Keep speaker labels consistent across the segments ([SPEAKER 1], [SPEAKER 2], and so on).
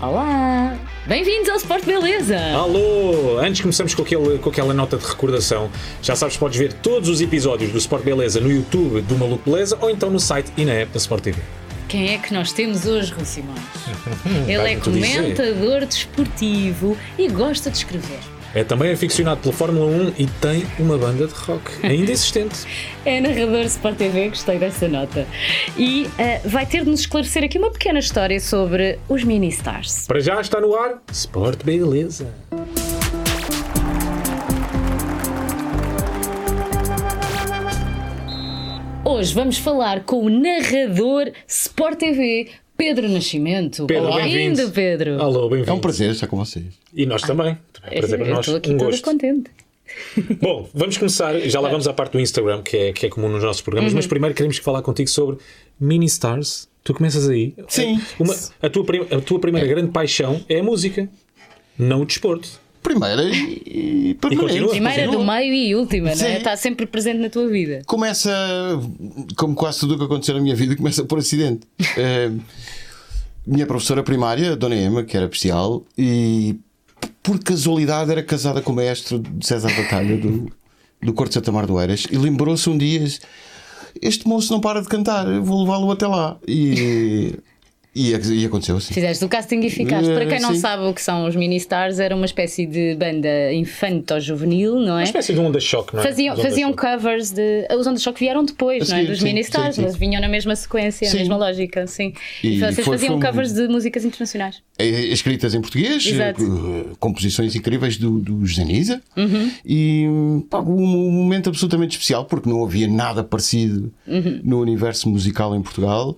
[SPEAKER 1] Olá! Bem-vindos ao Sport Beleza!
[SPEAKER 2] Alô! Antes começamos com, aquele, com aquela nota de recordação. Já sabes, podes ver todos os episódios do Sport Beleza no YouTube do Maluco Beleza ou então no site e na app da Sport TV.
[SPEAKER 1] Quem é que nós temos hoje, Rui Simões? Ele é
[SPEAKER 2] Vais-me tu dizer.
[SPEAKER 1] comentador desportivo e gosta de escrever.
[SPEAKER 2] É também aficionado pela Fórmula 1 e tem uma banda de rock ainda existente.
[SPEAKER 1] É narrador de Sport TV, gostei dessa nota. E ah, vai ter de nos esclarecer aqui uma pequena história sobre os mini stars.
[SPEAKER 2] Para já está no ar Sport Beleza.
[SPEAKER 1] Hoje vamos falar com o narrador Sport TV, Pedro Nascimento.
[SPEAKER 2] Pedro, bem-vindo.
[SPEAKER 1] Bem-vindo, Pedro!
[SPEAKER 2] Alô, bem-vindo.
[SPEAKER 3] É um prazer estar com vocês.
[SPEAKER 2] E nós também. Também é um prazer para
[SPEAKER 1] Eu
[SPEAKER 2] nós.
[SPEAKER 1] estou aqui
[SPEAKER 2] Um
[SPEAKER 1] toda
[SPEAKER 2] gosto.
[SPEAKER 1] contente.
[SPEAKER 2] Bom, vamos começar. Já
[SPEAKER 1] É.
[SPEAKER 2] lá vamos à parte do Instagram, que é, que é comum nos nossos programas,
[SPEAKER 1] Uhum.
[SPEAKER 2] mas primeiro queremos falar contigo sobre mini stars. Tu começas aí.
[SPEAKER 3] Sim.
[SPEAKER 2] Uma- a, tua prim- a tua primeira grande paixão é a música, não o desporto.
[SPEAKER 3] Primeira e, e permanente.
[SPEAKER 2] continua.
[SPEAKER 1] Primeira é do
[SPEAKER 2] Continua.
[SPEAKER 1] meio e última, não é?
[SPEAKER 3] Sim.
[SPEAKER 1] Está sempre presente na tua vida.
[SPEAKER 3] Começa, como quase tudo o que aconteceu na minha vida, começa por acidente. Eh, minha professora primária, a Dona Ema, que era especial, e por casualidade era casada com o mestre de César Batalha do, do Corte de Santa Mar do Eiras e lembrou-se um dia: Este moço não para de cantar, eu vou levá-lo até lá. E, e, e aconteceu assim.
[SPEAKER 1] Fizeste o casting e ficaste. Para quem não
[SPEAKER 3] Sim.
[SPEAKER 1] sabe o que são os Ministars, era uma espécie de banda infanto-juvenil, não
[SPEAKER 2] Uma
[SPEAKER 1] é?
[SPEAKER 2] espécie de onda-choque, não é?
[SPEAKER 1] Faziam,
[SPEAKER 2] Os onda
[SPEAKER 1] faziam
[SPEAKER 2] choque.
[SPEAKER 1] covers de. Os Ondas Choque vieram depois,
[SPEAKER 3] A
[SPEAKER 1] não é?
[SPEAKER 3] seguir,
[SPEAKER 1] Dos
[SPEAKER 3] Ah, sim,
[SPEAKER 1] Ministars,
[SPEAKER 3] sim, sim.
[SPEAKER 1] mas vinham na mesma sequência,
[SPEAKER 3] Sim.
[SPEAKER 1] na mesma lógica, sim. E,
[SPEAKER 3] E
[SPEAKER 1] vocês
[SPEAKER 3] foi-
[SPEAKER 1] faziam
[SPEAKER 3] foi um-
[SPEAKER 1] covers de músicas internacionais.
[SPEAKER 3] eh, escritas em português,
[SPEAKER 1] Exato.
[SPEAKER 3] eh, composições incríveis do, do Janiza
[SPEAKER 1] Uhum.
[SPEAKER 3] e pá, um, um momento absolutamente especial porque não havia nada parecido
[SPEAKER 1] Uhum.
[SPEAKER 3] no universo musical em Portugal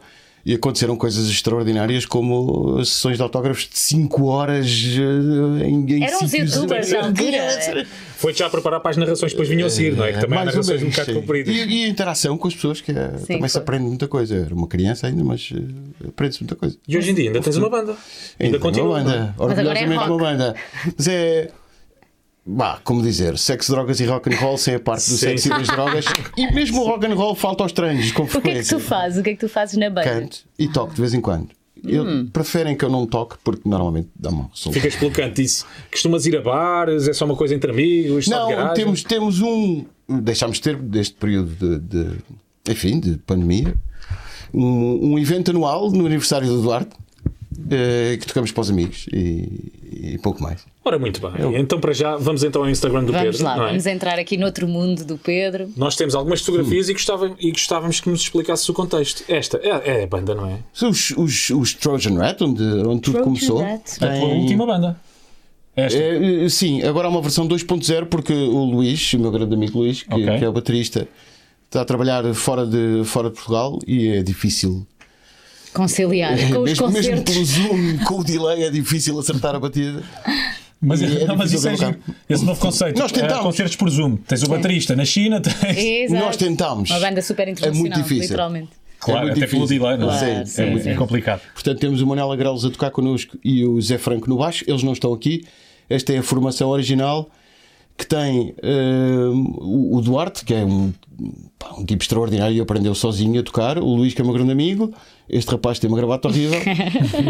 [SPEAKER 3] e aconteceram coisas extraordinárias como sessões de autógrafos de 5 horas eh, em, em
[SPEAKER 1] Eram os
[SPEAKER 3] sítios-
[SPEAKER 1] youtubers à altura. é?
[SPEAKER 2] Foi-te já a preparar para as narrações, depois vinham a seguir, não é? Que também há
[SPEAKER 3] Mais ou
[SPEAKER 2] narrações um
[SPEAKER 3] menos,
[SPEAKER 2] bocado
[SPEAKER 3] sim.
[SPEAKER 2] compridas.
[SPEAKER 3] E, e a interação com as pessoas, que é- também se
[SPEAKER 1] claro.
[SPEAKER 3] aprende muita coisa. Eu Era uma criança ainda, mas eh, aprende-se muita coisa.
[SPEAKER 2] E hoje em dia ainda tens uma banda. Ainda,
[SPEAKER 3] Ainda
[SPEAKER 2] continua.
[SPEAKER 3] Uma banda,
[SPEAKER 1] Mas agora é
[SPEAKER 3] orgulhosamente
[SPEAKER 1] rock.
[SPEAKER 3] uma banda. Mas é. Bah, como dizer, sexo, drogas e rock and roll sem a parte do
[SPEAKER 2] Sim.
[SPEAKER 3] sexo e das drogas. E mesmo o rock and roll falta aos treinos, com
[SPEAKER 1] O que é que
[SPEAKER 3] frequência.
[SPEAKER 1] tu fazes? O que é que tu fazes na banda?
[SPEAKER 3] Canto e toco de vez em quando. Eu-
[SPEAKER 1] Hum.
[SPEAKER 3] Preferem que eu não toque porque normalmente dá uma solta.
[SPEAKER 2] Ficas pelo canto disso. Costumas ir a bares, é só uma coisa entre amigos, só de
[SPEAKER 3] Não,
[SPEAKER 2] garagem?
[SPEAKER 3] temos, temos um. Deixámos de ter, deste período de, de- Enfim, de pandemia, um, um evento anual no aniversário do Duarte eh, que tocamos para os amigos e- e pouco mais.
[SPEAKER 2] Ora, muito bem. Então, para já, vamos então ao Instagram do
[SPEAKER 1] Vamos
[SPEAKER 2] Pedro.
[SPEAKER 1] lá,
[SPEAKER 2] não é?
[SPEAKER 1] vamos entrar aqui noutro mundo do Pedro.
[SPEAKER 2] Nós temos algumas
[SPEAKER 3] Hum.
[SPEAKER 2] fotografias e, gostava- e gostávamos que nos explicasse o contexto. Esta é, é a banda, não é?
[SPEAKER 3] São os, os, os Trojan Rat, onde, onde tudo
[SPEAKER 1] Trojan
[SPEAKER 3] começou.
[SPEAKER 1] Rat.
[SPEAKER 2] A tua
[SPEAKER 3] Tem-
[SPEAKER 2] É última banda. Esta.
[SPEAKER 3] É, eh, sim, agora há uma versão 2.0 porque o Luís, o meu grande amigo Luís, que,
[SPEAKER 2] Ok.
[SPEAKER 3] que é o baterista, está a trabalhar fora de, fora de Portugal e é difícil.
[SPEAKER 1] Conciliar Ah, com os
[SPEAKER 3] mesmo, mesmo
[SPEAKER 1] concertos.
[SPEAKER 3] pelo Zoom, com o delay, é difícil acertar a batida.
[SPEAKER 2] Mas,
[SPEAKER 3] E é
[SPEAKER 2] não, mas isso
[SPEAKER 3] difícil
[SPEAKER 2] é
[SPEAKER 3] colocar.
[SPEAKER 2] giro. Esse novo conceito.
[SPEAKER 3] Nós tentámos.
[SPEAKER 2] É, concertos por Zoom. Tens o baterista na China, tens.
[SPEAKER 1] Exato.
[SPEAKER 3] Nós tentámos.
[SPEAKER 1] Uma banda super
[SPEAKER 3] É muito
[SPEAKER 1] internacional,
[SPEAKER 3] difícil.
[SPEAKER 1] literalmente.
[SPEAKER 2] Claro,
[SPEAKER 3] muito
[SPEAKER 2] até pelo
[SPEAKER 3] difícil.
[SPEAKER 2] delay, não é?
[SPEAKER 3] Claro,
[SPEAKER 2] É
[SPEAKER 1] sim,
[SPEAKER 2] muito-
[SPEAKER 1] sim.
[SPEAKER 2] é complicado.
[SPEAKER 3] Portanto, temos o Manela Grelos a tocar connosco e o Zé Franco no baixo. Eles não estão aqui. Esta é a formação original que tem eh, o o Duarte, que é um, pá, um tipo extraordinário e aprendeu sozinho a tocar. O Luís, que é meu grande amigo. Este rapaz tem uma gravata horrível.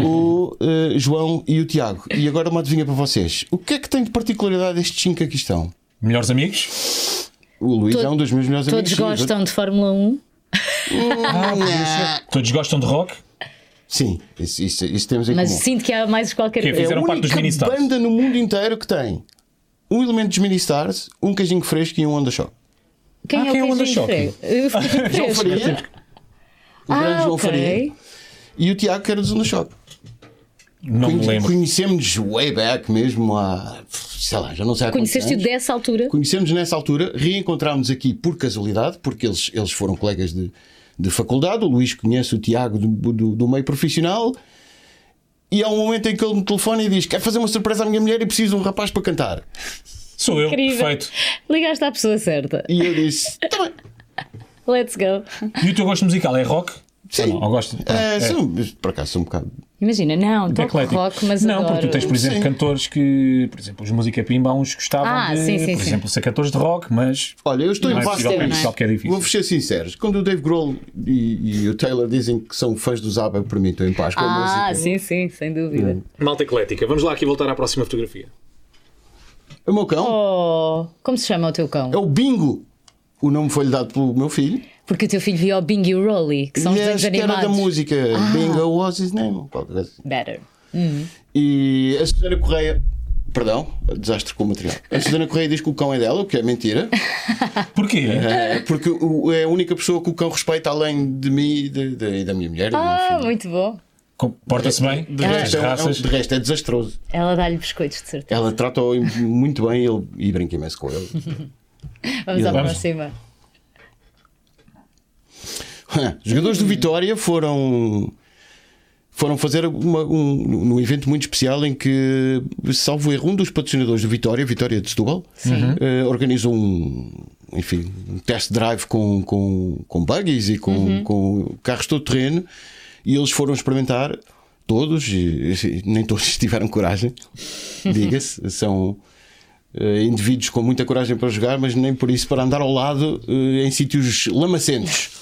[SPEAKER 3] o eh, João e o Tiago. E agora uma adivinha para vocês. O que é que tem de particularidade estes cinco aqui estão?
[SPEAKER 2] Melhores amigos?
[SPEAKER 3] O Luís
[SPEAKER 1] Todo-
[SPEAKER 3] é um dos meus melhores
[SPEAKER 1] Todos
[SPEAKER 3] amigos. sim.
[SPEAKER 1] gostam Ah. de Fórmula 1.
[SPEAKER 2] Todos gostam de rock?
[SPEAKER 3] Sim, isso, isso- isso temos em
[SPEAKER 1] Mas
[SPEAKER 3] comum.
[SPEAKER 1] sinto que há mais qualquer
[SPEAKER 2] Que é
[SPEAKER 1] coisa.
[SPEAKER 2] Fizeram
[SPEAKER 3] é a
[SPEAKER 2] parte dos
[SPEAKER 3] única
[SPEAKER 2] Ministars.
[SPEAKER 3] banda no mundo inteiro que tem um elemento dos Ministars, um queijinho fresco e um onda choque.
[SPEAKER 1] Quem
[SPEAKER 2] Ah,
[SPEAKER 1] é
[SPEAKER 2] quem é o
[SPEAKER 1] o
[SPEAKER 2] Onda
[SPEAKER 1] Queijinho
[SPEAKER 2] Choque?
[SPEAKER 1] Fresco? Eu fiquei fresca.
[SPEAKER 3] João Faria. O grande
[SPEAKER 1] Ah,
[SPEAKER 3] João
[SPEAKER 1] ok.
[SPEAKER 3] Faria. E o Tiago que era dos onda choque.
[SPEAKER 2] Não me lembro.
[SPEAKER 3] Conhecemos way back mesmo há. sei lá, já não sei há quantos
[SPEAKER 1] Conheceste-o
[SPEAKER 3] anos.
[SPEAKER 1] dessa altura?
[SPEAKER 3] Conhecemos nessa altura, reencontrámos aqui por casualidade, porque eles, eles foram colegas de, de faculdade. O Luís conhece o Tiago do, do- do meio profissional. E há um momento em que ele me telefona e diz: Quero fazer uma surpresa à minha mulher e preciso de um rapaz para cantar.
[SPEAKER 2] Sou eu,
[SPEAKER 1] Incrível.
[SPEAKER 2] perfeito.
[SPEAKER 1] Ligaste à pessoa certa.
[SPEAKER 3] E eu disse: Tá bem.
[SPEAKER 1] Let's go.
[SPEAKER 2] E o teu gosto musical é rock?
[SPEAKER 3] Sim.
[SPEAKER 2] Ou não? Ou gosto?
[SPEAKER 3] É,
[SPEAKER 2] É.
[SPEAKER 3] são- por acaso são um bocado
[SPEAKER 1] Imagina, não, toco
[SPEAKER 2] eclético.
[SPEAKER 1] rock, mas
[SPEAKER 2] não,
[SPEAKER 1] adoro.
[SPEAKER 2] porque tu tens, por exemplo, cantores que, por exemplo, os Música Pimba, há uns que gostavam
[SPEAKER 1] Ah,
[SPEAKER 2] de,
[SPEAKER 1] sim, sim,
[SPEAKER 2] por
[SPEAKER 1] sim.
[SPEAKER 2] exemplo, ser cantores de rock, mas
[SPEAKER 3] Olha, eu estou
[SPEAKER 2] não
[SPEAKER 3] em
[SPEAKER 2] é
[SPEAKER 1] vasto
[SPEAKER 2] possível
[SPEAKER 3] vastas
[SPEAKER 1] tema,
[SPEAKER 2] para
[SPEAKER 1] não é?
[SPEAKER 2] isso, só que é difícil.
[SPEAKER 3] Vou-vos ser sinceros, quando o Dave Grohl e, e o Taylor dizem que são fãs dos ABBA, para mim estou em paz com a
[SPEAKER 1] Ah,
[SPEAKER 3] música. Hum.
[SPEAKER 1] sim, sim, sem dúvida.
[SPEAKER 4] Malta eclética. Vamos lá aqui voltar à próxima fotografia.
[SPEAKER 3] O meu cão
[SPEAKER 1] Oh, como se chama o teu cão?
[SPEAKER 3] é o Bingo. O nome foi-lhe dado pelo meu filho.
[SPEAKER 1] Porque o teu filho viu o Bing e o Rolly, que são
[SPEAKER 3] e
[SPEAKER 1] os
[SPEAKER 3] é a
[SPEAKER 1] desenhos
[SPEAKER 3] história
[SPEAKER 1] animados. Ah.
[SPEAKER 3] da música. Bingo was his name. qualquer coisa assim.
[SPEAKER 1] Better.
[SPEAKER 3] E a Susana Correia. Perdão, desastre com o material. A Susana Correia diz que o cão é dela, o que é mentira.
[SPEAKER 2] Porquê?
[SPEAKER 3] eh, Porque o- é a única pessoa que o cão respeita além de mim e de- de- e da minha mulher. e do meu
[SPEAKER 1] Ah,
[SPEAKER 3] filho.
[SPEAKER 1] muito bom.
[SPEAKER 2] Com- Porta-se bem?
[SPEAKER 3] De resto, é, um- é um-
[SPEAKER 2] raças?
[SPEAKER 3] de resto é desastroso.
[SPEAKER 1] Ela dá-lhe biscoitos, de certeza.
[SPEAKER 3] Ela trata-o im- muito bem ele, e brinca imenso com ele.
[SPEAKER 1] Vamos à
[SPEAKER 2] Vamos.
[SPEAKER 1] próxima.
[SPEAKER 3] Os jogadores do Vitória foram foram fazer uma- um, um evento muito especial em que, salvo erro, um dos patrocinadores do Vitória, Vitória de Setúbal, eh, organizou um, enfim, um test drive com, com, com buggies e com, com carros todo terreno e eles foram experimentar todos, e, e nem todos tiveram coragem, diga-se, são eh, indivíduos com muita coragem para jogar, mas nem por isso para andar ao lado eh, em sítios lamacentos.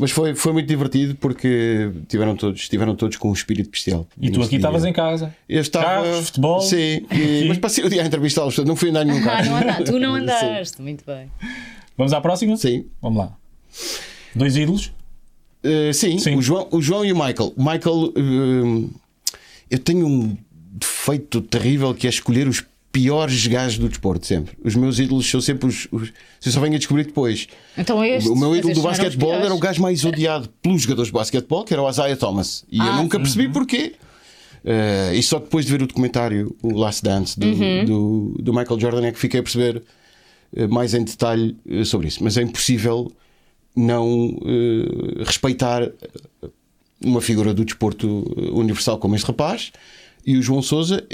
[SPEAKER 3] mas foi, foi muito divertido porque tiveram todos, estiveram todos com um espírito especial.
[SPEAKER 2] E tu aqui estavas em casa.
[SPEAKER 3] Eu estava.
[SPEAKER 2] Carros, futebol.
[SPEAKER 3] Sim, e- mas passei o dia a entrevistá-los, portanto, não fui andar nenhum
[SPEAKER 1] Ah,
[SPEAKER 3] carro.
[SPEAKER 1] não andaste. Tu não andaste. Muito bem.
[SPEAKER 2] Vamos à próxima?
[SPEAKER 3] Sim.
[SPEAKER 2] Vamos lá. Dois ídolos?
[SPEAKER 3] Eh, sim,
[SPEAKER 2] Sim.
[SPEAKER 3] O, João, o João e o Michael. O Michael, eh, eu tenho um defeito terrível que é escolher os piores gajos do desporto, sempre. Os meus ídolos são sempre os. os eu só venho a descobrir depois.
[SPEAKER 1] Então este.
[SPEAKER 3] o
[SPEAKER 1] estes não
[SPEAKER 3] meu ídolo do
[SPEAKER 1] eram os
[SPEAKER 3] basquetebol
[SPEAKER 1] piores.
[SPEAKER 3] era o gajo mais odiado pelos jogadores de basquetebol, que era o Isaiah Thomas. E eu
[SPEAKER 1] Ah,
[SPEAKER 3] nunca percebi porquê. Eh, e só depois de ver o documentário, o Last Dance, do,
[SPEAKER 1] Uhum.
[SPEAKER 3] do, do Michael Jordan, é que fiquei a perceber eh, mais em detalhe eh, sobre isso. Mas é impossível não eh, respeitar uma figura do desporto eh, universal como este rapaz e o João Souza.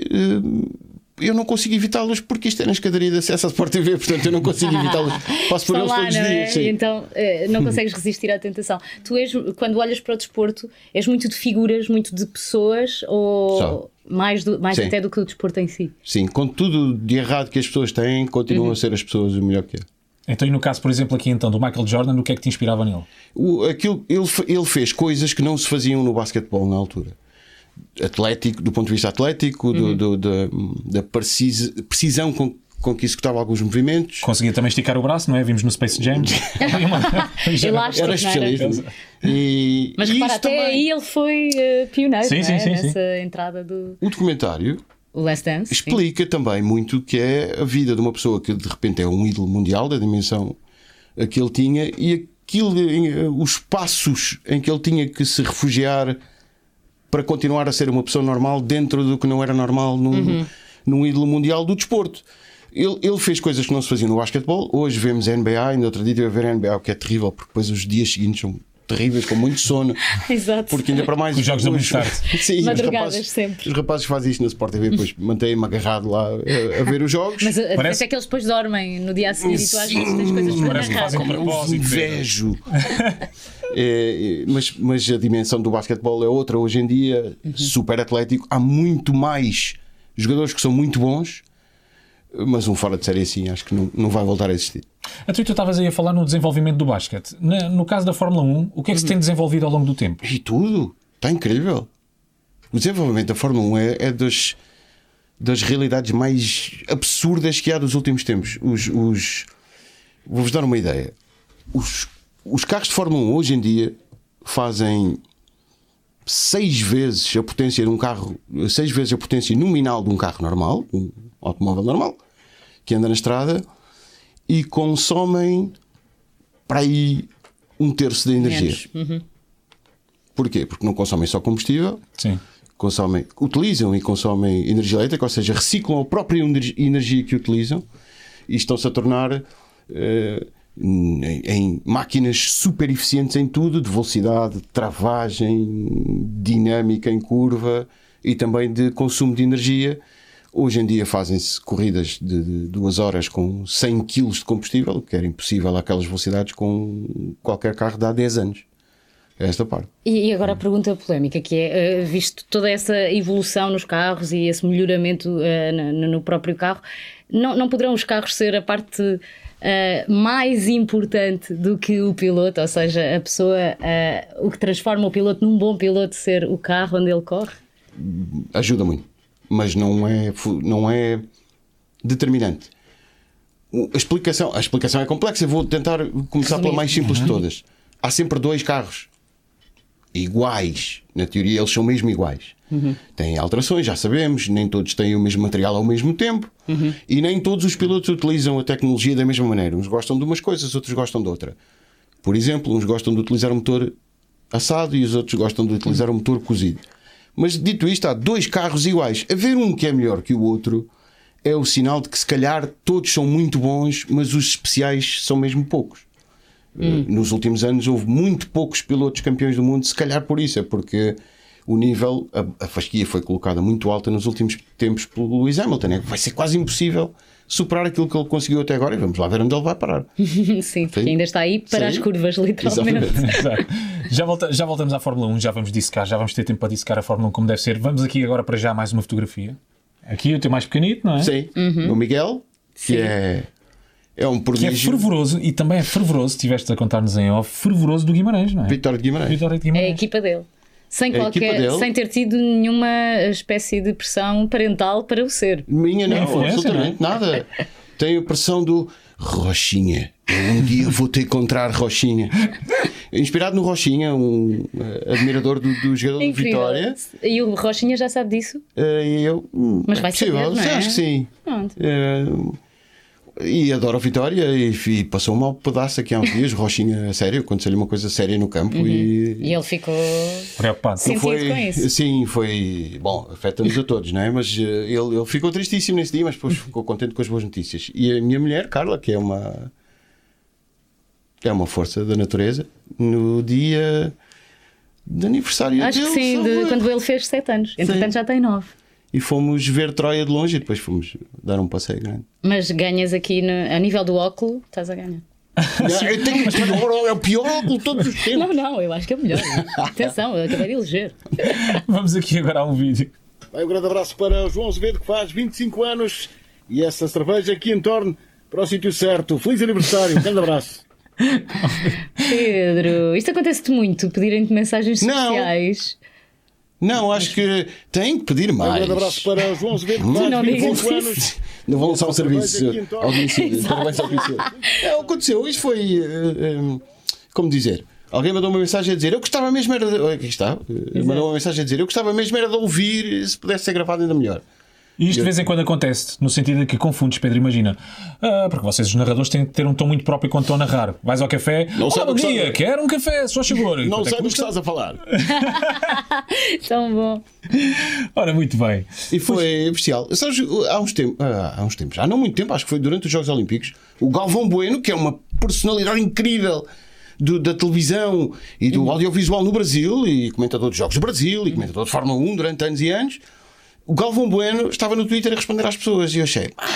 [SPEAKER 3] eu não consigo evitá-los porque isto é na escadaria de acesso à Sport TV, portanto eu não consigo evitá-los. Passo
[SPEAKER 1] Estão
[SPEAKER 3] por eles
[SPEAKER 1] lá,
[SPEAKER 3] todos os
[SPEAKER 1] não é?
[SPEAKER 3] dias. sim.
[SPEAKER 1] E Então eh, não consegues resistir à tentação. Tu és, quando olhas para o desporto, és muito de figuras, muito de pessoas ou
[SPEAKER 3] Só.
[SPEAKER 1] mais, do- mais
[SPEAKER 3] Sim.
[SPEAKER 1] até do que o desporto em si?
[SPEAKER 3] Sim, com tudo de errado que as pessoas têm, continuam
[SPEAKER 1] Uhum.
[SPEAKER 3] a ser as pessoas o melhor que é.
[SPEAKER 2] Então, e no caso, por exemplo, aqui então, do Michael Jordan, o que é que te inspirava nele?
[SPEAKER 3] O, aquilo, ele, fe- ele fez coisas que não se faziam no basquetebol na altura. Atlético, do ponto de vista atlético,
[SPEAKER 1] Uhum.
[SPEAKER 3] do- do- da, da precis- precisão com, com que executava alguns movimentos.
[SPEAKER 2] Conseguia também esticar o braço, não é? Vimos no Space Jam.
[SPEAKER 1] Elástico,
[SPEAKER 3] Era
[SPEAKER 1] não é?
[SPEAKER 3] especialista. E,
[SPEAKER 1] Mas
[SPEAKER 3] e
[SPEAKER 1] repara,
[SPEAKER 3] isso
[SPEAKER 1] até
[SPEAKER 3] também.
[SPEAKER 1] aí ele foi eh, pioneiro
[SPEAKER 2] Sim,
[SPEAKER 1] não
[SPEAKER 2] sim,
[SPEAKER 1] é?
[SPEAKER 2] sim, sim.
[SPEAKER 1] nessa entrada do
[SPEAKER 3] O documentário
[SPEAKER 1] o Last Dance. sim.
[SPEAKER 3] explica também muito o que é a vida de uma pessoa que de repente é um ídolo mundial da dimensão a que ele tinha e aquilo, em- eh, os passos em que ele tinha que se refugiar para continuar a ser uma pessoa normal dentro do que não era normal num, num ídolo mundial do desporto. Ele, ele fez coisas que não se faziam no basquetebol. Hoje vemos NBA, ainda outro dia estive a ver NBA, o que é terrível, porque depois os dias seguintes são terríveis, com muito sono.
[SPEAKER 1] Exato.
[SPEAKER 3] Porque ainda para mais.
[SPEAKER 2] É. Os jogos da
[SPEAKER 3] os,
[SPEAKER 2] Movistar.
[SPEAKER 3] Sim, os
[SPEAKER 1] Madrugadas
[SPEAKER 3] rapazes-
[SPEAKER 1] sempre.
[SPEAKER 3] Os rapazes fazem isto na Sport TV, depois mantêm-me agarrado lá eh, a, a ver os jogos.
[SPEAKER 1] Mas a diferença
[SPEAKER 2] Parece- Hum,
[SPEAKER 1] é que eles depois dormem no dia a seguir e tu às vezes tens coisas para
[SPEAKER 2] Parece que
[SPEAKER 1] narrar.
[SPEAKER 2] fazem
[SPEAKER 3] Como eu
[SPEAKER 2] propósito,
[SPEAKER 3] invejo. É, é, mas, mas a dimensão do basquetebol é outra. Hoje em dia,
[SPEAKER 1] Uhum.
[SPEAKER 3] super atlético, há muito mais jogadores que são muito bons, mas um fora de série assim acho que não, não vai voltar a existir.
[SPEAKER 2] Então, e tu estavas aí a falar no desenvolvimento do basquete. Na- no caso da Fórmula 1, o que é que se tem desenvolvido ao longo do tempo?
[SPEAKER 3] E tudo. Está incrível. O desenvolvimento da Fórmula 1 é, é das, das realidades mais absurdas que há dos últimos tempos. Os, os- Vou-vos dar uma ideia. Os, os carros de Fórmula 1 hoje em dia fazem seis vezes a potência de um carro, seis vezes a potência nominal de um carro normal, um automóvel normal, que anda na estrada, e consomem para aí um terço da energia.
[SPEAKER 1] Menos.
[SPEAKER 3] Porquê? Porque não consomem só combustível,
[SPEAKER 2] Sim.
[SPEAKER 3] consomem, utilizam e consomem energia elétrica, ou seja, reciclam a própria ener- energia que utilizam e estão-se a tornar eh, em, em máquinas super eficientes em tudo, de velocidade, de travagem, dinâmica em curva e também de consumo de energia. Hoje em dia fazem-se corridas de, de duas horas com 100 kg de combustível, o que era impossível àquelas velocidades com qualquer carro de há 10 anos. É Esta parte.
[SPEAKER 1] E e agora a pergunta polémica, que é, eh, visto toda essa evolução nos carros e esse melhoramento eh, na- no no próprio carro, não, não poderão os carros ser a parte eh, mais importante do que o piloto, ou seja, a pessoa, eh, o que transforma o piloto num bom piloto ser o carro onde ele corre?
[SPEAKER 3] ajuda muito, mas não é, fu- não é determinante. O- A explicação, a explicação é complexa, eu vou tentar começar pela
[SPEAKER 1] Resumir.
[SPEAKER 3] mais simples de todas. Há sempre dois carros iguais, na teoria eles são mesmo iguais. Têm alterações, já sabemos, nem todos têm o mesmo material ao mesmo tempo e nem todos os pilotos utilizam a tecnologia da mesma maneira. Uns gostam de umas coisas, outros gostam de outra. Por exemplo, uns gostam de utilizar o motor assado e os outros gostam de utilizar o motor cozido. Mas dito isto, há dois carros iguais. Haver um que é melhor que o outro é o sinal de que se calhar todos são muito bons, mas os especiais são mesmo poucos.
[SPEAKER 2] Hum.
[SPEAKER 3] Eh, Nos últimos anos houve muito poucos pilotos campeões do mundo, se calhar por isso, é porque o nível, a, a fasquia foi colocada muito alta nos últimos tempos pelo Lewis Hamilton. é que Vai ser quase impossível superar aquilo que ele conseguiu até agora e vamos lá ver onde ele vai parar.
[SPEAKER 2] Uhum.
[SPEAKER 1] Sim, porque ainda está aí para as
[SPEAKER 3] Sim.
[SPEAKER 1] curvas, literalmente.
[SPEAKER 3] Exatamente.
[SPEAKER 2] Exato. já, volta- já voltamos à Fórmula 1, já vamos dissecar, já vamos ter tempo para dissecar a Fórmula 1 como deve ser. Vamos aqui agora para já mais uma fotografia. Aqui o teu mais pequenito, não é?
[SPEAKER 3] Sim, o Miguel, que é, é um
[SPEAKER 2] Que é
[SPEAKER 3] prodígio.
[SPEAKER 2] fervoroso e também é fervoroso, estiveste a contar-nos em off, fervoroso do Guimarães, não é?
[SPEAKER 3] Vitória de Guimarães.
[SPEAKER 2] Vitória de
[SPEAKER 1] É a
[SPEAKER 2] Guimarães.
[SPEAKER 1] equipa dele. Sem,
[SPEAKER 3] É a
[SPEAKER 1] qualquer,
[SPEAKER 3] equipa dele.
[SPEAKER 1] sem ter tido nenhuma espécie de pressão parental para o ser.
[SPEAKER 3] Minha não,
[SPEAKER 2] É influência,
[SPEAKER 3] absolutamente nada. Tenho a pressão do Roxinha. Eu um dia vou ter que encontrar Roxinha. Inspirado no Roxinha, um eh, admirador do, do jogador do
[SPEAKER 1] Incrível.
[SPEAKER 3] Vitória.
[SPEAKER 1] E o Rochinha já sabe disso?
[SPEAKER 3] eh, E eu. hum,
[SPEAKER 1] Mas vai
[SPEAKER 3] é possível,
[SPEAKER 1] saber, não é?
[SPEAKER 3] Acho que sim.
[SPEAKER 1] Pronto.
[SPEAKER 3] Eh, e adoro a Vitória. E, e passou um mau pedaço aqui há uns dias. Roxinha, a sério, aconteceu-lhe uma coisa séria no campo. E,
[SPEAKER 1] Uhum. E ele ficou.
[SPEAKER 2] Preocupado.
[SPEAKER 1] É. Sim. sentido com isso.
[SPEAKER 3] Sim, foi. Bom, afeta-nos a todos, não é? Mas eh, ele, ele ficou tristíssimo nesse dia, mas depois
[SPEAKER 1] Uhum.
[SPEAKER 3] ficou contente com as boas notícias. E a minha mulher, Carla, que é uma. É uma força da natureza, no dia de aniversário
[SPEAKER 1] Acho que
[SPEAKER 3] dele,
[SPEAKER 1] sim, de
[SPEAKER 3] sabe?
[SPEAKER 1] quando ele fez 7 anos. Entretanto, já tem 9.
[SPEAKER 3] E fomos ver Troia de longe e depois fomos dar um passeio grande.
[SPEAKER 1] Mas ganhas aqui no- a nível do óculo, estás a ganhar.
[SPEAKER 3] Não, eu tenho o pior, é o pior óculo de todos os tempos.
[SPEAKER 1] Não, não, eu acho que é melhor. Atenção, eu acabei de eleger.
[SPEAKER 2] Vamos aqui agora a um vídeo.
[SPEAKER 5] Bem, um grande abraço para o João Azevedo, que faz 25 anos e essa cerveja que entorne para o sítio certo. Feliz aniversário, um grande abraço.
[SPEAKER 1] Pedro, isto acontece-te muito, pedirem-te mensagens
[SPEAKER 3] Não.
[SPEAKER 1] especiais.
[SPEAKER 3] Não, acho que tem que pedir
[SPEAKER 5] Um
[SPEAKER 3] mais.
[SPEAKER 5] grande abraço para o João Azevedo, que
[SPEAKER 3] Tu
[SPEAKER 5] faz
[SPEAKER 1] não digas
[SPEAKER 5] 25
[SPEAKER 1] isso.
[SPEAKER 5] anos.
[SPEAKER 3] Não vou lançar um serviço
[SPEAKER 5] Parabéns aqui, então.
[SPEAKER 3] ao domicílio. Parabéns ao domicílio. É, aconteceu. Isto foi. eh, eh, como dizer? Alguém mandou uma mensagem a dizer: Eu gostava mesmo era. de-" Aqui está. eh, Mandou uma mensagem a dizer: Eu gostava mesmo era de ouvir. Se pudesse ser gravado, ainda melhor.
[SPEAKER 2] E isto de vez em quando acontece, no sentido de que confundes, Pedro, imagina. Ah, porque vocês, os narradores, têm de ter um tom muito próprio quando estão a narrar. Vais ao café,
[SPEAKER 3] Não
[SPEAKER 2] "Olá,
[SPEAKER 3] sabe
[SPEAKER 2] bom
[SPEAKER 3] o que
[SPEAKER 2] dia,
[SPEAKER 3] sabe."
[SPEAKER 2] quero um café, só chegou. E
[SPEAKER 3] Não
[SPEAKER 2] quanto é que
[SPEAKER 3] sei do que
[SPEAKER 2] custa?
[SPEAKER 3] estás a falar.
[SPEAKER 1] Tão bom.
[SPEAKER 2] Ora, muito bem.
[SPEAKER 3] E foi especial. Sabes, há uns tempos, há uns tempos, há não muito tempo, acho que foi durante os Jogos Olímpicos, o Galvão Bueno, que é uma personalidade incrível do- da televisão e do
[SPEAKER 1] Uhum.
[SPEAKER 3] audiovisual no Brasil, e comentador de Jogos do Brasil, e comentador de Fórmula 1 durante anos e anos, o Galvão Bueno estava no Twitter a responder às pessoas e eu achei, "Ah,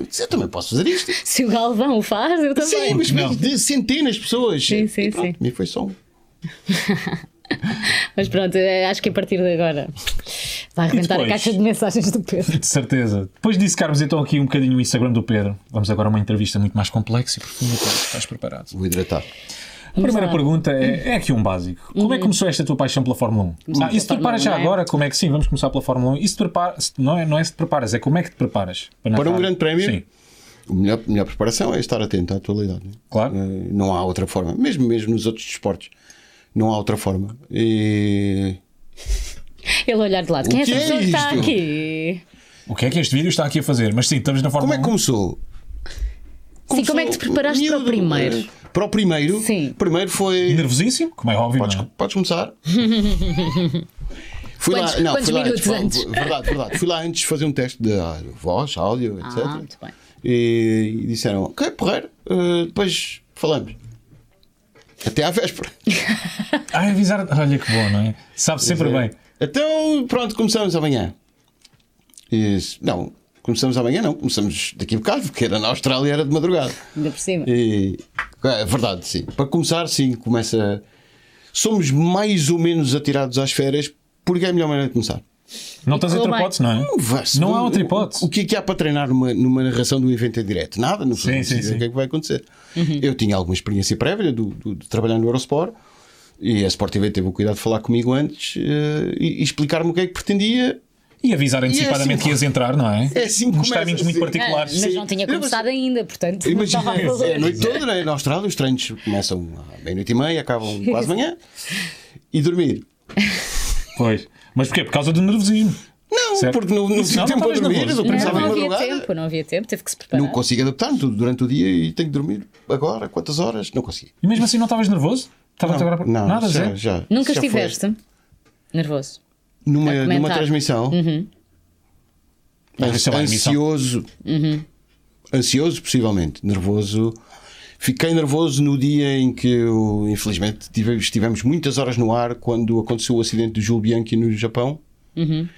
[SPEAKER 3] mas eu, eu também posso fazer isto.
[SPEAKER 1] Se o Galvão o faz, eu também.
[SPEAKER 3] Sim, mas
[SPEAKER 2] Não.
[SPEAKER 3] de centenas de pessoas.
[SPEAKER 1] Sim, sim,
[SPEAKER 3] e pronto, E foi só um.
[SPEAKER 1] Mas pronto, eh, acho que a partir de agora vai arrebentar a
[SPEAKER 2] depois?
[SPEAKER 1] caixa de mensagens do Pedro.
[SPEAKER 2] De certeza. Depois de dissecarmos então aqui um bocadinho o Instagram do Pedro, vamos agora a uma entrevista muito mais complexa e profunda. Pedro. Estás preparado?
[SPEAKER 3] Vou hidratar.
[SPEAKER 2] A primeira
[SPEAKER 1] lá. Uhum.
[SPEAKER 2] pergunta é, é aqui um básico. Como é que começou esta tua paixão pela Fórmula 1? Ah, e se te
[SPEAKER 1] pela Fórmula
[SPEAKER 2] preparas já
[SPEAKER 1] 1, não é?
[SPEAKER 2] agora, como é que sim? Vamos começar pela Fórmula 1. E se te prepara- se- não, é, não é se te preparas, é como é que te preparas?
[SPEAKER 3] Para um
[SPEAKER 2] narrar?
[SPEAKER 3] grande prémio?
[SPEAKER 2] Sim,
[SPEAKER 3] A melhor, melhor preparação é estar atento à atualidade. né?
[SPEAKER 2] Claro.
[SPEAKER 3] Eh, Não há outra forma. Mesmo, mesmo nos outros desportos, não há outra forma. E
[SPEAKER 1] Ele olhar de lado.
[SPEAKER 3] O
[SPEAKER 1] Quem é
[SPEAKER 3] que
[SPEAKER 1] essa
[SPEAKER 3] é
[SPEAKER 1] pessoa que está
[SPEAKER 3] isto?
[SPEAKER 1] aqui?
[SPEAKER 2] O que é que este vídeo está aqui a fazer? Mas sim, estamos na
[SPEAKER 3] como
[SPEAKER 2] Fórmula um.
[SPEAKER 3] é que começou?
[SPEAKER 1] Sim, como é que te preparaste para o
[SPEAKER 3] Miúdo,
[SPEAKER 1] primeiro?
[SPEAKER 3] eh, Para o primeiro?
[SPEAKER 1] Sim.
[SPEAKER 3] Primeiro
[SPEAKER 2] 1.
[SPEAKER 3] foi.
[SPEAKER 2] Nervosíssimo, como é óbvio.
[SPEAKER 3] Podes,
[SPEAKER 2] não é?
[SPEAKER 3] podes começar? fui
[SPEAKER 1] Quantos-
[SPEAKER 3] lá, não,
[SPEAKER 1] quantos
[SPEAKER 3] fui lá
[SPEAKER 1] minutos antes?
[SPEAKER 3] Fui- Verdade, verdade. Fui lá antes fazer um teste de ah, voz, áudio, etc.
[SPEAKER 1] Ah, muito bem.
[SPEAKER 3] E, e disseram: Ok, porreiro, eh, depois falamos. Até à véspera.
[SPEAKER 2] Ah, avisar. Olha que bom, não é? Sabe sempre bem.
[SPEAKER 3] Então, pronto, começamos amanhã. E disse, não, começamos amanhã, não, começamos daqui a bocado, porque era na Austrália, era de madrugada. é
[SPEAKER 1] Ainda por cima.
[SPEAKER 3] E, é verdade, sim. Para começar, sim, começa. somos mais ou menos atirados às férias, porque é a melhor maneira de começar.
[SPEAKER 2] Não tens outra
[SPEAKER 1] Como é?
[SPEAKER 2] hipótese, não é?
[SPEAKER 3] Vá-se,
[SPEAKER 2] Não
[SPEAKER 3] o-
[SPEAKER 2] há outra
[SPEAKER 3] o-
[SPEAKER 2] hipótese.
[SPEAKER 3] O, que é que há para treinar numa, numa narração do evento em direto? Nada, não
[SPEAKER 2] Sim,
[SPEAKER 3] sei
[SPEAKER 2] sim, sim. Uhum.
[SPEAKER 3] o que é que vai acontecer. Eu tinha alguma experiência prévia do, do- de trabalhar no Eurosport e a Sport TV teve o cuidado de falar comigo antes eh, e, e explicar-me o que é que pretendia.
[SPEAKER 2] E avisar antecipadamente
[SPEAKER 3] assim
[SPEAKER 2] que ias entrar, não é?
[SPEAKER 3] É assim que
[SPEAKER 2] Uns
[SPEAKER 3] começa,
[SPEAKER 2] timings muito
[SPEAKER 3] sim.
[SPEAKER 1] Ah,
[SPEAKER 2] particulares.
[SPEAKER 1] mas não tinha
[SPEAKER 3] Eu, mas-
[SPEAKER 1] começado ainda, portanto. não
[SPEAKER 3] Imagina,
[SPEAKER 1] estava a fazer.
[SPEAKER 3] é a noite toda, né? na Austrália, os treinos começam à meia-noite e meia, acabam quase manhã e dormir.
[SPEAKER 2] Pois. Mas porquê? Por causa do nervosismo.
[SPEAKER 3] Não,
[SPEAKER 2] Certo.
[SPEAKER 3] porque não, não
[SPEAKER 2] Isso
[SPEAKER 3] tive
[SPEAKER 2] não,
[SPEAKER 3] tempo para
[SPEAKER 2] talvez não
[SPEAKER 3] dormir,
[SPEAKER 2] fosse.
[SPEAKER 3] eu
[SPEAKER 1] Não,
[SPEAKER 3] pensava
[SPEAKER 1] não
[SPEAKER 3] em
[SPEAKER 1] havia
[SPEAKER 3] madrugada.
[SPEAKER 1] tempo, não havia tempo, teve que se preparar.
[SPEAKER 3] Não consigo adaptar-me tudo durante o dia e tenho que dormir agora, quantas horas? Não consigo.
[SPEAKER 2] E mesmo assim não estavas nervoso? Estavas agora
[SPEAKER 3] Não,
[SPEAKER 2] nada a
[SPEAKER 3] já,
[SPEAKER 2] dizer?
[SPEAKER 3] já.
[SPEAKER 1] Nunca
[SPEAKER 3] já foi.
[SPEAKER 1] estiveste nervoso.
[SPEAKER 3] numa,
[SPEAKER 1] a
[SPEAKER 3] numa
[SPEAKER 1] comentar.
[SPEAKER 3] transmissão
[SPEAKER 1] Uhum.
[SPEAKER 2] Mas isso é uma emissão.
[SPEAKER 3] ansioso,
[SPEAKER 1] Uhum.
[SPEAKER 3] ansioso possivelmente, nervoso. Fiquei nervoso no dia em que eu, infelizmente, tive- estivemos muitas horas no ar quando aconteceu o acidente do Júlio Bianchi no Japão.
[SPEAKER 1] Uhum.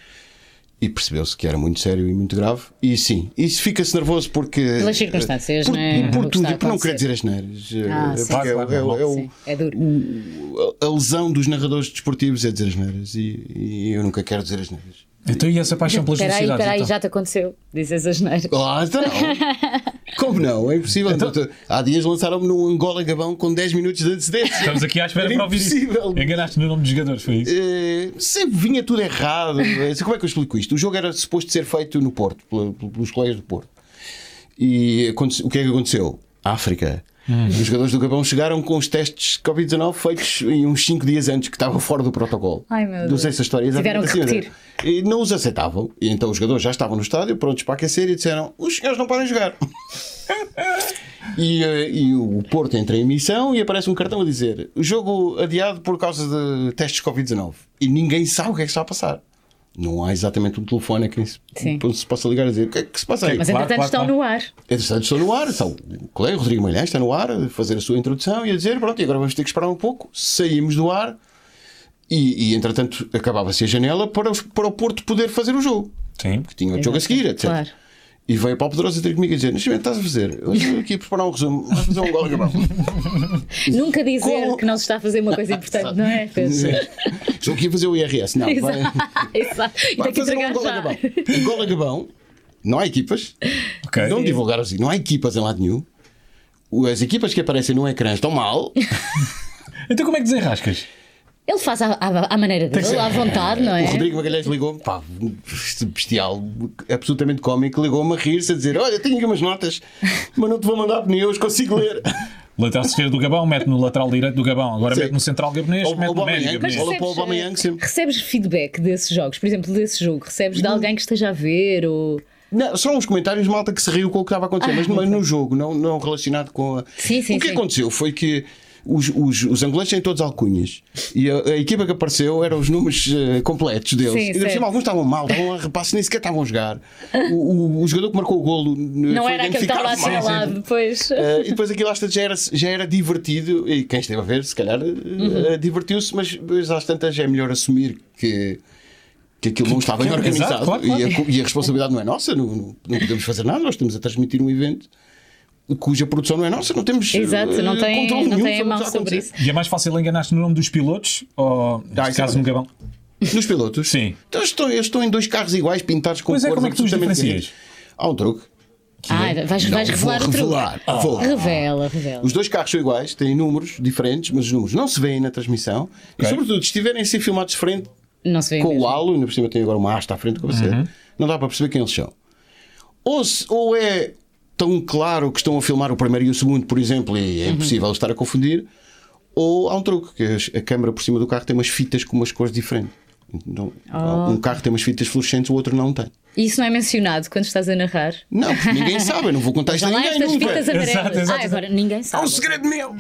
[SPEAKER 3] E percebeu-se que era muito sério e muito grave. E sim, isso fica-se nervoso porque. eh,
[SPEAKER 1] Pelas circunstâncias,
[SPEAKER 3] por,
[SPEAKER 1] não é?
[SPEAKER 3] Por
[SPEAKER 1] O que
[SPEAKER 3] tudo,
[SPEAKER 1] está a
[SPEAKER 3] e por não querer
[SPEAKER 1] acontecer.
[SPEAKER 3] dizer as neiras.
[SPEAKER 1] Ah, sim.
[SPEAKER 3] Porque é, o- é, o- é o-
[SPEAKER 1] Sim, é duro.
[SPEAKER 3] a- a lesão dos narradores desportivos é dizer as neiras. E, e eu nunca quero dizer as neiras.
[SPEAKER 2] Então e essa paixão pelas
[SPEAKER 1] Espera aí,
[SPEAKER 2] velocidades?
[SPEAKER 1] espera aí,
[SPEAKER 2] então?
[SPEAKER 1] já te aconteceu. Dizes as neiras.
[SPEAKER 3] Ah, então não. Como não? É impossível. Doutor, Há dias lançaram-me no Angola Gabão com 10 minutos de antecedência.
[SPEAKER 2] Estamos aqui à espera
[SPEAKER 3] Era
[SPEAKER 2] para ouvir isso.
[SPEAKER 3] É impossível.
[SPEAKER 2] Enganaste no nome dos jogadores, foi isso?
[SPEAKER 3] Eh, sempre vinha tudo errado. Eh, Como é que eu explico isto? O jogo era suposto ser feito no Porto, pela- pela- pelos colegas do Porto. E aconte- o que é que aconteceu? África. Os jogadores do Gabão chegaram com os testes de Covid-19 feitos em uns 5 dias antes, que estava fora do protocolo.
[SPEAKER 1] Ai, meu
[SPEAKER 3] Não
[SPEAKER 1] Deus.
[SPEAKER 3] sei se a história é
[SPEAKER 1] Tiveram que
[SPEAKER 3] exatamente
[SPEAKER 1] repetir.
[SPEAKER 3] E não os aceitavam. E então os jogadores já estavam no estádio, prontos para aquecer, e disseram: os senhores não podem jogar. E, eh, e o Porto entra em emissão e aparece um cartão a dizer o jogo adiado por causa de testes Covid-19. E ninguém sabe o que é que está a passar. Não há exatamente um telefone a quem se, um,
[SPEAKER 1] Sim.
[SPEAKER 3] se possa ligar a dizer o que é que se passa aí.
[SPEAKER 1] Mas
[SPEAKER 2] Claro,
[SPEAKER 1] entretanto
[SPEAKER 2] claro,
[SPEAKER 1] estão
[SPEAKER 2] claro.
[SPEAKER 1] no ar.
[SPEAKER 3] Entretanto, estou no ar. Então, o colega Rodrigo Malhães está no ar a fazer a sua introdução e a dizer: pronto, e agora vamos ter que esperar um pouco. Saímos do ar e, e, entretanto, acabava-se a janela para, os- para o Porto poder fazer o jogo.
[SPEAKER 2] Sim.
[SPEAKER 3] Que tinha o jogo a seguir, etc.
[SPEAKER 1] Claro.
[SPEAKER 3] E veio para o Pedrosa ter comigo a dizer: Nascimento, estás a fazer? Eu estou aqui a preparar um resumo. Vamos fazer um gol Gabão.
[SPEAKER 1] Nunca dizer
[SPEAKER 3] Como?
[SPEAKER 1] que não se está a fazer uma coisa importante, não é? Pedro?
[SPEAKER 3] Estou aqui a fazer o IRS. Não, vai,
[SPEAKER 1] Exato. Exato. E
[SPEAKER 3] Ah,
[SPEAKER 1] tem
[SPEAKER 3] vai
[SPEAKER 1] que
[SPEAKER 3] fazer um
[SPEAKER 1] entregar
[SPEAKER 3] Angola
[SPEAKER 1] já.
[SPEAKER 3] Gabão. Angola Gabão, não há equipas.
[SPEAKER 2] Ok.
[SPEAKER 3] Não divulgaram assim, não há equipas em lado nenhum. O- As equipas que aparecem no ecrã estão mal.
[SPEAKER 2] Então como é que desenrascas?
[SPEAKER 1] Ele faz à, à- à maneira
[SPEAKER 2] que
[SPEAKER 1] dele,
[SPEAKER 2] ser.
[SPEAKER 1] à vontade, não é?
[SPEAKER 3] O Rodrigo Magalhães ligou-me, pá, bestial, absolutamente cómico, ligou-me a rir-se a dizer: Olha, tenho aqui umas notas, mas não te vou mandar pneus, consigo ler.
[SPEAKER 2] Lateral esquerdo do Gabão, mete no lateral direito do Gabão, agora
[SPEAKER 3] Sim.
[SPEAKER 2] mete no central gabonês,
[SPEAKER 3] Ou-
[SPEAKER 2] mete
[SPEAKER 3] ou
[SPEAKER 2] no
[SPEAKER 3] Aubameyang,
[SPEAKER 2] médio
[SPEAKER 3] mas
[SPEAKER 2] gabonês.
[SPEAKER 3] Bola para o Aubameyang
[SPEAKER 1] eh,
[SPEAKER 3] sempre.
[SPEAKER 1] recebes feedback desses jogos, por exemplo, desse jogo, recebes de alguém que esteja a ver ou.
[SPEAKER 3] Não, só uns comentários malta que se riu com o que estava a acontecer, mas, mas no jogo, não, não relacionado com a.
[SPEAKER 1] Ah, Sim, sim,
[SPEAKER 3] o que
[SPEAKER 1] sim.
[SPEAKER 3] aconteceu foi que os, os, os angolanos têm todos alcunhas e a, a equipa que apareceu eram os números eh, completos deles.
[SPEAKER 1] Sim,
[SPEAKER 3] e ainda por
[SPEAKER 1] certo.
[SPEAKER 3] cima, alguns estavam mal, estavam a repasse, nem sequer estavam a jogar. O, o- o jogador que marcou o golo n-
[SPEAKER 1] Não
[SPEAKER 3] foi
[SPEAKER 1] era aquele que estava lá
[SPEAKER 3] identificado mal.
[SPEAKER 1] assinalado depois.
[SPEAKER 3] Eh, e depois aquilo às tantas já era, já era divertido, e quem esteve a ver, se calhar, eh,
[SPEAKER 1] Uhum.
[SPEAKER 3] eh, divertiu-se, mas, mas às tantas é melhor assumir que, que aquilo não estava bem
[SPEAKER 1] é,
[SPEAKER 2] que-
[SPEAKER 3] organizado
[SPEAKER 2] exato, claro, claro.
[SPEAKER 3] E, a, cu- e a responsabilidade não é nossa, não, não- não podemos fazer nada, nós estamos a transmitir um evento cuja produção não é nossa, não temos eh,
[SPEAKER 1] Exato, não tem,
[SPEAKER 3] controle
[SPEAKER 1] não
[SPEAKER 3] nenhum
[SPEAKER 1] tem a
[SPEAKER 3] sobre o
[SPEAKER 1] mão
[SPEAKER 3] que está a
[SPEAKER 1] sobre
[SPEAKER 3] acontecer.
[SPEAKER 1] isso.
[SPEAKER 2] E é mais fácil enganar-te no nome dos pilotos ou, neste
[SPEAKER 3] Ah, isso
[SPEAKER 2] caso,
[SPEAKER 3] é
[SPEAKER 2] no Gabão?
[SPEAKER 3] Nos pilotos?
[SPEAKER 2] Sim.
[SPEAKER 3] Então eles estão, eles estão em dois carros iguais pintados com
[SPEAKER 2] Pois é,
[SPEAKER 3] cores
[SPEAKER 2] como é que tu os
[SPEAKER 3] absolutamente
[SPEAKER 2] diferencias?
[SPEAKER 3] diferentes. Há um truque.
[SPEAKER 1] Ah, vais,
[SPEAKER 3] Não,
[SPEAKER 1] vais revelar
[SPEAKER 3] vou
[SPEAKER 1] o truque.
[SPEAKER 3] revelar. Vou.
[SPEAKER 1] Revela, revela.
[SPEAKER 3] Os dois carros são iguais, têm números diferentes, mas os números não se veem na transmissão. E,
[SPEAKER 2] Ok.
[SPEAKER 3] sobretudo, se estiverem a ser filmados de frente
[SPEAKER 1] Não se vê
[SPEAKER 3] com
[SPEAKER 1] mesmo.
[SPEAKER 3] o halo, ainda por cima tem agora uma haste à frente com você,
[SPEAKER 2] Uhum.
[SPEAKER 3] não dá para perceber quem eles são. Ou, se- ou é tão claro que estão a filmar o primeiro e o segundo, por exemplo, e
[SPEAKER 1] Uhum.
[SPEAKER 3] é impossível estar a confundir, ou há um truque, que as- a câmara por cima do carro tem umas fitas com umas cores diferentes. Então,
[SPEAKER 1] Oh.
[SPEAKER 3] Um carro tem umas fitas fluorescentes, o outro não tem.
[SPEAKER 1] E isso não é mencionado quando estás a narrar.
[SPEAKER 3] Não, porque ninguém sabe, eu não vou contar isto a
[SPEAKER 1] Olha lá
[SPEAKER 3] ninguém
[SPEAKER 1] estas
[SPEAKER 3] nunca.
[SPEAKER 1] fitas amarelas.
[SPEAKER 2] Exato, exato,
[SPEAKER 1] ah, agora ninguém
[SPEAKER 3] É
[SPEAKER 1] sabe.
[SPEAKER 3] um meu!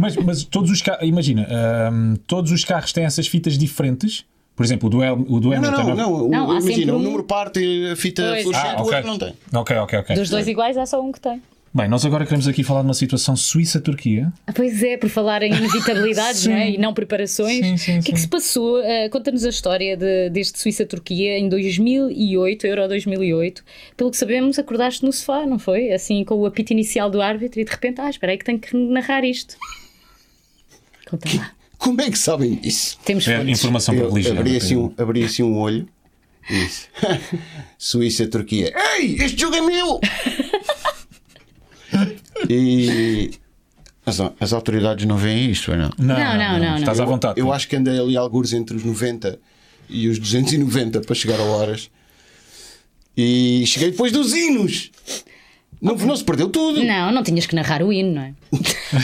[SPEAKER 2] Mas, mas todos os carros, imagina, ahm, todos os carros têm essas fitas diferentes. Por exemplo, o do, El, o do
[SPEAKER 3] Não, não,
[SPEAKER 2] Hamilton.
[SPEAKER 3] não, não. o-
[SPEAKER 1] Não, há sempre
[SPEAKER 3] imagina, o
[SPEAKER 1] um-
[SPEAKER 3] número par tem a fita
[SPEAKER 1] Pois.
[SPEAKER 3] fluorescente,
[SPEAKER 2] Ah,
[SPEAKER 3] o
[SPEAKER 2] ok.
[SPEAKER 3] outro não tem.
[SPEAKER 2] Ok, ok, ok.
[SPEAKER 1] Dos dois iguais, há só um que tem.
[SPEAKER 2] Bem, nós agora queremos aqui falar de uma situação Suíça-Turquia.
[SPEAKER 1] Ah, Pois é, por falar em inevitabilidades
[SPEAKER 2] Sim.
[SPEAKER 1] não é? e não preparações,
[SPEAKER 2] Sim, sim,
[SPEAKER 1] o que é que
[SPEAKER 2] sim.
[SPEAKER 1] se passou? Eh, Conta-nos a história de- deste Suíça-Turquia em 2008, Euro 2008. Pelo que sabemos, acordaste no sofá, não foi? Assim, com o apito inicial do árbitro e de repente, ah, espera aí que tenho que narrar isto. Conta lá.
[SPEAKER 3] Como é que sabem isso?
[SPEAKER 1] Temos
[SPEAKER 2] É
[SPEAKER 1] fontes.
[SPEAKER 2] informação
[SPEAKER 3] Eu
[SPEAKER 2] privilegiada.
[SPEAKER 3] abri, assim um, abri assim um olho. Isso. Suíça, Turquia. Ei, este jogo é meu! e as, as autoridades não veem isto, ou não?
[SPEAKER 2] Não,
[SPEAKER 1] Não,
[SPEAKER 2] não,
[SPEAKER 1] não,
[SPEAKER 2] não,
[SPEAKER 1] não,
[SPEAKER 2] Estás
[SPEAKER 1] não.
[SPEAKER 2] à vontade.
[SPEAKER 3] Eu acho que andei ali alguns entre os 90 e os 290 para chegar a horas. E cheguei depois dos hinos. Não, não se perdeu tudo.
[SPEAKER 1] Não, não tinhas que narrar o hino, não é?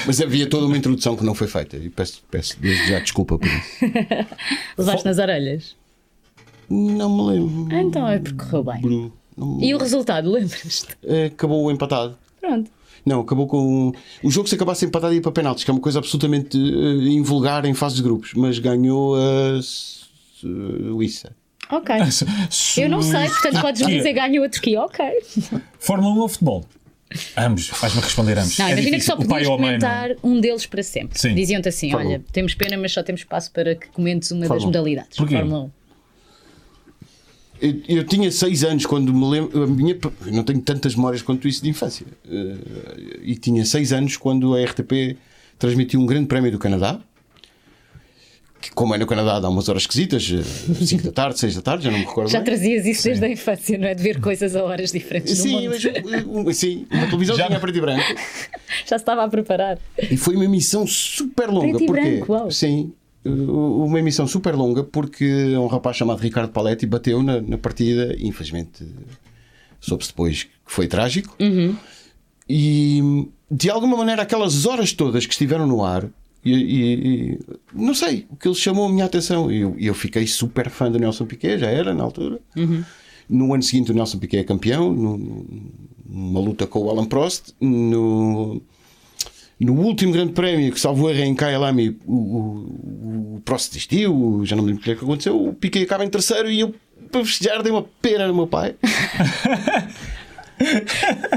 [SPEAKER 3] Mas havia toda uma introdução que não foi feita. E peço, peço desde já desculpa por isso.
[SPEAKER 1] Levaste nas orelhas.
[SPEAKER 3] Não me lembro.
[SPEAKER 1] Ah, Então é porque correu bem.
[SPEAKER 3] Não me-
[SPEAKER 1] E o resultado, lembras-te?
[SPEAKER 3] Acabou empatado.
[SPEAKER 1] Pronto.
[SPEAKER 3] Não, acabou com. O jogo se acabasse empatado ia para penaltis, que é uma coisa absolutamente eh, invulgar em fase de grupos. Mas ganhou a eh, Suíça.
[SPEAKER 1] Ok.
[SPEAKER 3] Ah,
[SPEAKER 1] Eu não sei, portanto podes
[SPEAKER 3] é.
[SPEAKER 2] Turquia.
[SPEAKER 1] dizer ganhou a Turquia, ok.
[SPEAKER 2] Fórmula 1 ou futebol? Ambos. Faz-me responder ambos.
[SPEAKER 1] Não,
[SPEAKER 2] É
[SPEAKER 1] imagina que
[SPEAKER 2] difícil.
[SPEAKER 1] só podias
[SPEAKER 2] a mãe, não é?
[SPEAKER 1] comentar um deles para sempre.
[SPEAKER 2] Sim.
[SPEAKER 1] Diziam-te assim:
[SPEAKER 3] Fórmula
[SPEAKER 1] olha, temos pena, mas só temos espaço para que comentes uma das
[SPEAKER 3] Fórmula.
[SPEAKER 1] modalidades.
[SPEAKER 2] Porquê?
[SPEAKER 1] Fórmula 1.
[SPEAKER 3] Eu, eu tinha 6 anos quando me lembro. A minha, eu não tenho tantas memórias quanto isso de infância. Eh, E tinha 6 anos quando a RTP transmitiu um grande prémio do Canadá. Que, como é no Canadá, dá umas horas esquisitas 5 da tarde, 6 da tarde, já não me recordo.
[SPEAKER 1] Já
[SPEAKER 3] bem.
[SPEAKER 1] trazias isso desde a infância, não é? De ver coisas a horas diferentes no
[SPEAKER 3] Sim,
[SPEAKER 1] mundo.
[SPEAKER 3] mas, eh, sim, uma televisão
[SPEAKER 2] Já-
[SPEAKER 3] tinha preto e branco.
[SPEAKER 1] Já se estava a preparar.
[SPEAKER 3] E foi uma missão super longa.
[SPEAKER 1] Preto e
[SPEAKER 3] porque,
[SPEAKER 1] branco, uau.
[SPEAKER 3] Sim, u- uma missão super longa porque um rapaz chamado Ricardo Paletti bateu na, na partida e infelizmente soube-se depois que foi trágico.
[SPEAKER 1] Uhum.
[SPEAKER 3] E de alguma maneira, aquelas horas todas que estiveram no ar. E, e- e- não sei, o que ele chamou a minha atenção. E eu, e eu fiquei super fã do Nelson Piquet, já era na altura.
[SPEAKER 1] Uhum.
[SPEAKER 3] No ano seguinte, o Nelson Piquet é campeão, no- numa luta com o Alan Prost. No, no último grande prémio que salvo erro é em Kyalami, o, o, o Prost desistiu, já não me lembro o que é que aconteceu, o Piquet acaba em terceiro e eu, para festejar, dei uma pera no meu pai.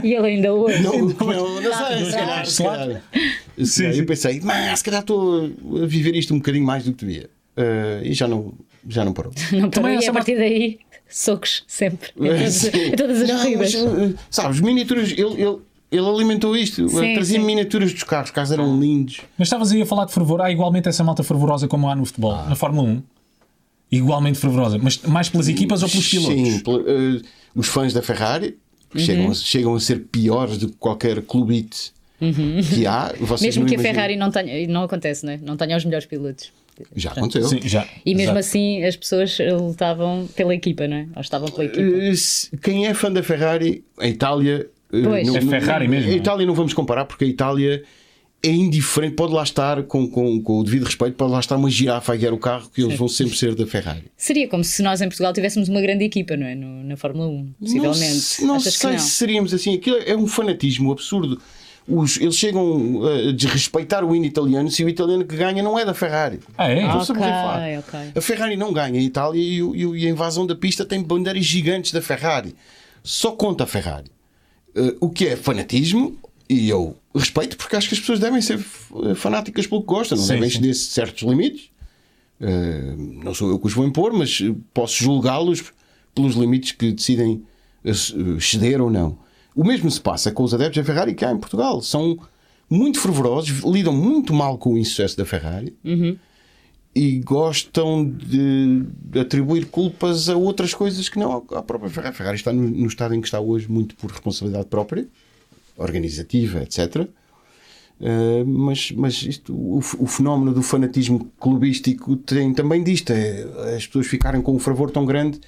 [SPEAKER 1] E ele ainda hoje.
[SPEAKER 3] Não, não, não, sei, se calhar, se calhar. Se calhar. Eu pensei, mas se calhar estou a viver isto um bocadinho mais do que devia. Eh, e já não, já não parou.
[SPEAKER 1] Não parou.
[SPEAKER 2] Também
[SPEAKER 1] E
[SPEAKER 2] essa
[SPEAKER 1] a partir daí, socos sempre. Em todas, em todas as
[SPEAKER 3] Eh, Não,
[SPEAKER 1] corridas.
[SPEAKER 3] mas, eh, sabes, miniaturas, ele, ele, ele alimentou isto.
[SPEAKER 1] Sim,
[SPEAKER 3] Trazia
[SPEAKER 1] sim.
[SPEAKER 3] miniaturas dos carros, os carros eram lindos.
[SPEAKER 2] Mas estavas aí a falar de fervor. Há igualmente essa malta fervorosa como há no futebol.
[SPEAKER 3] Ah.
[SPEAKER 2] Na Fórmula 1. Igualmente fervorosa. Mas mais pelas equipas ou pelos pilotos?
[SPEAKER 3] Sim, pela- eh, os fãs da Ferrari
[SPEAKER 1] Uhum.
[SPEAKER 3] chegam, a, chegam a ser piores do que qualquer clubite que há. Vocês
[SPEAKER 1] Uhum. Mesmo
[SPEAKER 3] não
[SPEAKER 1] que a
[SPEAKER 3] imaginam.
[SPEAKER 1] Ferrari não tenha. e Não acontece, não é? Não tenha os melhores pilotos.
[SPEAKER 3] Já aconteceu.
[SPEAKER 2] Sim, já.
[SPEAKER 1] E mesmo
[SPEAKER 2] Exato.
[SPEAKER 1] assim as pessoas lutavam pela equipa, não é? Ou estavam pela equipa.
[SPEAKER 3] Eh, se- Quem é fã da Ferrari, a Itália. eh,
[SPEAKER 1] Pois.
[SPEAKER 3] não-
[SPEAKER 1] É
[SPEAKER 3] não-
[SPEAKER 2] Ferrari mesmo,
[SPEAKER 3] A
[SPEAKER 2] não é?
[SPEAKER 3] Itália não vamos comparar porque a Itália é indiferente, pode lá estar, com, com, com o devido respeito, pode lá estar uma girafa a guiar o carro que eles vão sempre ser da Ferrari.
[SPEAKER 1] Seria como se nós em Portugal tivéssemos uma grande equipa, não é? No- na Fórmula 1, possivelmente.
[SPEAKER 3] Não, se- não
[SPEAKER 1] Achas que
[SPEAKER 3] sei
[SPEAKER 1] não?
[SPEAKER 3] se seríamos assim. Aquilo é um fanatismo absurdo. Os- eles chegam eh, a desrespeitar o hino italiano se o italiano que ganha não é da Ferrari.
[SPEAKER 2] Ah, é?
[SPEAKER 3] Então,
[SPEAKER 1] ok,
[SPEAKER 3] estamos a falar.
[SPEAKER 1] ok.
[SPEAKER 3] A Ferrari não ganha a Itália e, o- e o- e a invasão da pista tem bandeiras gigantes da Ferrari. Só conta a Ferrari. Eh, o que é fanatismo, e eu respeito, porque acho que as pessoas devem ser f- eh, fanáticas pelo que gostam, não
[SPEAKER 2] Sim,
[SPEAKER 3] devem
[SPEAKER 2] sim.
[SPEAKER 3] exceder certos limites. Eh, não sou eu que os vou impor, mas eh, posso julgá-los pelos limites que decidem eh, s- eh, ceder ou não. O mesmo se passa com os adeptos da Ferrari que há em Portugal. São muito fervorosos, lidam muito mal com o insucesso da Ferrari e gostam de atribuir culpas a outras coisas que não à própria Ferrari. A Ferrari está no, no estado em que está hoje muito por responsabilidade própria, organizativa, etc. Eh, mas mas isto, o, f- o fenómeno do fanatismo clubístico tem também disto: é as pessoas ficarem com um fervor tão grande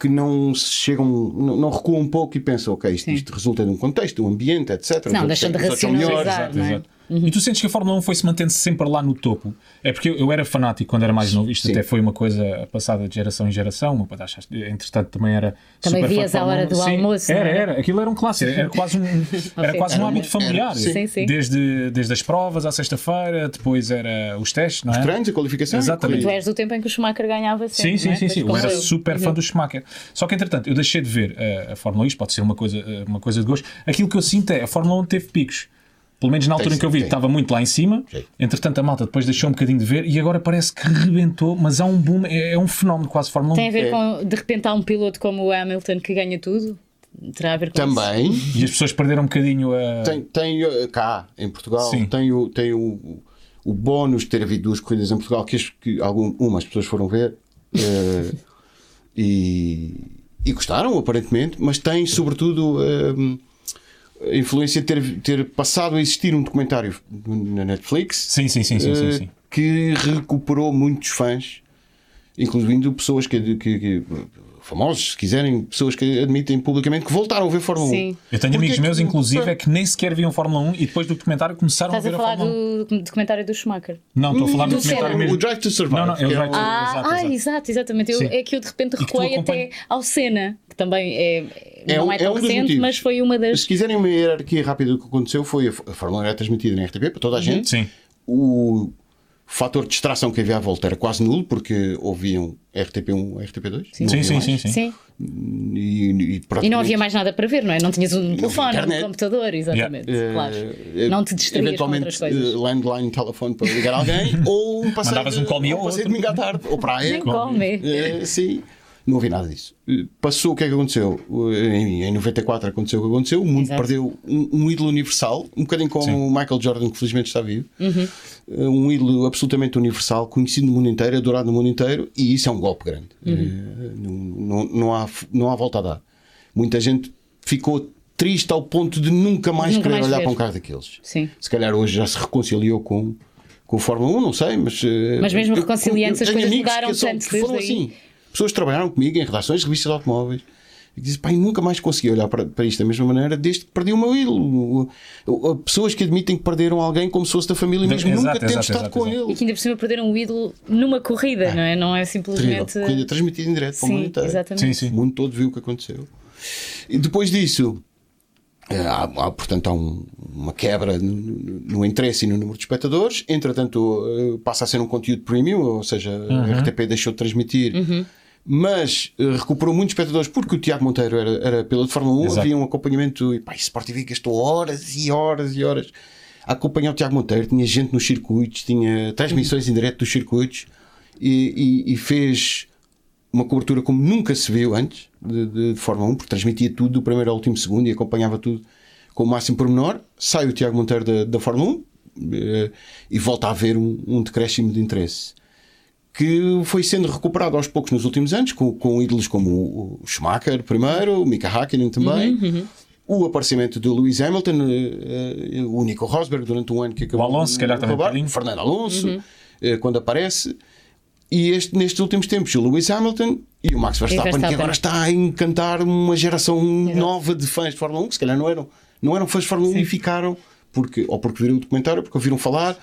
[SPEAKER 3] que não se chegam, não, não recuam um pouco e pensam, ok, isto, isto resulta de um contexto, de um ambiente, etc.
[SPEAKER 1] Não, deixam de
[SPEAKER 3] Os outros são melhores.
[SPEAKER 1] racionalizar, não é?
[SPEAKER 2] Exato. E tu sentes que a Fórmula 1 foi-se mantendo sempre lá no topo? É porque eu, eu era fanático quando era mais novo, isto
[SPEAKER 3] Sim.
[SPEAKER 2] até foi uma coisa passada de geração em geração. O meu padrasto, entretanto, também era.
[SPEAKER 1] Também
[SPEAKER 2] super fã de
[SPEAKER 1] vias à
[SPEAKER 2] Fórmula
[SPEAKER 1] hora
[SPEAKER 2] 1.
[SPEAKER 1] do
[SPEAKER 2] Sim,
[SPEAKER 1] almoço, não
[SPEAKER 2] Era,
[SPEAKER 1] era?
[SPEAKER 2] era. Aquilo era um clássico, era quase um, era quase um
[SPEAKER 1] Era-
[SPEAKER 2] hábito familiar.
[SPEAKER 3] era- sim.
[SPEAKER 1] Sim, sim.
[SPEAKER 2] Desde, desde as provas à sexta-feira, depois era os testes, não é?
[SPEAKER 3] Treinos, a qualificação,
[SPEAKER 2] Exatamente.
[SPEAKER 1] Tu és do tempo em que o Schumacher ganhava sempre.
[SPEAKER 2] Sim, sim,
[SPEAKER 1] não é?
[SPEAKER 2] sim, sim.
[SPEAKER 1] Pois
[SPEAKER 2] Eu era
[SPEAKER 1] como eu.
[SPEAKER 2] super fã do Schumacher. Só que, entretanto, eu deixei de ver eh, a Fórmula 1, isto pode ser uma coisa, eh, uma coisa de gosto. Aquilo que eu sinto é a Fórmula 1 teve picos. Pelo menos na altura em que eu vi,
[SPEAKER 3] sim.
[SPEAKER 2] estava muito lá em cima.
[SPEAKER 3] Sim.
[SPEAKER 2] Entretanto, a malta depois deixou um bocadinho de ver e agora parece que rebentou, mas há um boom, é, é um fenómeno quase Fórmula 1.
[SPEAKER 1] Tem a
[SPEAKER 3] É.
[SPEAKER 1] ver com, de repente, há um piloto como o Hamilton que ganha tudo? Terá a ver com isso?
[SPEAKER 3] Também,
[SPEAKER 2] E as pessoas perderam um bocadinho a.
[SPEAKER 3] tem, tem eh, cá em Portugal
[SPEAKER 2] Sim.
[SPEAKER 3] tem o, tem o, o bónus de ter havido duas corridas em Portugal, que, as- que algumas pessoas foram ver eh, e, e gostaram, aparentemente, mas tem sobretudo eh, a influência de ter, ter passado a existir um documentário na Netflix
[SPEAKER 2] Sim, sim, sim, sim, sim,
[SPEAKER 3] eh,
[SPEAKER 2] sim.
[SPEAKER 3] que recuperou muitos fãs, incluindo pessoas que, que- que- famosos, se quiserem, pessoas que admitem publicamente que voltaram a ver Fórmula 1.
[SPEAKER 1] Sim.
[SPEAKER 2] Eu tenho
[SPEAKER 3] Porque-
[SPEAKER 2] amigos meus, inclusive, é que nem sequer viam Fórmula 1 e depois do documentário começaram
[SPEAKER 1] Estás
[SPEAKER 2] a
[SPEAKER 1] a
[SPEAKER 2] ver a,
[SPEAKER 1] falar
[SPEAKER 2] Fórmula 1.
[SPEAKER 1] do documentário do Schumacher.
[SPEAKER 2] Não, estou a falar do
[SPEAKER 1] Hum, do
[SPEAKER 2] documentário
[SPEAKER 1] Senna.
[SPEAKER 2] mesmo.
[SPEAKER 3] O Drive to Survive.
[SPEAKER 2] Não, não, é o
[SPEAKER 3] que um
[SPEAKER 2] Drive to
[SPEAKER 3] era-
[SPEAKER 1] Ah,
[SPEAKER 2] Exato,
[SPEAKER 1] ah,
[SPEAKER 2] exato.
[SPEAKER 1] exatamente. Eu-
[SPEAKER 2] Sim.
[SPEAKER 1] é que eu de repente
[SPEAKER 2] que tu
[SPEAKER 1] recuei até ao Senna, que também é,
[SPEAKER 3] É
[SPEAKER 1] não
[SPEAKER 3] um-
[SPEAKER 1] é
[SPEAKER 3] é
[SPEAKER 1] tão
[SPEAKER 3] um dos
[SPEAKER 1] recente,
[SPEAKER 3] motivos.
[SPEAKER 1] mas foi uma das.
[SPEAKER 3] Se quiserem uma hierarquia rápida do que aconteceu, foi a F- a Fórmula 1 era transmitida na RTP para toda a
[SPEAKER 1] Uhum.
[SPEAKER 3] gente.
[SPEAKER 2] Sim.
[SPEAKER 3] O fator de distração que havia à volta era quase nulo, porque ouviam RTP1, RTP2. não
[SPEAKER 2] Sim,
[SPEAKER 3] ouviam
[SPEAKER 2] sim,
[SPEAKER 3] mais.
[SPEAKER 2] sim, sim.
[SPEAKER 1] Sim.
[SPEAKER 3] E,
[SPEAKER 1] E
[SPEAKER 3] e
[SPEAKER 1] não
[SPEAKER 3] praticamente-
[SPEAKER 1] havia mais nada para ver, não é? Não tinhas um telefone, um
[SPEAKER 3] internet.
[SPEAKER 1] computador, exatamente.
[SPEAKER 3] Eh,
[SPEAKER 1] Claro.
[SPEAKER 3] eh,
[SPEAKER 1] Não te distraías com
[SPEAKER 3] Eventualmente,
[SPEAKER 1] outras coisas.
[SPEAKER 3] eh, landline, telefone para ligar alguém ou um passeio.
[SPEAKER 2] Mandavas
[SPEAKER 3] de-
[SPEAKER 2] um call-me
[SPEAKER 3] ou
[SPEAKER 2] ao
[SPEAKER 3] um passeio
[SPEAKER 2] outro.
[SPEAKER 3] domingo à tarde, ou praia.
[SPEAKER 1] Nem come.
[SPEAKER 3] Eh, sim, não ouvi nada disso. Eh, Passou o que é que aconteceu? Eh, Em, em 94 aconteceu o que aconteceu, o mundo
[SPEAKER 1] Exato.
[SPEAKER 3] perdeu um, um ídolo universal, um bocadinho como o Michael Jordan, que felizmente está vivo.
[SPEAKER 1] Uhum.
[SPEAKER 3] Eh, Um ídolo absolutamente universal, conhecido no mundo inteiro, adorado no mundo inteiro, e isso é um golpe grande.
[SPEAKER 1] Uhum.
[SPEAKER 3] Eh, não, não, não há, não há volta a dar. Muita gente ficou triste ao ponto de nunca mais
[SPEAKER 1] Nunca
[SPEAKER 3] querer
[SPEAKER 1] mais
[SPEAKER 3] olhar
[SPEAKER 1] ver.
[SPEAKER 3] para um carro daqueles.
[SPEAKER 1] Sim.
[SPEAKER 3] Se calhar hoje já se reconciliou com. Com a Fórmula 1, não sei, mas. eh,
[SPEAKER 1] Mas mesmo
[SPEAKER 3] eu-
[SPEAKER 1] reconciliando-se,
[SPEAKER 3] eu
[SPEAKER 1] as
[SPEAKER 3] tenho
[SPEAKER 1] coisas
[SPEAKER 3] amigos
[SPEAKER 1] mudaram
[SPEAKER 3] que são-
[SPEAKER 1] tanto
[SPEAKER 3] que foram
[SPEAKER 1] desde aí.
[SPEAKER 3] assim. Pessoas que trabalharam comigo em redações de revistas de automóveis e que dizem, pai, nunca mais consegui olhar para, para isto da mesma maneira desde que perdi o meu ídolo. O- o- Pessoas que admitem que perderam alguém como se fosse da família
[SPEAKER 2] Da-
[SPEAKER 3] mesmo,
[SPEAKER 2] exato,
[SPEAKER 3] nunca tendo
[SPEAKER 2] exato,
[SPEAKER 3] estado
[SPEAKER 2] exato,
[SPEAKER 3] com
[SPEAKER 2] exato.
[SPEAKER 1] E
[SPEAKER 3] ele.
[SPEAKER 1] que ainda por cima perderam o ídolo numa corrida,
[SPEAKER 2] Ah,
[SPEAKER 1] não é? Não é
[SPEAKER 3] Terrível.
[SPEAKER 1] simplesmente.
[SPEAKER 3] Corrida transmitida em direto para o mundo
[SPEAKER 1] Sim,
[SPEAKER 3] inteiro.
[SPEAKER 1] exatamente.
[SPEAKER 2] Sim, sim.
[SPEAKER 3] O mundo todo viu o que aconteceu. E depois disso, eh, há, há, portanto, há um- uma quebra no, no- no interesse e no número de espectadores. Entretanto, eh, passa a ser um conteúdo premium, ou seja,
[SPEAKER 2] Uhum.
[SPEAKER 3] a RTP deixou de transmitir. Mas eh, recuperou muitos espectadores porque o Tiago Monteiro era, era piloto de Fórmula 1,
[SPEAKER 2] Exato.
[SPEAKER 3] havia um acompanhamento. E pá, Sport TV gastou horas e horas e horas a acompanhar o Tiago Monteiro. Tinha gente nos circuitos, tinha transmissões em direto dos circuitos e- e- e fez uma cobertura como nunca se viu antes de, de, de Fórmula 1, porque transmitia tudo do primeiro ao último segundo e acompanhava tudo com o máximo pormenor. Sai o Tiago Monteiro da, da Fórmula 1 eh, e volta a haver um, um decréscimo de interesse que foi sendo recuperado aos poucos nos últimos anos, com, com ídolos como o o Schumacher primeiro, o Mika Hakkinen também, o aparecimento do Lewis Hamilton, eh, eh, o Nico Rosberg durante um ano que acabou
[SPEAKER 2] Alonso,
[SPEAKER 3] de
[SPEAKER 2] se calhar, também um
[SPEAKER 3] roubar,
[SPEAKER 2] bocadinho.
[SPEAKER 3] Fernando Alonso, eh, quando aparece, e este, nestes últimos tempos, o Lewis Hamilton e o Max Verstappen, que
[SPEAKER 1] Verstappen.
[SPEAKER 3] agora está a encantar uma geração nova de fãs de Fórmula 1, que se calhar não eram, não eram fãs de Fórmula 1 e ficaram, porque, ou porque viram o documentário, porque ouviram falar,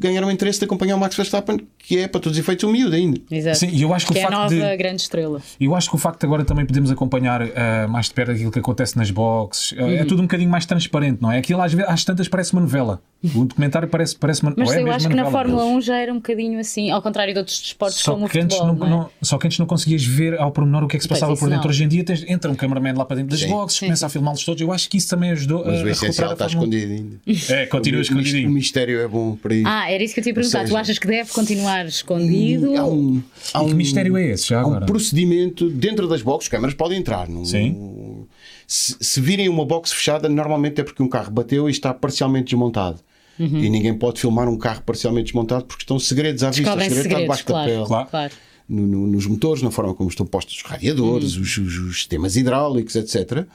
[SPEAKER 3] ganharam o interesse de acompanhar o Max Verstappen, que é, para todos os efeitos, um miúdo ainda.
[SPEAKER 1] Exato.
[SPEAKER 2] Sim, e eu acho que o
[SPEAKER 1] é a
[SPEAKER 2] facto
[SPEAKER 1] nova
[SPEAKER 2] de-
[SPEAKER 1] grande estrela.
[SPEAKER 2] Eu acho que o facto de agora também podemos acompanhar ah, mais de perto aquilo que acontece nas boxes ah,
[SPEAKER 1] Uhum.
[SPEAKER 2] é tudo um bocadinho mais transparente, não é? Aquilo às, vezes, às tantas parece uma novela. O documentário parece, parece uma
[SPEAKER 1] Mas
[SPEAKER 2] ou é
[SPEAKER 1] eu
[SPEAKER 2] mesmo
[SPEAKER 1] acho
[SPEAKER 2] uma
[SPEAKER 1] que na
[SPEAKER 2] novela.
[SPEAKER 1] Fórmula 1 já era um bocadinho assim, ao contrário de outros desportos
[SPEAKER 2] Só
[SPEAKER 1] como o
[SPEAKER 2] que, antes
[SPEAKER 1] futebol.
[SPEAKER 2] não,
[SPEAKER 1] não é?
[SPEAKER 2] não- só que antes não conseguias ver ao pormenor o que é que se
[SPEAKER 1] Pois,
[SPEAKER 2] passava
[SPEAKER 1] isso
[SPEAKER 2] por dentro.
[SPEAKER 1] não.
[SPEAKER 2] Hoje em dia tens- entra um cameraman lá para dentro das boxes, começa a filmá-los todos. Eu acho que isso também ajudou
[SPEAKER 3] Mas
[SPEAKER 2] a
[SPEAKER 3] o essencial
[SPEAKER 2] recuperar a
[SPEAKER 3] está
[SPEAKER 2] Fórmula 1.
[SPEAKER 3] escondido ainda.
[SPEAKER 2] É, continua
[SPEAKER 3] O mis- O
[SPEAKER 2] escondidinho.
[SPEAKER 3] mistério é bom para isso.
[SPEAKER 1] Ah, era isso que eu te ia perguntar.
[SPEAKER 3] seja-
[SPEAKER 1] tu achas que deve continuar
[SPEAKER 2] um
[SPEAKER 1] escondido?
[SPEAKER 3] Há um, há
[SPEAKER 2] E que
[SPEAKER 3] um-
[SPEAKER 2] mistério é esse já
[SPEAKER 3] há
[SPEAKER 2] agora?
[SPEAKER 3] um procedimento dentro das boxes, as câmaras podem entrar. Num,
[SPEAKER 2] Sim.
[SPEAKER 3] Se, se virem uma box fechada, normalmente é porque um carro bateu e está parcialmente desmontado.
[SPEAKER 1] Uhum.
[SPEAKER 3] E ninguém pode filmar um carro parcialmente desmontado porque estão segredos à vista. O
[SPEAKER 1] Descobrem
[SPEAKER 2] tá
[SPEAKER 3] segredo está
[SPEAKER 1] segredos,
[SPEAKER 3] debaixo da
[SPEAKER 1] claro,
[SPEAKER 3] pele.
[SPEAKER 1] claro. É
[SPEAKER 3] no- no- nos motores, na forma como estão postos os radiadores,
[SPEAKER 1] Uhum.
[SPEAKER 3] os, os- os sistemas hidráulicos, etc.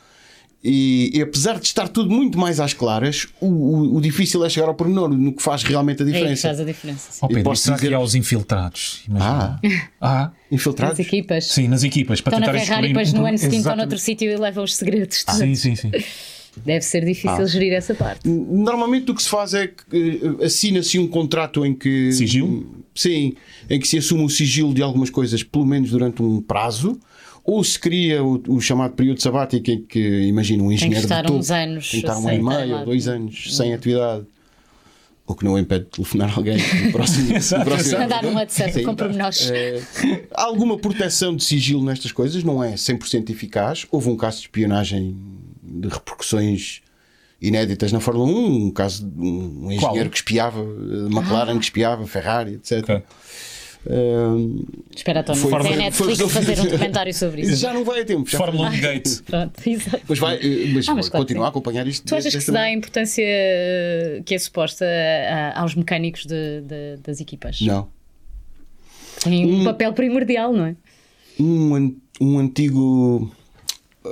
[SPEAKER 3] E, e apesar de estar tudo muito mais às claras, o, o- o difícil é chegar ao pormenor, no que faz realmente a
[SPEAKER 1] É aí que
[SPEAKER 3] diferença.
[SPEAKER 1] faz a diferença. sim.
[SPEAKER 2] Oh, Pedro,
[SPEAKER 3] posso
[SPEAKER 2] e será que
[SPEAKER 3] dizer-
[SPEAKER 2] há os infiltrados? Imagina. Ah.
[SPEAKER 1] As
[SPEAKER 3] Infiltrados?
[SPEAKER 1] equipas
[SPEAKER 2] Sim, nas equipas. Para
[SPEAKER 1] estão na
[SPEAKER 2] tentar
[SPEAKER 1] Ferrari,
[SPEAKER 2] descobrir um
[SPEAKER 1] depois no ano seguinte estão
[SPEAKER 2] Exatamente. Ah,
[SPEAKER 1] noutro sítio e levam os segredos.
[SPEAKER 2] Sim, sim, sim.
[SPEAKER 1] Deve ser
[SPEAKER 3] Ah.
[SPEAKER 1] difícil gerir essa parte.
[SPEAKER 3] Normalmente o que se faz é que eh, assina-se um contrato em que.
[SPEAKER 2] Sigilo?
[SPEAKER 3] Sim, em que se assume o sigilo de algumas coisas, pelo menos durante um prazo. Ou se cria o, o chamado período sabático em que, imagina, um engenheiro de
[SPEAKER 1] estar
[SPEAKER 3] topo
[SPEAKER 1] uns anos
[SPEAKER 3] tem que estar um
[SPEAKER 1] sem Hum.
[SPEAKER 3] ano e
[SPEAKER 1] estar
[SPEAKER 3] meio,
[SPEAKER 1] lá.
[SPEAKER 3] dois anos sem atividade. O que não o impede de telefonar a alguém no próximo, no
[SPEAKER 2] Exato,
[SPEAKER 3] próximo
[SPEAKER 2] exato.
[SPEAKER 1] Mandar um WhatsApp
[SPEAKER 3] Sim. Eh,
[SPEAKER 1] com pormenores.
[SPEAKER 3] Há alguma proteção de sigilo nestas coisas, não é 100% eficaz. Houve um caso de espionagem de repercussões inéditas na Fórmula 1, um caso de um engenheiro que espiava, eh, McLaren que espiava, Ferrari, etc.
[SPEAKER 2] Ah. Ok.
[SPEAKER 3] Hum,
[SPEAKER 1] Espera, António,
[SPEAKER 3] Foi-
[SPEAKER 1] até
[SPEAKER 2] foi-
[SPEAKER 1] a Netflix
[SPEAKER 3] foi-
[SPEAKER 1] fazer um documentário sobre isso.
[SPEAKER 3] já não vai a tempo. Já
[SPEAKER 2] Fórmula 1 Gate.
[SPEAKER 1] Pronto, exato.
[SPEAKER 3] Mas vai, eh, mas,
[SPEAKER 1] Ah, mas claro
[SPEAKER 3] continua
[SPEAKER 1] que
[SPEAKER 3] a acompanhar isto.
[SPEAKER 1] Tu achas
[SPEAKER 3] desta
[SPEAKER 1] que se dá a
[SPEAKER 3] maneira.
[SPEAKER 1] importância eh, que é suposta a- a- aos mecânicos de- de- das equipas?
[SPEAKER 3] Não.
[SPEAKER 1] Tem um papel primordial, não é?
[SPEAKER 3] Um, an- um antigo.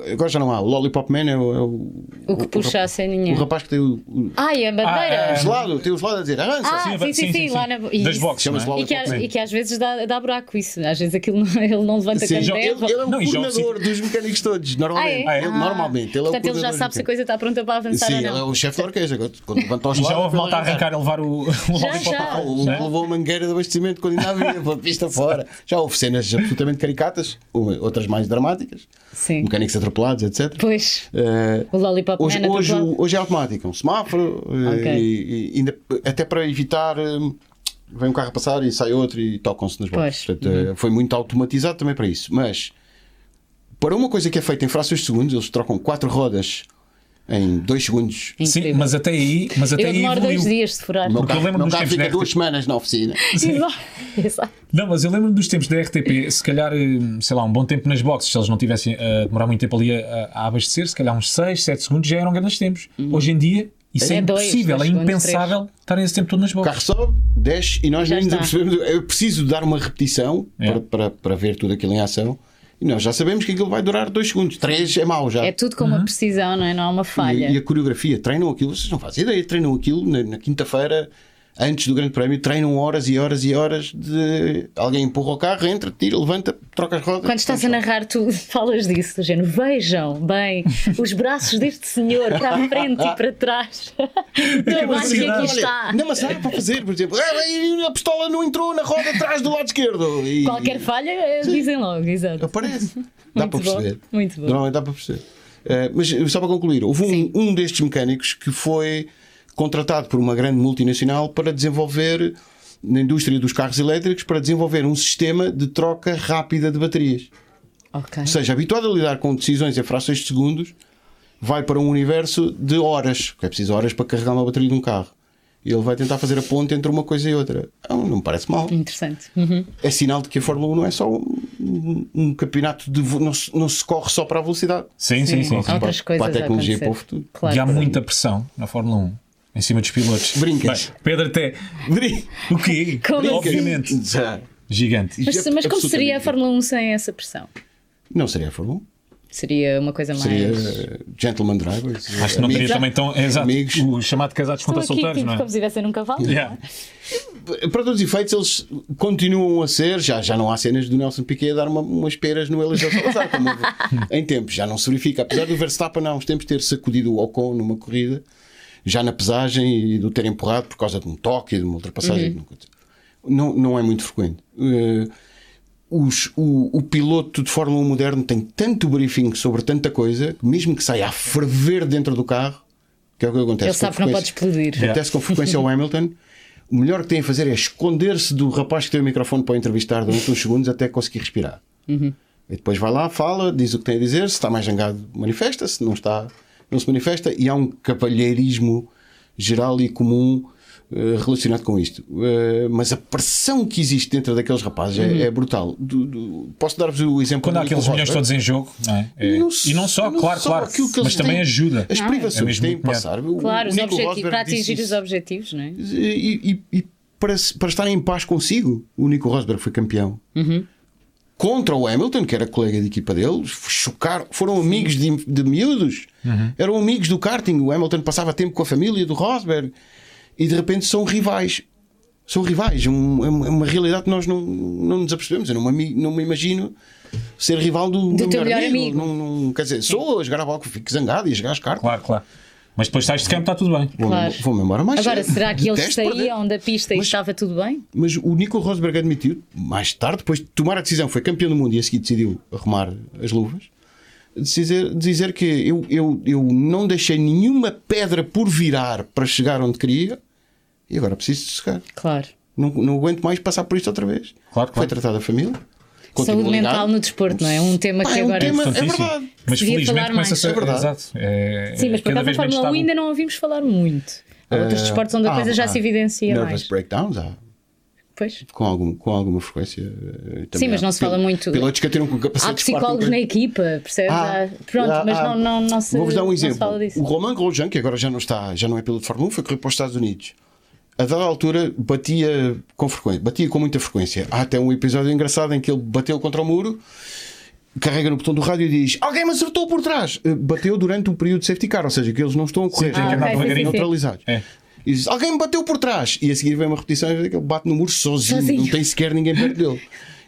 [SPEAKER 3] Agora já não há. O Lollipop Man é o. é o-
[SPEAKER 1] O que puxa a
[SPEAKER 3] O
[SPEAKER 1] ceninha.
[SPEAKER 3] rapaz que tem o, o
[SPEAKER 1] Ai, a bandeira!
[SPEAKER 2] Ah, ah,
[SPEAKER 3] gelado, tem o gelado a dizer avança.
[SPEAKER 1] Ah,
[SPEAKER 2] Sim,
[SPEAKER 1] sim, sim,
[SPEAKER 2] sim,
[SPEAKER 1] sim,
[SPEAKER 2] sim,
[SPEAKER 1] lá
[SPEAKER 2] sim.
[SPEAKER 1] na.
[SPEAKER 2] Das boxes,
[SPEAKER 3] Chama-se
[SPEAKER 2] não
[SPEAKER 1] E que, a-
[SPEAKER 3] Lollipop Man.
[SPEAKER 1] e que às vezes dá, dá buraco isso. Às vezes aquilo não- ele não levanta
[SPEAKER 3] Sim,
[SPEAKER 1] candela.
[SPEAKER 3] ele, ele é o
[SPEAKER 2] Não, e já o
[SPEAKER 3] coordenador dos mecânicos todos, normalmente.
[SPEAKER 1] Ah, é?
[SPEAKER 3] Ele,
[SPEAKER 1] Ah.
[SPEAKER 3] normalmente.
[SPEAKER 1] Portanto,
[SPEAKER 3] Ele é o
[SPEAKER 1] ele já
[SPEAKER 3] coordenador
[SPEAKER 1] sabe
[SPEAKER 3] dos
[SPEAKER 1] se a coisa está pronta para avançar
[SPEAKER 3] Sim,
[SPEAKER 1] ou
[SPEAKER 3] ele
[SPEAKER 1] não.
[SPEAKER 3] é o chefe da orquestra. Quando- Quando levanta os
[SPEAKER 2] E já
[SPEAKER 3] lados,
[SPEAKER 2] houve malta a
[SPEAKER 3] ele
[SPEAKER 2] arrancar a levar o, o
[SPEAKER 1] Já,
[SPEAKER 2] Lollipop
[SPEAKER 1] já.
[SPEAKER 2] à frente,
[SPEAKER 3] O
[SPEAKER 2] não é?
[SPEAKER 3] levou a mangueira de abastecimento quando ainda havia, para a pista fora. Já houve cenas absolutamente caricatas, uma- outras mais dramáticas,
[SPEAKER 1] Sim.
[SPEAKER 3] mecânicos atropelados, etc.
[SPEAKER 1] Pois.
[SPEAKER 3] Eh,
[SPEAKER 1] O Lollipop
[SPEAKER 3] hoje,
[SPEAKER 1] Man
[SPEAKER 3] hoje,
[SPEAKER 1] atropelado.
[SPEAKER 3] hoje é automático, é um semáforo, eh,
[SPEAKER 1] Ok.
[SPEAKER 3] e, e ainda, até para evitar. eh, Vem um carro a passar e sai outro e tocam-se nas boxes.
[SPEAKER 1] Pois. Uhum.
[SPEAKER 3] Portanto, eh, Foi muito automatizado também para isso. Mas para uma coisa que é feita em frações de segundos, eles trocam quatro rodas em dois segundos.
[SPEAKER 2] é? Sim,
[SPEAKER 1] Incrível.
[SPEAKER 2] mas até aí, mas até
[SPEAKER 1] Eu
[SPEAKER 2] aí
[SPEAKER 1] demoro dois
[SPEAKER 2] evoluiu.
[SPEAKER 1] dias de furar.
[SPEAKER 3] O meu
[SPEAKER 2] Porque eu
[SPEAKER 3] carro,
[SPEAKER 2] lembro
[SPEAKER 3] meu
[SPEAKER 2] dos
[SPEAKER 3] carro
[SPEAKER 2] tempos
[SPEAKER 3] fica
[SPEAKER 2] da RTP.
[SPEAKER 3] duas semanas na oficina.
[SPEAKER 1] Exato.
[SPEAKER 2] Não, mas eu lembro-me dos tempos da RTP, se calhar, hum, sei lá, um bom tempo nas boxes, se eles não tivessem a demorar muito tempo ali a, a abastecer, se calhar uns 6, 7 segundos já eram grandes tempos. Hoje em dia, isso é,
[SPEAKER 1] Uhum. É dois,
[SPEAKER 2] impossível,
[SPEAKER 1] dois
[SPEAKER 2] é
[SPEAKER 1] segundos,
[SPEAKER 2] impensável estarem esse tempo todo nas
[SPEAKER 3] O
[SPEAKER 2] boxes.
[SPEAKER 3] carro sobe, desce e nós
[SPEAKER 1] Já
[SPEAKER 3] nem nos
[SPEAKER 1] está.
[SPEAKER 3] apercebemos. Eu preciso dar uma repetição
[SPEAKER 2] É.
[SPEAKER 3] para, para, para ver tudo aquilo em ação. E nós já sabemos que aquilo vai durar dois segundos. Três é mau já.
[SPEAKER 1] É tudo com
[SPEAKER 2] Uhum.
[SPEAKER 1] uma precisão, não é? Não há uma falha.
[SPEAKER 3] E, e a coreografia, treinam aquilo, vocês não fazem ideia, treinam aquilo na, na quinta-feira, antes do Grande Prémio, treinam horas e horas e horas de alguém empurra o carro, entra, tira, levanta, troca as rodas.
[SPEAKER 1] Quando estás a narrar, tu falas disso, do género. Vejam bem os braços deste senhor para a frente e para trás. Então, acho que aqui
[SPEAKER 2] velocidade.
[SPEAKER 1] está.
[SPEAKER 3] Não, mas há para fazer, por exemplo, "Ah, e a pistola não entrou na roda atrás do lado esquerdo. E-
[SPEAKER 1] Qualquer falha, eh, dizem logo, exato.
[SPEAKER 3] Aparece. Dá
[SPEAKER 1] Uhum. Muito
[SPEAKER 3] para
[SPEAKER 1] bom,
[SPEAKER 3] perceber.
[SPEAKER 1] muito bom.
[SPEAKER 3] Normalmente dá para perceber. Eh, mas eh, só para concluir, houve um, um destes mecânicos que foi contratado por uma grande multinacional para desenvolver, na indústria dos carros elétricos, para desenvolver um sistema de troca rápida de baterias.
[SPEAKER 1] Ok.
[SPEAKER 3] Ou seja, habituado a lidar com decisões em frações de segundos, vai para um universo de horas, que é preciso horas para carregar uma bateria de um carro. E ele vai tentar fazer a ponte entre uma coisa e outra. Ah, não me parece mal
[SPEAKER 1] Interessante. Uhum.
[SPEAKER 3] é sinal de que a Fórmula 1 não é só um, um- um campeonato de. vo- Não se, não se corre só para a velocidade.
[SPEAKER 2] Sim, sim, sim. sim.
[SPEAKER 1] Há Outras coisas
[SPEAKER 3] Para- para a tecnologia e
[SPEAKER 1] acontecer.
[SPEAKER 3] para o futuro.
[SPEAKER 1] Claro.
[SPEAKER 2] E há muita pressão na Fórmula 1 em cima dos pilotos.
[SPEAKER 3] Brincas.
[SPEAKER 2] Bem, Pedro até. O quê?
[SPEAKER 1] Como assim?
[SPEAKER 2] Obviamente.
[SPEAKER 3] Já.
[SPEAKER 2] Gigante.
[SPEAKER 1] Mas, mas como seria a
[SPEAKER 3] Absolutamente.
[SPEAKER 1] Fórmula 1 sem essa pressão?
[SPEAKER 3] Não seria a Fórmula 1.
[SPEAKER 1] Seria uma coisa mais.
[SPEAKER 3] Seria eh, Gentleman Drivers.
[SPEAKER 2] Acho que não teria
[SPEAKER 3] amigos.
[SPEAKER 2] também tão. é, Exato.
[SPEAKER 3] Amigos.
[SPEAKER 2] O chamado casados
[SPEAKER 1] Estão
[SPEAKER 2] contra
[SPEAKER 1] aqui
[SPEAKER 2] solteiros,
[SPEAKER 1] tipo,
[SPEAKER 2] não
[SPEAKER 1] como se
[SPEAKER 2] é?
[SPEAKER 1] estivessem num cavalo.
[SPEAKER 2] Yeah.
[SPEAKER 3] Para todos os efeitos, eles continuam a ser. Já, já não há cenas do Nelson Piquet a dar uma- umas peras no Eliseu Salazar, como houve em tempos. Já não se verifica. Apesar do Verstappen há uns tempos ter sacudido o Ocon numa corrida, já na pesagem e do ter empurrado por causa de um toque e de uma ultrapassagem.
[SPEAKER 1] Uhum.
[SPEAKER 3] que nunca- Não, não é muito frequente. Eh, os- o, o piloto de Fórmula 1 moderno tem tanto briefing sobre tanta coisa, que mesmo que saia a ferver dentro do carro, que é o que acontece.
[SPEAKER 1] Ele
[SPEAKER 3] com
[SPEAKER 1] sabe que não pode
[SPEAKER 3] frequência.
[SPEAKER 1] explodir.
[SPEAKER 3] Acontece com frequência ao Hamilton. O melhor que tem a fazer é esconder-se do rapaz que tem o microfone para o entrevistar durante uns segundos até conseguir respirar.
[SPEAKER 1] Uhum.
[SPEAKER 3] E depois vai lá, fala, diz o que tem a dizer, se está mais zangado, manifesta, se não está, não se manifesta. E há um cavalheirismo geral e comum eh, relacionado com isto. Eh, mas a pressão que existe dentro daqueles rapazes
[SPEAKER 1] Uhum.
[SPEAKER 3] é- é, brutal. Do- do- posso dar-vos o exemplo
[SPEAKER 2] Quando há
[SPEAKER 3] do Nico
[SPEAKER 2] aqueles milhões
[SPEAKER 3] Rosberg?
[SPEAKER 2] todos em jogo, não é? É.
[SPEAKER 3] Não
[SPEAKER 2] e não só, claro,
[SPEAKER 3] só
[SPEAKER 2] claro.
[SPEAKER 3] aquilo que eles
[SPEAKER 2] Mas também
[SPEAKER 3] têm-
[SPEAKER 2] ajuda.
[SPEAKER 1] Ah,
[SPEAKER 3] As
[SPEAKER 2] é
[SPEAKER 3] privações
[SPEAKER 2] mesmo
[SPEAKER 3] que têm que
[SPEAKER 2] muito melhor.
[SPEAKER 3] passar. O-
[SPEAKER 1] Claro,
[SPEAKER 3] o
[SPEAKER 1] os
[SPEAKER 3] Nico
[SPEAKER 1] objetivos,
[SPEAKER 3] Rosberg
[SPEAKER 1] para
[SPEAKER 3] disse
[SPEAKER 1] atingir os
[SPEAKER 3] isso
[SPEAKER 1] objetivos, não é?
[SPEAKER 3] e, e- e para, se- para estarem em paz consigo, o Nico Rosberg foi campeão. Contra o Hamilton, que era colega de equipa dele, chocaram, foram amigos de, de miúdos, eram amigos do karting. O Hamilton passava tempo com a família do Rosberg e de repente são rivais. São rivais, um- é uma é uma realidade que nós não, não nos apercebemos. Eu não me, ami- não me imagino ser rival do, do
[SPEAKER 1] teu melhor amigo.
[SPEAKER 3] Não, não- quer dizer, sou a jogar a bola, fico zangado e a jogar as cartas.
[SPEAKER 2] Claro, claro. Mas depois sais de campo, está tudo bem.
[SPEAKER 3] Vou-me
[SPEAKER 1] Claro.
[SPEAKER 3] vou-me embora mais
[SPEAKER 1] Agora,
[SPEAKER 3] cedo.
[SPEAKER 1] será que eles
[SPEAKER 3] Detesto perder.
[SPEAKER 1] saíam da pista e
[SPEAKER 3] eh, Mas-
[SPEAKER 1] estava tudo bem?
[SPEAKER 3] Mas o Nico Rosberg admitiu, mais tarde, depois de tomar a decisão, foi campeão do mundo e a seguir decidiu arrumar as luvas, dizer, dizer que eu, eu, eu não deixei nenhuma pedra por virar para chegar onde queria e agora preciso de chegar.
[SPEAKER 1] Claro.
[SPEAKER 3] Não, não aguento mais passar por isto outra vez.
[SPEAKER 2] Claro, claro.
[SPEAKER 3] Foi tratada a família. continua
[SPEAKER 1] Saúde mental
[SPEAKER 3] ligado.
[SPEAKER 1] no desporto, não é? Um tema
[SPEAKER 3] Pá,
[SPEAKER 1] que
[SPEAKER 3] é um
[SPEAKER 1] agora.
[SPEAKER 3] tema-
[SPEAKER 2] Portanto,
[SPEAKER 3] É
[SPEAKER 2] sim, sim.
[SPEAKER 3] verdade.
[SPEAKER 2] Mas
[SPEAKER 1] Devia
[SPEAKER 2] felizmente
[SPEAKER 1] falar
[SPEAKER 2] começa a
[SPEAKER 1] mais.
[SPEAKER 2] ser.
[SPEAKER 3] É verdade.
[SPEAKER 2] Exato. É-
[SPEAKER 1] Sim, mas por acaso
[SPEAKER 2] cada
[SPEAKER 1] a
[SPEAKER 2] vez menos
[SPEAKER 1] Fórmula 1
[SPEAKER 2] tabu.
[SPEAKER 1] ainda não ouvimos falar muito. Há outros desportos onde a coisa já se evidencia
[SPEAKER 3] Eh, ah, Nervous
[SPEAKER 1] mais.
[SPEAKER 3] breakdowns, há
[SPEAKER 1] Pois.
[SPEAKER 3] com, algum, com alguma frequência. eh, também
[SPEAKER 1] Sim, mas
[SPEAKER 3] há
[SPEAKER 1] não se fala
[SPEAKER 3] pil-
[SPEAKER 1] muito.
[SPEAKER 3] Pilotos que atiram com
[SPEAKER 1] Há
[SPEAKER 3] capacetes.
[SPEAKER 1] psicólogos na
[SPEAKER 3] partem-
[SPEAKER 1] equipa, percebes?
[SPEAKER 3] Ah,
[SPEAKER 1] Há- Pronto,
[SPEAKER 3] ah,
[SPEAKER 1] mas
[SPEAKER 3] ah,
[SPEAKER 1] não, não, não se,
[SPEAKER 3] Vou-vos dar um
[SPEAKER 1] não se
[SPEAKER 3] exemplo.
[SPEAKER 1] fala disso.
[SPEAKER 3] O Romain Grosjean, que agora já não, está, já não é piloto de Fórmula 1, foi correr para os Estados Unidos. A dada altura batia com frequência, batia com muita frequência. Há até um episódio engraçado em que ele bateu contra o muro, carrega no botão do rádio e diz: Alguém me acertou por trás! Eh, Bateu durante um período de safety car, ou seja, que eles não estão a correr,
[SPEAKER 2] tem
[SPEAKER 1] que andar Ah, ok, devagarinho. sim, sim.
[SPEAKER 3] neutralizados.
[SPEAKER 2] É.
[SPEAKER 3] E diz, alguém me bateu por trás. E a seguir vem uma repetição e ele bate no muro sozinho,
[SPEAKER 1] Sozinho.
[SPEAKER 3] não tem sequer ninguém perto dele.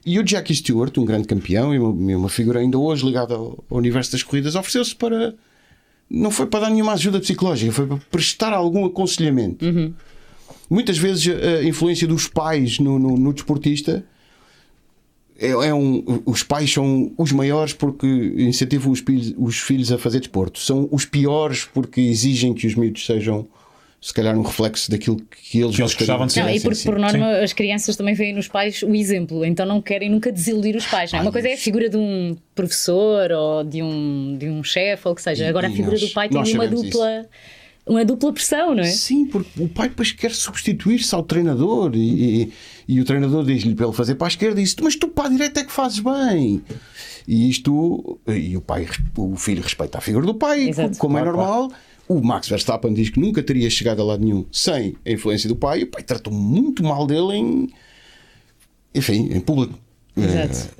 [SPEAKER 3] E o Jackie Stewart, um grande campeão e uma, e uma figura ainda hoje ligada ao, ao universo das corridas, ofereceu-se para. Não foi para dar nenhuma ajuda psicológica, foi para prestar algum aconselhamento.
[SPEAKER 1] Uhum.
[SPEAKER 3] Muitas vezes a a influência dos pais no, no- no desportista é, é um, os pais são os maiores porque incentivam os, pil- os filhos a fazer desporto. São os piores porque exigem que os miúdos sejam, se calhar, um reflexo daquilo que eles,
[SPEAKER 2] Que eles gostavam de ser.
[SPEAKER 1] Não,
[SPEAKER 2] Sim,
[SPEAKER 1] e
[SPEAKER 2] sim,
[SPEAKER 1] porque
[SPEAKER 3] sim.
[SPEAKER 1] por norma as crianças também veem nos pais o exemplo, então não querem nunca desiludir os pais. Não é?
[SPEAKER 3] Ah,
[SPEAKER 1] Uma coisa é a figura de um professor ou de um, de um chefe ou o que seja. Agora a
[SPEAKER 3] e
[SPEAKER 1] figura
[SPEAKER 3] nós-
[SPEAKER 1] do pai tem
[SPEAKER 3] nós
[SPEAKER 1] uma
[SPEAKER 3] sabemos
[SPEAKER 1] dupla, uma dupla pressão, não é?
[SPEAKER 3] Sim, porque o pai depois quer substituir-se ao treinador e, e- e o treinador diz-lhe para ele fazer para a esquerda e diz mas tu para a direita é que fazes bem. E isto, e o pai, o filho respeita a figura do pai,
[SPEAKER 1] Exato.
[SPEAKER 3] como é
[SPEAKER 2] Claro,
[SPEAKER 3] normal. O Max Verstappen diz que nunca teria chegado a lado nenhum sem a influência do pai. E o pai tratou muito mal dele em, enfim, em público.
[SPEAKER 1] Exato.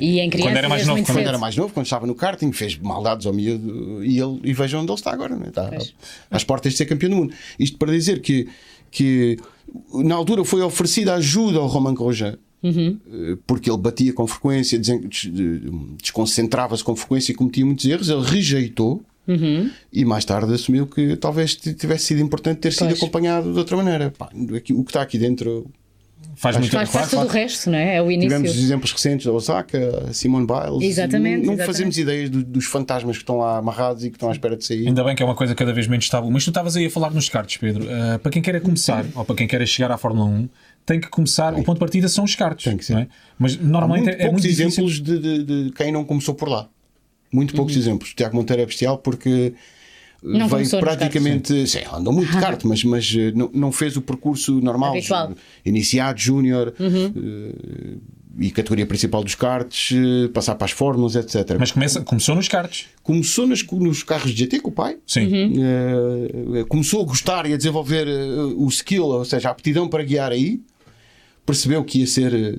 [SPEAKER 1] E em crianças
[SPEAKER 2] era mais
[SPEAKER 1] desde
[SPEAKER 2] novo,
[SPEAKER 1] muito
[SPEAKER 2] quando
[SPEAKER 3] É, Quando
[SPEAKER 1] cedo.
[SPEAKER 3] era mais novo, quando estava no karting, fez maldades ao miúdo e, ele, e veja onde ele está agora, né? está
[SPEAKER 1] Pois.
[SPEAKER 3] às portas de ser campeão do mundo. Isto para dizer que, que na altura foi oferecida ajuda ao Roman Grosjean.
[SPEAKER 1] Uhum.
[SPEAKER 3] eh, Porque ele batia com frequência, desen- des- eh, desconcentrava-se com frequência e cometia muitos erros. Ele rejeitou
[SPEAKER 1] Uhum.
[SPEAKER 3] e mais tarde assumiu que talvez t- tivesse sido importante ter sido
[SPEAKER 1] Pois.
[SPEAKER 3] acompanhado de outra maneira. Pá, aqui- o que está aqui dentro
[SPEAKER 2] Faz muito
[SPEAKER 1] Faz parte do
[SPEAKER 2] claro.
[SPEAKER 1] resto, não é? É o início.
[SPEAKER 3] Tivemos os exemplos recentes da Osaka, Simone Biles.
[SPEAKER 1] Exatamente,
[SPEAKER 3] Não, não
[SPEAKER 1] exatamente.
[SPEAKER 3] fazemos ideias do- dos fantasmas que estão lá amarrados e que estão à espera de sair.
[SPEAKER 2] Ainda bem que é uma coisa cada vez menos tabu. Mas tu estavas aí a falar nos karts, Pedro. Ah, para quem quer é começar, ou para quem quer é chegar à Fórmula 1, tem que começar. O ponto de partida são os karts.
[SPEAKER 3] Tem que ser.
[SPEAKER 2] não é? Mas
[SPEAKER 3] Há muito
[SPEAKER 2] normalmente é- é
[SPEAKER 3] poucos
[SPEAKER 2] muito difícil.
[SPEAKER 3] exemplos de, de- de quem não começou por lá. Muito poucos exemplos. Tiago Monteiro é bestial porque
[SPEAKER 1] Uhum. Não
[SPEAKER 3] veio
[SPEAKER 1] começou nos Ah.
[SPEAKER 3] praticamente. Sim, andou muito de kart, mas, mas eh, não, não fez o percurso normal.
[SPEAKER 1] Habitual. Uhum.
[SPEAKER 3] Iniciado, júnior eh, e categoria principal dos karts, eh, passar para as fórmulas, etc.
[SPEAKER 2] Mas começa, começou nos karts.
[SPEAKER 3] Começou nas- nos carros de GT com o pai.
[SPEAKER 2] Sim.
[SPEAKER 1] Uhum.
[SPEAKER 3] Eh, começou a gostar e a desenvolver eh, o skill, ou seja, a aptidão para guiar aí, percebeu que ia ser eh,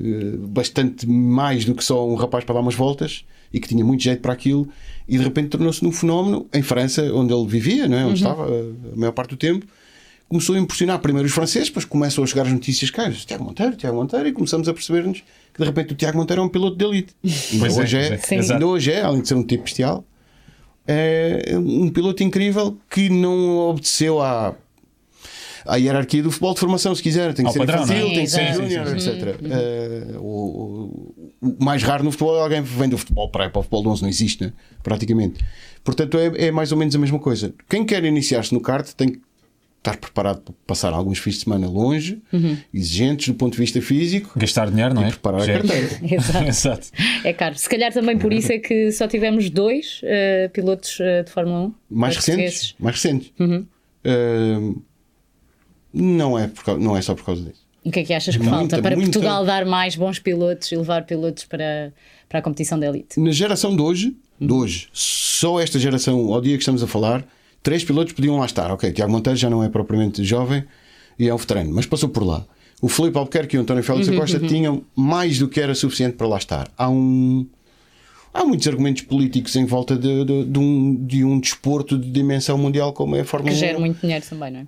[SPEAKER 3] bastante mais do que só um rapaz para dar umas voltas e que tinha muito jeito para aquilo e de repente tornou-se num fenómeno em França, onde ele vivia, não é? onde
[SPEAKER 2] Uhum.
[SPEAKER 3] estava eh, a maior parte do tempo. Começou a impressionar primeiro os franceses, depois começam a chegar as notícias cá, Tiago Monteiro, Tiago Monteiro, e começamos a perceber-nos que de repente o Tiago Monteiro é um piloto de elite. Ainda
[SPEAKER 2] Pois é,
[SPEAKER 3] hoje
[SPEAKER 2] pois é. Sim.
[SPEAKER 3] ainda
[SPEAKER 2] Exato.
[SPEAKER 3] hoje é, além de ser um tipo bestial, é um piloto incrível que não obedeceu à, à hierarquia do futebol de formação, se quiser. Tem que
[SPEAKER 2] Ao
[SPEAKER 3] ser
[SPEAKER 2] padrão,
[SPEAKER 3] infantil,
[SPEAKER 2] não é?
[SPEAKER 3] tem que ser
[SPEAKER 1] Sim, Uhum.
[SPEAKER 3] júnior, etc. Eh, o, o- o mais raro no futebol é alguém que vem do futebol para, para o futebol de 11, não existe, né? praticamente. Portanto, é, é mais ou menos a mesma coisa. Quem quer iniciar-se no kart tem que estar preparado para passar alguns fins de semana longe,
[SPEAKER 1] Uhum.
[SPEAKER 3] exigentes do ponto de vista físico,
[SPEAKER 2] Gastar dinheiro, não é?
[SPEAKER 3] preparar a
[SPEAKER 2] Já é.
[SPEAKER 3] carteira.
[SPEAKER 1] Exato.
[SPEAKER 2] Exato.
[SPEAKER 1] É caro. Se calhar também por isso é que só tivemos dois eh, pilotos eh, de Fórmula 1
[SPEAKER 3] mais
[SPEAKER 1] eh,
[SPEAKER 3] recentes,
[SPEAKER 1] portugueses.
[SPEAKER 3] mais recentes.
[SPEAKER 1] Uhum.
[SPEAKER 3] Ahm, não é por cau- não é só por causa disso.
[SPEAKER 1] O que é que achas que
[SPEAKER 3] Muita,
[SPEAKER 1] falta para
[SPEAKER 3] muita.
[SPEAKER 1] Portugal dar mais bons pilotos e levar pilotos para, para a competição da elite?
[SPEAKER 3] Na geração de hoje, de
[SPEAKER 1] Uhum.
[SPEAKER 3] hoje, só esta geração, ao dia que estamos a falar, três pilotos podiam lá estar. Ok, Tiago Monteiro já não é propriamente jovem e é um veterano, mas passou por lá. O Felipe Albuquerque e o António Félix
[SPEAKER 1] Uhum,
[SPEAKER 3] da Costa tinham mais do que era suficiente para lá estar. Há um Há muitos argumentos políticos em volta de, de- de um, de um desporto de dimensão mundial como é a Fórmula
[SPEAKER 1] Que
[SPEAKER 3] 1.
[SPEAKER 1] gera muito dinheiro também, não é?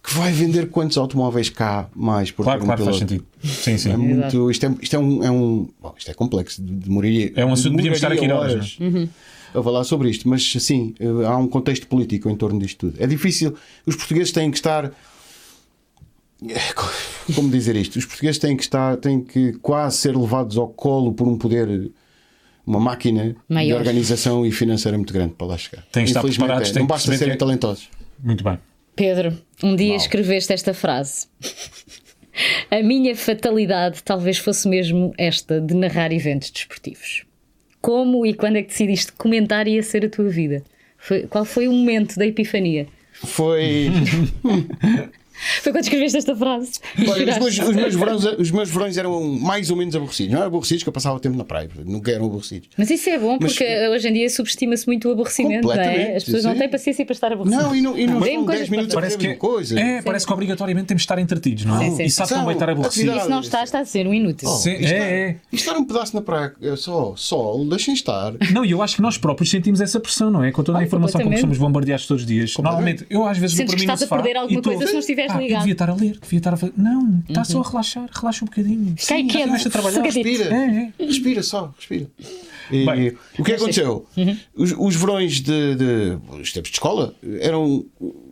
[SPEAKER 3] que vai vender quantos automóveis cá mais por
[SPEAKER 2] Claro,
[SPEAKER 3] ter um
[SPEAKER 2] claro, faz
[SPEAKER 3] piloto?
[SPEAKER 2] sentido. Sim,
[SPEAKER 3] É
[SPEAKER 2] sim.
[SPEAKER 3] muito, isto é, isto é um. É um bom, isto é complexo, de- demoraria.
[SPEAKER 2] É um assunto que podíamos estar
[SPEAKER 3] demoraria
[SPEAKER 2] aqui é? horas,
[SPEAKER 3] a falar sobre isto, mas sim, eh, há um contexto político em torno disto tudo. É difícil, os portugueses têm que estar. eh, Como dizer isto? Os portugueses têm que estar, têm que quase ser levados ao colo por um poder, uma máquina de
[SPEAKER 1] Maior.
[SPEAKER 3] organização e financeira muito grande para lá chegar.
[SPEAKER 2] Têm que estar
[SPEAKER 3] Infelizmente
[SPEAKER 2] preparados,
[SPEAKER 3] é.
[SPEAKER 2] têm
[SPEAKER 3] Não
[SPEAKER 2] que
[SPEAKER 3] basta
[SPEAKER 2] perceber
[SPEAKER 3] serem
[SPEAKER 2] que é-
[SPEAKER 3] talentosos.
[SPEAKER 2] Muito bem.
[SPEAKER 1] Pedro, um dia escreveste esta frase. A minha fatalidade talvez fosse mesmo esta de narrar eventos desportivos. Como e quando é que decidiste comentar ia ser a tua vida? Foi- qual foi o momento da epifania?
[SPEAKER 3] Foi.
[SPEAKER 1] Foi quando escreveste esta frase.
[SPEAKER 3] Olha, os,
[SPEAKER 1] Giraste.
[SPEAKER 3] meus, os meus verões, os meus verões eram mais ou menos aborrecidos. Não eram aborrecidos que eu passava o tempo na praia, portanto, nunca eram aborrecidos.
[SPEAKER 1] Mas isso é bom
[SPEAKER 3] Mas-
[SPEAKER 1] porque hoje em dia subestima-se muito o aborrecimento, não é?
[SPEAKER 3] Completamente,
[SPEAKER 1] As pessoas não
[SPEAKER 3] sim.
[SPEAKER 1] têm paciência para estar aborrecidas.
[SPEAKER 3] Não, e não, e não
[SPEAKER 1] Deem-me
[SPEAKER 3] são
[SPEAKER 1] coisas
[SPEAKER 3] 10 minutos
[SPEAKER 1] para
[SPEAKER 3] a
[SPEAKER 1] fazer.
[SPEAKER 3] fazer
[SPEAKER 2] Parece que,
[SPEAKER 3] uma coisa.
[SPEAKER 2] é, parece que obrigatoriamente temos de estar entretidos, não é?
[SPEAKER 1] Sim, sim.
[SPEAKER 2] E sabe
[SPEAKER 3] São
[SPEAKER 2] tão bem estar aborrecido.
[SPEAKER 1] E se não está, está a ser um inútil.
[SPEAKER 3] Oh,
[SPEAKER 2] Sim,
[SPEAKER 3] isto
[SPEAKER 2] é,
[SPEAKER 3] tá-
[SPEAKER 2] é.
[SPEAKER 3] Isto era um pedaço na praia, é só sol, deixem estar.
[SPEAKER 2] Não, e eu acho que nós próprios sentimos essa pressão, não é? Com toda a
[SPEAKER 1] Ah,
[SPEAKER 2] informação com que
[SPEAKER 1] completamente.
[SPEAKER 2] somos bombardeados todos os dias. Normalmente, eu às vezes
[SPEAKER 1] Sentes
[SPEAKER 2] vou para
[SPEAKER 1] que
[SPEAKER 2] mim no
[SPEAKER 1] estás a
[SPEAKER 2] sofá
[SPEAKER 1] perder alguma
[SPEAKER 2] e tô-
[SPEAKER 1] coisa se não estiveres
[SPEAKER 2] Ah, eu
[SPEAKER 1] ligado. Uhum.
[SPEAKER 2] devia estar a ler, devia estar a fazer. Não, está só a relaxar, relaxa um bocadinho.
[SPEAKER 1] Cai
[SPEAKER 2] Sim,
[SPEAKER 1] quieto,
[SPEAKER 2] deixa de trabalhar.
[SPEAKER 1] sossegadinho.
[SPEAKER 3] Respira,
[SPEAKER 2] É,
[SPEAKER 3] respira só, respira. E
[SPEAKER 2] Bem,
[SPEAKER 3] o que aconteceu? Os, os verões de, de- os tempos de escola eram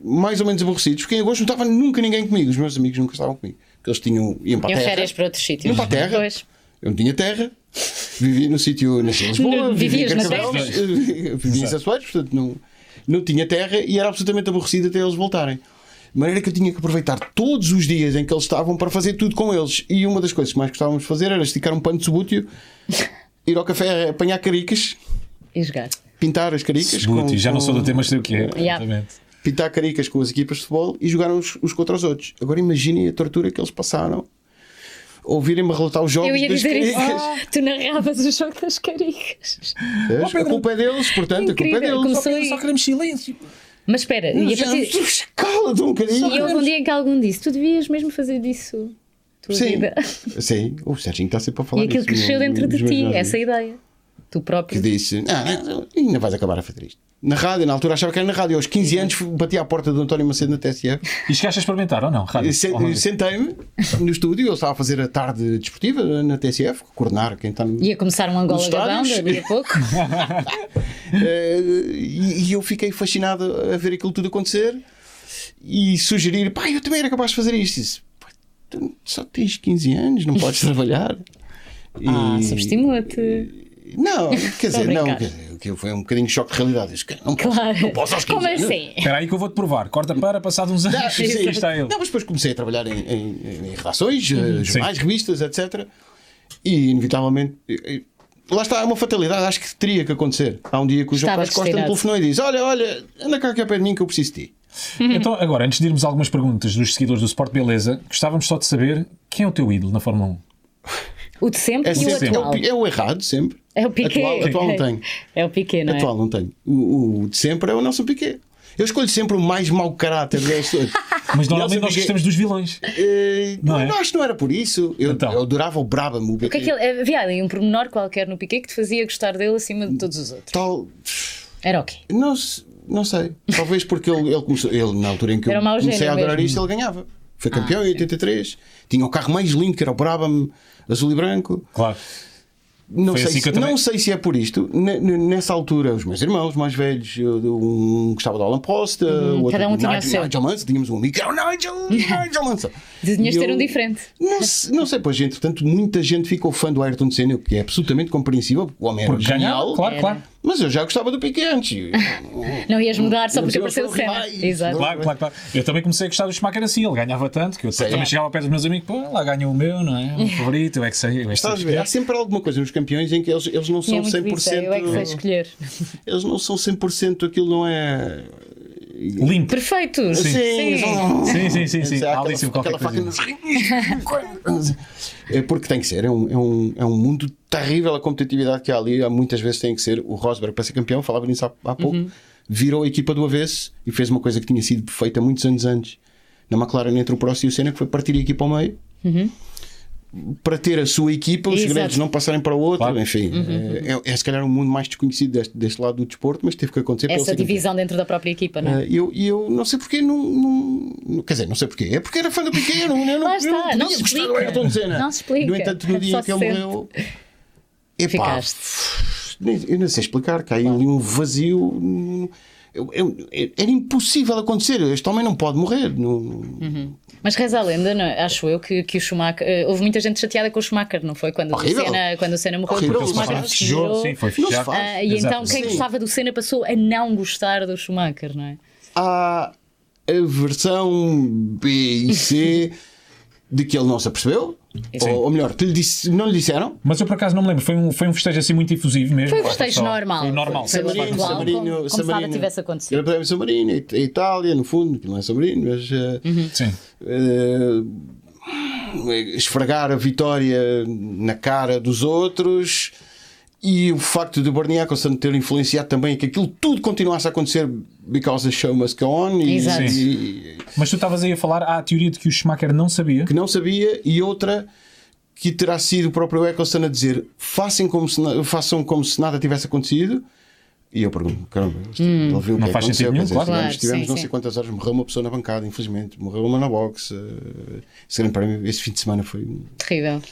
[SPEAKER 3] mais ou menos aborrecidos, porque em agosto não estava nunca ninguém comigo, os meus amigos nunca estavam comigo. Porque eles tinham iam para a
[SPEAKER 1] Iam
[SPEAKER 3] terra.
[SPEAKER 1] férias para outros sítios.
[SPEAKER 3] Iam para a terra.
[SPEAKER 1] Pois.
[SPEAKER 3] Eu não tinha terra, vivia no sítio, nasci em Lisboa,
[SPEAKER 1] No-
[SPEAKER 3] vivia
[SPEAKER 1] vivias
[SPEAKER 3] em
[SPEAKER 1] na
[SPEAKER 3] Carcavelos, eh, vivia em Sassueiros, portanto não, não tinha terra e era absolutamente aborrecido até eles voltarem. De maneira que eu tinha que aproveitar todos os dias em que eles estavam para fazer tudo com eles. E uma das coisas que mais gostávamos de fazer era esticar um pano de subúrbio, ir ao café apanhar caricas,
[SPEAKER 1] E jogar.
[SPEAKER 3] pintar as caricas, com-
[SPEAKER 2] Subúrbio, já não sou do
[SPEAKER 3] com-
[SPEAKER 2] tema, mas sei o que é.
[SPEAKER 1] Yeah.
[SPEAKER 2] Exatamente.
[SPEAKER 3] pintar caricas com as equipas de futebol e jogaram uns, uns contra os outros. Agora imaginem a tortura que eles passaram. Ouvirem-me relatar os jogos
[SPEAKER 1] Eu ia
[SPEAKER 3] das
[SPEAKER 1] dizer isso.
[SPEAKER 3] caricas.
[SPEAKER 1] Tu narravas o jogo das caricas.
[SPEAKER 3] Vês? a culpa é deles, portanto,
[SPEAKER 1] Incrível.
[SPEAKER 3] a culpa é deles.
[SPEAKER 1] Começou
[SPEAKER 3] Só-
[SPEAKER 1] aí.
[SPEAKER 3] só queremos silêncio.
[SPEAKER 1] Mas espera, e, a partir...
[SPEAKER 3] Cala-te um bocadinho.
[SPEAKER 1] e houve um dia em que alguém disse: Tu devias mesmo fazer disso. Tua
[SPEAKER 3] Sim,
[SPEAKER 1] vida.
[SPEAKER 3] sim, o Serginho está sempre a falar
[SPEAKER 1] E aquilo
[SPEAKER 3] disso,
[SPEAKER 1] cresceu
[SPEAKER 3] meu-
[SPEAKER 1] dentro de
[SPEAKER 3] dos meus
[SPEAKER 1] ti,
[SPEAKER 3] amigos.
[SPEAKER 1] essa ideia. Tu
[SPEAKER 3] Que
[SPEAKER 1] próprio.
[SPEAKER 3] disse, ah, ainda vais acabar a fazer isto. Na rádio, na altura achava que era na rádio. Aos 15 anos fui- bati à porta do António Macedo na TSF.
[SPEAKER 2] E chegaste a experimentar ou não? Rádio?
[SPEAKER 3] E se-
[SPEAKER 2] Ou não?
[SPEAKER 3] Sentei-me no estúdio. Eu estava a fazer a tarde desportiva na TSF, coordenar quem está no.
[SPEAKER 1] Ia começar um
[SPEAKER 3] Os
[SPEAKER 1] Angola-Gabão
[SPEAKER 3] estádios.
[SPEAKER 1] dali a pouco.
[SPEAKER 3] Eh, e, e eu fiquei fascinado a ver aquilo tudo acontecer e sugerir, pá, eu também era capaz de fazer isto. E Disse, "Pá, tu só tens 15 anos, não podes trabalhar. E-
[SPEAKER 1] Ah, subestimou-te.
[SPEAKER 3] Não, quer dizer, não,
[SPEAKER 1] brincar.
[SPEAKER 3] quer dizer, o que foi um bocadinho de choque de realidade. Eu disse, "Cara, não posso,
[SPEAKER 1] Claro.
[SPEAKER 3] não posso aos né? 15
[SPEAKER 1] Como
[SPEAKER 3] anos.
[SPEAKER 1] assim?
[SPEAKER 2] Espera aí que eu vou-te provar. Corta para, passado uns anos,
[SPEAKER 3] Não, sim, sim.
[SPEAKER 2] aqui está ele.
[SPEAKER 3] Não, mas depois comecei a trabalhar em, em- em- em redações, eh, jornais, revistas, etc. E inevitavelmente. eh, eh, Lá está, é uma fatalidade, acho que teria que acontecer. Há um dia que o João
[SPEAKER 1] Estava
[SPEAKER 3] Carlos Costa me
[SPEAKER 1] destinado.
[SPEAKER 3] telefonou e diz: Olha, olha, anda cá aqui ao pé de mim que eu preciso de ti.
[SPEAKER 2] Então, agora, antes de irmos a algumas perguntas dos seguidores do Sport Beleza, gostávamos só de saber quem é o teu ídolo na Fórmula 1.
[SPEAKER 1] O de sempre
[SPEAKER 3] É,
[SPEAKER 1] e o
[SPEAKER 3] sempre, é,
[SPEAKER 1] atual.
[SPEAKER 3] o, pi- é o errado, sempre.
[SPEAKER 1] É o Piquet.
[SPEAKER 3] Atual, atual não tenho.
[SPEAKER 1] É o Piquet, não é?
[SPEAKER 3] Atual não tenho. O, o de sempre é o Nelson Piquet. Eu escolho sempre o mais mau caráter deles todos.
[SPEAKER 2] Mas normalmente
[SPEAKER 3] Nelson
[SPEAKER 2] nós
[SPEAKER 3] Piquet,
[SPEAKER 2] gostamos dos vilões.
[SPEAKER 3] eh,
[SPEAKER 2] Não
[SPEAKER 3] não,
[SPEAKER 2] é?
[SPEAKER 3] acho que não era por isso. Eu,
[SPEAKER 2] Então.
[SPEAKER 3] eu adorava o Braba, o
[SPEAKER 1] O que é que ele- Havia ali um pormenor qualquer no Piquet que te fazia gostar dele acima de todos os outros.
[SPEAKER 3] Tal,
[SPEAKER 1] Era o quê?
[SPEAKER 3] não, se- não sei. Talvez porque ele, ele começou. Ele, na altura em que
[SPEAKER 1] Era
[SPEAKER 3] eu
[SPEAKER 1] um mau
[SPEAKER 3] comecei
[SPEAKER 1] gênio
[SPEAKER 3] a adorar
[SPEAKER 1] mesmo. Ah,
[SPEAKER 3] isto, ele ganhava. Foi campeão em 83. Tinha o carro mais lindo que era o Brabham, azul e branco.
[SPEAKER 2] Claro.
[SPEAKER 3] Não,
[SPEAKER 2] Foi
[SPEAKER 3] sei,
[SPEAKER 2] assim que
[SPEAKER 3] se,
[SPEAKER 2] eu também-
[SPEAKER 3] não sei se é por isto. Ne- ne- Nessa altura, os meus irmãos mais velhos, eu- um gostava do Alan Prost, o outro
[SPEAKER 1] cada um
[SPEAKER 3] do
[SPEAKER 1] tinha o
[SPEAKER 3] Nigel,
[SPEAKER 1] seu.
[SPEAKER 3] Nigel Mansell, tínhamos um amigo que era o Nigel, Nigel Mansell.
[SPEAKER 1] Desenhas
[SPEAKER 3] E
[SPEAKER 1] ter
[SPEAKER 3] eu-
[SPEAKER 1] um diferente.
[SPEAKER 3] Não, se- não sei, pois, entretanto, muita gente ficou fã do Ayrton Senna, o que é absolutamente compreensível, porque o homem era
[SPEAKER 2] Porque
[SPEAKER 3] genial,
[SPEAKER 2] ganhava, claro,
[SPEAKER 1] Era.
[SPEAKER 2] claro.
[SPEAKER 3] mas eu já gostava do Piquet antes.
[SPEAKER 1] Não ias mudar só
[SPEAKER 3] Não,
[SPEAKER 1] porque
[SPEAKER 3] eu
[SPEAKER 1] apareceu o
[SPEAKER 3] sou é?
[SPEAKER 1] cena.
[SPEAKER 3] rivais.
[SPEAKER 1] Exato.
[SPEAKER 2] Claro, claro, claro. Eu também comecei a gostar do Schumacher assim, ele ganhava tanto que eu também chegava ao pé dos meus amigos, pô, lá ganha o meu, não é? O meu favorito, eu é que sei, eu é que sei.
[SPEAKER 3] Estás a ver? Há sempre alguma coisa nos campeões em que eles, eles não
[SPEAKER 1] E
[SPEAKER 3] são
[SPEAKER 1] é muito isso, é, eu é que sei
[SPEAKER 3] 100%.
[SPEAKER 1] escolher.
[SPEAKER 3] Eles não são 100%, aquilo não é.
[SPEAKER 2] Limpo.
[SPEAKER 1] Perfeito.
[SPEAKER 3] Sim, são-
[SPEAKER 2] Sim, sim, sim, sim.
[SPEAKER 3] Há
[SPEAKER 2] Há ali sim
[SPEAKER 3] aquela,
[SPEAKER 2] qualquer
[SPEAKER 3] aquela faca
[SPEAKER 2] coisa.
[SPEAKER 3] nos rins. É porque tem que ser. É um, é, um, é um mundo terrível a competitividade que há ali. Há Muitas vezes tem que ser. O Rosberg, para ser campeão, falava nisso há, há pouco,
[SPEAKER 2] Uhum.
[SPEAKER 3] virou a equipa do avesso e fez uma coisa que tinha sido feita muitos anos antes na McLaren entre o Prost e o Senna, que foi partir a equipa ao meio.
[SPEAKER 2] Uhum.
[SPEAKER 3] Para ter a sua equipa, os
[SPEAKER 1] Exato.
[SPEAKER 3] segredos não passarem para o outro,
[SPEAKER 2] Claro. Uhum,
[SPEAKER 3] enfim, é, é, é se calhar um mundo mais desconhecido deste, deste lado do desporto, mas teve que acontecer para ele
[SPEAKER 1] Essa
[SPEAKER 3] ser campeão.
[SPEAKER 1] divisão dentro da própria equipa, não é?
[SPEAKER 3] Ah, E eu, e eu não sei porque não, não- Quer dizer, não sei porque. É porque era fã do Piquet. Eu não, eu não,
[SPEAKER 1] Lá
[SPEAKER 3] eu
[SPEAKER 1] está,
[SPEAKER 3] não é? podia
[SPEAKER 1] não se
[SPEAKER 3] gostar do
[SPEAKER 1] explica.
[SPEAKER 3] Ayrton Senna.
[SPEAKER 1] Não se explica.
[SPEAKER 3] né? No entanto, no dia
[SPEAKER 1] Só
[SPEAKER 3] que ele
[SPEAKER 1] se
[SPEAKER 3] morreu. Epá,
[SPEAKER 1] Ficaste.
[SPEAKER 3] nem- eu não sei explicar. Caiu ali um vazio. Eu- eu- era impossível acontecer. Este homem não pode morrer. Não- É.
[SPEAKER 1] Mas reza a lenda, não é? acho eu, que, que o Schumacher. eh, houve muita gente chateada com o Schumacher, não foi? Quando, o
[SPEAKER 3] Horrível.
[SPEAKER 1] Senna, quando o Senna morreu,
[SPEAKER 3] Horrível,
[SPEAKER 1] porque o
[SPEAKER 3] ele
[SPEAKER 1] Schumacher
[SPEAKER 3] se
[SPEAKER 1] retirou.
[SPEAKER 2] Sim, foi
[SPEAKER 3] Não se
[SPEAKER 2] fechado.
[SPEAKER 3] faz.
[SPEAKER 1] Ah, e então
[SPEAKER 2] Exato.
[SPEAKER 1] quem
[SPEAKER 3] Sim.
[SPEAKER 1] gostava do Senna passou a não gostar do Schumacher, não é?
[SPEAKER 3] Há a versão B e C de que ele não se apercebeu, ou, ou melhor, que lhe disse- não lhe disseram.
[SPEAKER 2] Mas eu por acaso não me lembro, foi um, foi um festejo assim muito efusivo mesmo.
[SPEAKER 1] Foi um
[SPEAKER 2] Pá,
[SPEAKER 1] festejo
[SPEAKER 2] só-
[SPEAKER 1] normal.
[SPEAKER 2] Foi normal.
[SPEAKER 1] Foi-
[SPEAKER 2] Sim.
[SPEAKER 1] Samarino,
[SPEAKER 3] Samarino,
[SPEAKER 1] Portugal,
[SPEAKER 3] Samarino,
[SPEAKER 1] como- como se nada
[SPEAKER 3] Samarino.
[SPEAKER 1] tivesse acontecido.
[SPEAKER 3] Grande Prémio de é Samarino, It- a Itália, no fundo, que não é Samarino, mas eh,
[SPEAKER 1] Uhum.
[SPEAKER 2] Sim.
[SPEAKER 3] eh, esfregar a vitória na cara dos outros e o facto de Bernie Ecclestone ter influenciado também que aquilo tudo continuasse a acontecer because the show must go on e,
[SPEAKER 1] Exato.
[SPEAKER 3] e-
[SPEAKER 2] Mas tu estavas aí a falar, há a teoria de que o Schumacher não sabia.
[SPEAKER 3] que não sabia e outra que terá sido o próprio Ecclestone a dizer façam como se, na- façam como se nada tivesse acontecido e eu pergunto, caramba, isto- ele viu o que
[SPEAKER 2] Não
[SPEAKER 3] é que
[SPEAKER 2] faz
[SPEAKER 3] aconteceu,
[SPEAKER 2] sentido nenhum,
[SPEAKER 3] quer dizer,
[SPEAKER 2] claro.
[SPEAKER 3] tivemos,
[SPEAKER 1] Hum. Claro,
[SPEAKER 3] tivemos
[SPEAKER 1] sim,
[SPEAKER 3] não
[SPEAKER 1] sim.
[SPEAKER 3] sei quantas horas, morreu uma pessoa na bancada, infelizmente, morreu uma na box. eh, Esse grande prémio, esse fim de semana foi um-
[SPEAKER 1] Terrível.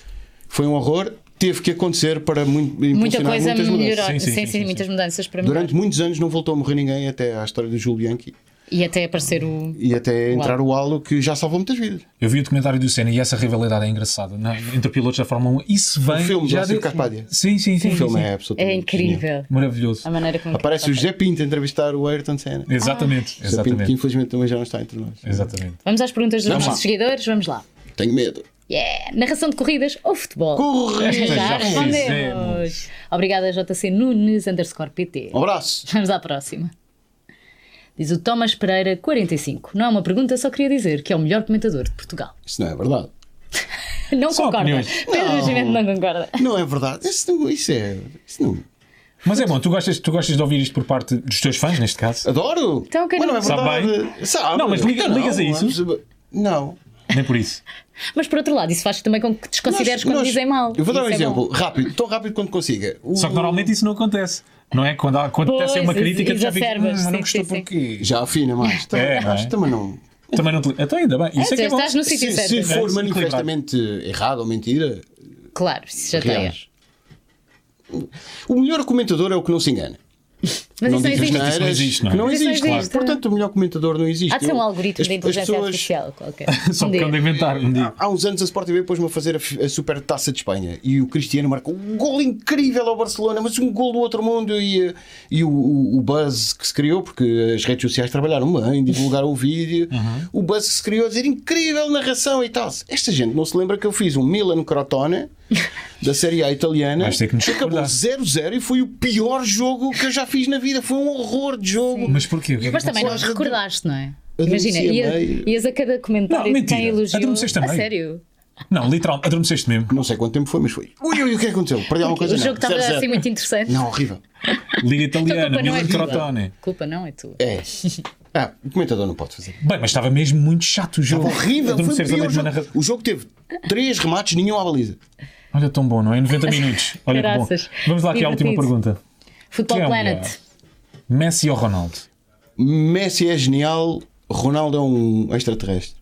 [SPEAKER 3] foi um horror, teve que acontecer para muito,
[SPEAKER 1] Muita
[SPEAKER 3] impulsionar
[SPEAKER 1] coisa
[SPEAKER 3] muitas
[SPEAKER 1] melhorou. é?
[SPEAKER 3] mudanças.
[SPEAKER 1] Sim,
[SPEAKER 2] Sim,
[SPEAKER 1] sim,
[SPEAKER 2] sim, sim, sim,
[SPEAKER 1] muitas
[SPEAKER 2] sim.
[SPEAKER 1] mudanças para melhorar.
[SPEAKER 3] Durante muitos anos não voltou a morrer ninguém até à história do Júlio Bianchi
[SPEAKER 1] E até aparecer o.
[SPEAKER 3] e até entrar o Alo que já salvou muitas vidas.
[SPEAKER 2] Eu vi o documentário do Senna e essa rivalidade é engraçada não é? entre pilotos da Fórmula 1. Isso vem.
[SPEAKER 3] O Um filme do
[SPEAKER 2] já
[SPEAKER 3] Horácio
[SPEAKER 2] de-
[SPEAKER 3] Carpadia.
[SPEAKER 2] Sim, sim, sim.
[SPEAKER 3] O filme
[SPEAKER 2] sim.
[SPEAKER 3] é absolutamente
[SPEAKER 1] É
[SPEAKER 3] genial.
[SPEAKER 1] incrível.
[SPEAKER 2] Maravilhoso.
[SPEAKER 1] A maneira como.
[SPEAKER 3] Aparece o José Pinto a entrevistar o Ayrton Senna.
[SPEAKER 2] Exatamente.
[SPEAKER 3] José Pinto que
[SPEAKER 2] Exatamente.
[SPEAKER 3] infelizmente também já não está entre nós.
[SPEAKER 2] Exatamente.
[SPEAKER 1] Vamos às perguntas dos
[SPEAKER 3] Vamos
[SPEAKER 1] nossos
[SPEAKER 3] lá.
[SPEAKER 1] seguidores. Vamos lá.
[SPEAKER 3] Tenho medo.
[SPEAKER 1] Yeah! Narração de corridas ou futebol?
[SPEAKER 3] Corre!
[SPEAKER 1] Já
[SPEAKER 2] Já
[SPEAKER 1] respondemos.
[SPEAKER 2] fizemos.
[SPEAKER 1] Obrigada, JC Nunes underscore PT.
[SPEAKER 3] Um abraço.
[SPEAKER 1] Vamos à próxima. Diz o Thomas Pereira, 45. Não é uma pergunta, só queria dizer que é o melhor comentador de Portugal.
[SPEAKER 3] Isso não é verdade.
[SPEAKER 1] Não
[SPEAKER 2] Só
[SPEAKER 1] concorda.
[SPEAKER 2] opiniões.
[SPEAKER 1] Pedro Nascimento não concorda.
[SPEAKER 3] Não é verdade. Isso, não- isso é. Isso não.
[SPEAKER 2] Mas é bom, tu gostas, tu gostas de ouvir isto por parte dos teus fãs, neste caso?
[SPEAKER 3] Adoro!
[SPEAKER 1] Então, quem
[SPEAKER 3] mas não é
[SPEAKER 1] não-
[SPEAKER 2] Sabe
[SPEAKER 3] verdade. Sabe?
[SPEAKER 2] Não, mas liga-
[SPEAKER 3] Então não,
[SPEAKER 2] ligas a isso?
[SPEAKER 3] mas- Não.
[SPEAKER 2] Nem por isso.
[SPEAKER 1] Mas por outro lado, isso faz também com que desconsideres
[SPEAKER 3] Nós-
[SPEAKER 1] quando
[SPEAKER 3] nós-
[SPEAKER 1] dizem mal.
[SPEAKER 3] Eu vou dar um
[SPEAKER 1] Isso é bom.
[SPEAKER 3] exemplo, rápido, tão rápido quanto consiga. O-
[SPEAKER 2] Só que normalmente isso não acontece. Não é? Quando, há- quando
[SPEAKER 1] Pois,
[SPEAKER 2] acontece uma
[SPEAKER 1] ex-
[SPEAKER 2] crítica, tu já fica,
[SPEAKER 1] exacerbas,
[SPEAKER 2] mas
[SPEAKER 1] sim,
[SPEAKER 2] não gostou
[SPEAKER 1] sim, sim.
[SPEAKER 2] porquê.
[SPEAKER 3] Já afina mais. Também,
[SPEAKER 2] É, não é?
[SPEAKER 3] acho que também não.
[SPEAKER 2] Também não te... Então ainda bem. Isso é,
[SPEAKER 1] Ah,
[SPEAKER 2] que é bom.
[SPEAKER 1] estás no sítio
[SPEAKER 3] Se,
[SPEAKER 1] certo.
[SPEAKER 3] se
[SPEAKER 2] É,
[SPEAKER 3] for
[SPEAKER 2] se
[SPEAKER 3] manifestamente errado ou mentira,
[SPEAKER 1] Claro, isso já está aí.
[SPEAKER 3] reage.
[SPEAKER 1] é.
[SPEAKER 3] O melhor comentador é o que não se engana.
[SPEAKER 1] Mas
[SPEAKER 3] não
[SPEAKER 1] isso não
[SPEAKER 3] diz
[SPEAKER 1] existe.
[SPEAKER 3] asneiras,
[SPEAKER 2] Isso não existe, não é?
[SPEAKER 3] que não
[SPEAKER 1] Mas isso não
[SPEAKER 3] existe.
[SPEAKER 1] existe.
[SPEAKER 3] Portanto, o melhor comentador não existe.
[SPEAKER 1] Há de ser um
[SPEAKER 3] Eu-
[SPEAKER 1] algoritmo
[SPEAKER 3] as-
[SPEAKER 1] de
[SPEAKER 3] as
[SPEAKER 1] inteligência
[SPEAKER 3] pessoas-
[SPEAKER 1] artificial qualquer.
[SPEAKER 2] Só
[SPEAKER 1] Um
[SPEAKER 2] porque
[SPEAKER 1] dia.
[SPEAKER 2] ando a inventar, um dia.
[SPEAKER 3] Há uns anos a Sport TV pôs-me a fazer a, f- a super taça de Espanha e o Cristiano marcou um gol incrível ao Barcelona, mas um gol do outro mundo e, eh, e o, o- o buzz que se criou, porque as redes sociais trabalharam bem, divulgaram o vídeo,
[SPEAKER 2] Uhum.
[SPEAKER 3] o buzz que se criou a dizer incrível narração e tal. Esta gente não se lembra que eu fiz um Milan Crotone da Série A italiana
[SPEAKER 2] Vais ter que nos
[SPEAKER 3] que acabou
[SPEAKER 2] recordar.
[SPEAKER 3] 0-0 e foi o pior jogo que eu já fiz na vida. Foi um horror de jogo.
[SPEAKER 2] Mas porquê? O que é que
[SPEAKER 1] Mas também não
[SPEAKER 3] Mas
[SPEAKER 1] te recordaste, não é?
[SPEAKER 3] eu adormeci
[SPEAKER 1] Imagina,
[SPEAKER 3] a
[SPEAKER 1] ias,
[SPEAKER 3] meio.
[SPEAKER 1] ias a cada comentário
[SPEAKER 2] Não,
[SPEAKER 1] que
[SPEAKER 2] mentira.
[SPEAKER 1] tem elogio.
[SPEAKER 2] Adormeceste a
[SPEAKER 1] a
[SPEAKER 2] meio.
[SPEAKER 1] sério.
[SPEAKER 2] Não, literal, adormeceste mesmo.
[SPEAKER 3] Não sei quanto tempo foi, mas foi. Ui, ui, o que é que aconteceu? Perdi alguma coisa?
[SPEAKER 1] o jogo
[SPEAKER 3] não.
[SPEAKER 1] estava
[SPEAKER 3] 0-0.
[SPEAKER 1] assim muito interessante.
[SPEAKER 3] Não, horrível.
[SPEAKER 2] Liga
[SPEAKER 1] Então,
[SPEAKER 2] Italiana,
[SPEAKER 1] culpa não é
[SPEAKER 2] Milan
[SPEAKER 1] tua.
[SPEAKER 2] Crotone.
[SPEAKER 1] Culpa não é tua.
[SPEAKER 3] É. Ah, o comentador não pode fazer.
[SPEAKER 2] Bem, mas estava mesmo muito chato o jogo.
[SPEAKER 3] Horrível, foi
[SPEAKER 2] Adormeceres
[SPEAKER 3] o
[SPEAKER 2] a
[SPEAKER 3] pior
[SPEAKER 2] mesma
[SPEAKER 3] jogo.
[SPEAKER 2] narração.
[SPEAKER 3] O jogo teve três remates, nenhum à baliza.
[SPEAKER 2] Olha, tão bom, não é? 90 minutos. Olha que bom.
[SPEAKER 1] Graças.
[SPEAKER 2] Vamos lá aqui à última
[SPEAKER 1] Divertido.
[SPEAKER 2] pergunta.
[SPEAKER 1] Football
[SPEAKER 2] Quem é o
[SPEAKER 1] Planet.
[SPEAKER 2] melhor? Messi ou Ronaldo?
[SPEAKER 3] Messi é genial, Ronaldo é um extraterrestre.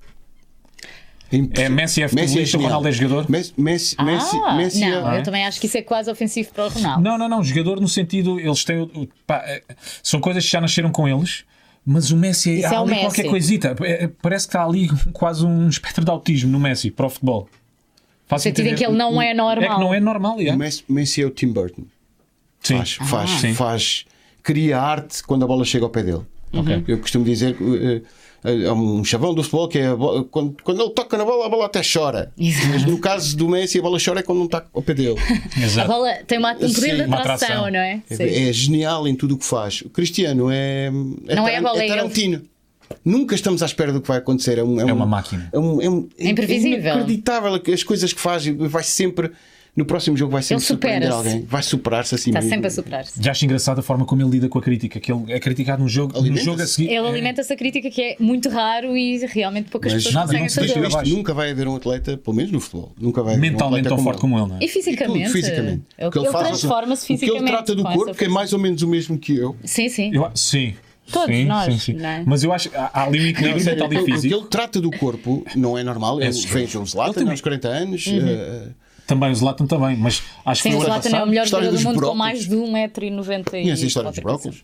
[SPEAKER 3] impossível.
[SPEAKER 2] É, Messi é futebolista,
[SPEAKER 3] genial.
[SPEAKER 2] Ronaldo é jogador?
[SPEAKER 3] Messi, Messi, Messi,
[SPEAKER 1] ah,
[SPEAKER 3] Messi é-
[SPEAKER 1] não, eu
[SPEAKER 2] é?
[SPEAKER 1] também acho que isso é quase ofensivo para o Ronaldo.
[SPEAKER 2] Não, não, não. Jogador no sentido, eles têm. o- o- pá, é, são coisas que já nasceram com eles. Mas o Messi
[SPEAKER 1] Isso
[SPEAKER 2] há
[SPEAKER 1] é o
[SPEAKER 2] ali
[SPEAKER 1] Messi.
[SPEAKER 2] qualquer coisita. É, é, Parece que está ali quase um espectro de autismo no Messi para o futebol. Faço
[SPEAKER 1] sentido em que ele não é
[SPEAKER 2] É
[SPEAKER 1] normal.
[SPEAKER 2] que não é normal, é?
[SPEAKER 3] O Messi, Messi é o Tim Burton.
[SPEAKER 2] Sim. Ah,
[SPEAKER 3] Faz, faz,
[SPEAKER 2] Sim.
[SPEAKER 3] faz, cria arte quando a bola chega ao pé dele.
[SPEAKER 2] Ok.
[SPEAKER 3] Eu costumo dizer que eh, eh, há um chavão do futebol que é a bola- quando, quando ele toca na bola, a bola até chora. Mas no caso do Messi, a bola chora é quando não está ao pé dele.
[SPEAKER 1] A
[SPEAKER 2] Exato.
[SPEAKER 1] bola tem uma, um poder
[SPEAKER 3] Sim,
[SPEAKER 1] de
[SPEAKER 2] uma
[SPEAKER 1] atração,
[SPEAKER 2] atração.
[SPEAKER 1] não é? Sim.
[SPEAKER 3] É, é genial em tudo o que faz. O Cristiano é.
[SPEAKER 1] Não é a bola, é ele.
[SPEAKER 3] Tarantino. Nunca estamos à espera do que vai acontecer. É, um-
[SPEAKER 2] É
[SPEAKER 3] um-
[SPEAKER 2] uma máquina.
[SPEAKER 3] É, um, é, um-
[SPEAKER 1] É imprevisível.
[SPEAKER 3] inacreditável as coisas que faz. Vai sempre. No próximo jogo vai sempre
[SPEAKER 1] Ele supera-se.
[SPEAKER 3] surpreender alguém. Vai superar-se assim
[SPEAKER 1] Está
[SPEAKER 3] mesmo.
[SPEAKER 1] sempre a superar-se.
[SPEAKER 2] Já acho engraçado a forma como ele lida com a crítica, que ele é criticado no jogo, no
[SPEAKER 3] Alimenta-se.
[SPEAKER 2] jogo a seguir.
[SPEAKER 1] Ele
[SPEAKER 2] é,
[SPEAKER 1] alimenta-se a crítica que é muito raro e realmente poucas
[SPEAKER 3] Mas
[SPEAKER 1] pessoas
[SPEAKER 2] nada,
[SPEAKER 1] conseguem
[SPEAKER 2] não se deixa
[SPEAKER 1] fazer.
[SPEAKER 2] abaixo.
[SPEAKER 3] Isto nunca vai haver um atleta, pelo menos no futebol, nunca vai haver
[SPEAKER 2] mentalmente
[SPEAKER 3] um atleta
[SPEAKER 2] tão forte como ele, não é?
[SPEAKER 1] E fisicamente.
[SPEAKER 3] Tudo, fisicamente.
[SPEAKER 1] Ele,
[SPEAKER 3] O que
[SPEAKER 1] ele
[SPEAKER 3] faz-
[SPEAKER 1] transforma-se
[SPEAKER 3] O
[SPEAKER 1] fisicamente.
[SPEAKER 3] que ele trata do
[SPEAKER 1] com essa
[SPEAKER 3] corpo, que é mais ou menos o mesmo que eu.
[SPEAKER 1] Sim, sim.
[SPEAKER 2] Eu, a- sim.
[SPEAKER 1] Todos
[SPEAKER 2] sim,
[SPEAKER 1] nós,
[SPEAKER 2] sim, sim.
[SPEAKER 1] não é?
[SPEAKER 2] Mas eu acho há, há ali um
[SPEAKER 3] Não,
[SPEAKER 2] equilíbrio
[SPEAKER 3] sério,
[SPEAKER 2] mental e
[SPEAKER 3] o, que- o que
[SPEAKER 2] físico.
[SPEAKER 3] ele trata do corpo não é normal.
[SPEAKER 2] É
[SPEAKER 3] Eu
[SPEAKER 2] surreal.
[SPEAKER 3] vejo o Zlatan
[SPEAKER 2] Ele
[SPEAKER 3] aos 40 anos.
[SPEAKER 1] Uhum.
[SPEAKER 3] eh,
[SPEAKER 2] Também o Zlatan também, mas acho
[SPEAKER 1] Sim,
[SPEAKER 2] que
[SPEAKER 1] o
[SPEAKER 2] o ano
[SPEAKER 1] Zlatan é o
[SPEAKER 2] passado-
[SPEAKER 1] melhor
[SPEAKER 3] História
[SPEAKER 1] jogador do
[SPEAKER 3] dos
[SPEAKER 1] mundo com
[SPEAKER 3] brócolos.
[SPEAKER 1] mais de 1,90m.
[SPEAKER 3] Conhece a história dos brócolos?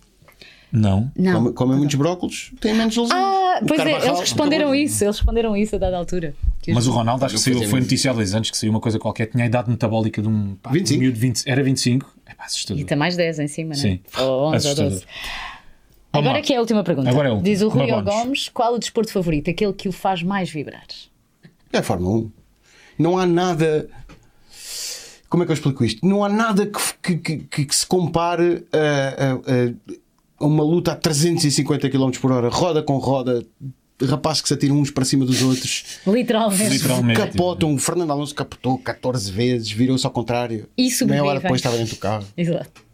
[SPEAKER 2] Não.
[SPEAKER 1] Não.
[SPEAKER 3] Come, comem muitos brócolos, têm menos lesões.
[SPEAKER 1] Ah,
[SPEAKER 3] O
[SPEAKER 1] pois é,
[SPEAKER 3] Carvajal-
[SPEAKER 1] eles responderam isso. Eles responderam isso a dada altura. Que os-
[SPEAKER 2] Mas o Ronaldo acho que
[SPEAKER 3] Eu fazia
[SPEAKER 2] saiu, foi
[SPEAKER 3] muito.
[SPEAKER 2] noticiado há dois anos que saiu uma coisa qualquer, tinha a idade metabólica de um, pá,
[SPEAKER 3] 25.
[SPEAKER 2] um miúdo de 20, era 25. É pá, assustador.
[SPEAKER 1] E tem mais 10 em cima, não é?
[SPEAKER 2] Sim.
[SPEAKER 1] Ou 11 ou
[SPEAKER 2] Assustador.
[SPEAKER 1] 12.
[SPEAKER 2] Vamos
[SPEAKER 1] Agora
[SPEAKER 2] lá.
[SPEAKER 1] que é a última pergunta.
[SPEAKER 2] Agora é a última.
[SPEAKER 1] Diz o Rui
[SPEAKER 2] Vamos.
[SPEAKER 1] Gomes, qual o desporto favorito? Aquele que o faz mais vibrar?
[SPEAKER 3] É a Fórmula 1. Não há nada. Como é que eu explico isto? Não há nada que, que- que- que se compare a, a- a- a uma luta a 350 km por hora, roda com roda, rapazes que se atiram uns para cima dos outros,
[SPEAKER 1] Literalmente.
[SPEAKER 2] Literalmente.
[SPEAKER 3] capotam. O Fernando Alonso capotou 14 vezes, virou-se ao contrário.
[SPEAKER 1] E
[SPEAKER 3] Meia
[SPEAKER 1] sobrevivem.
[SPEAKER 3] hora depois estava dentro do carro.
[SPEAKER 1] Exato.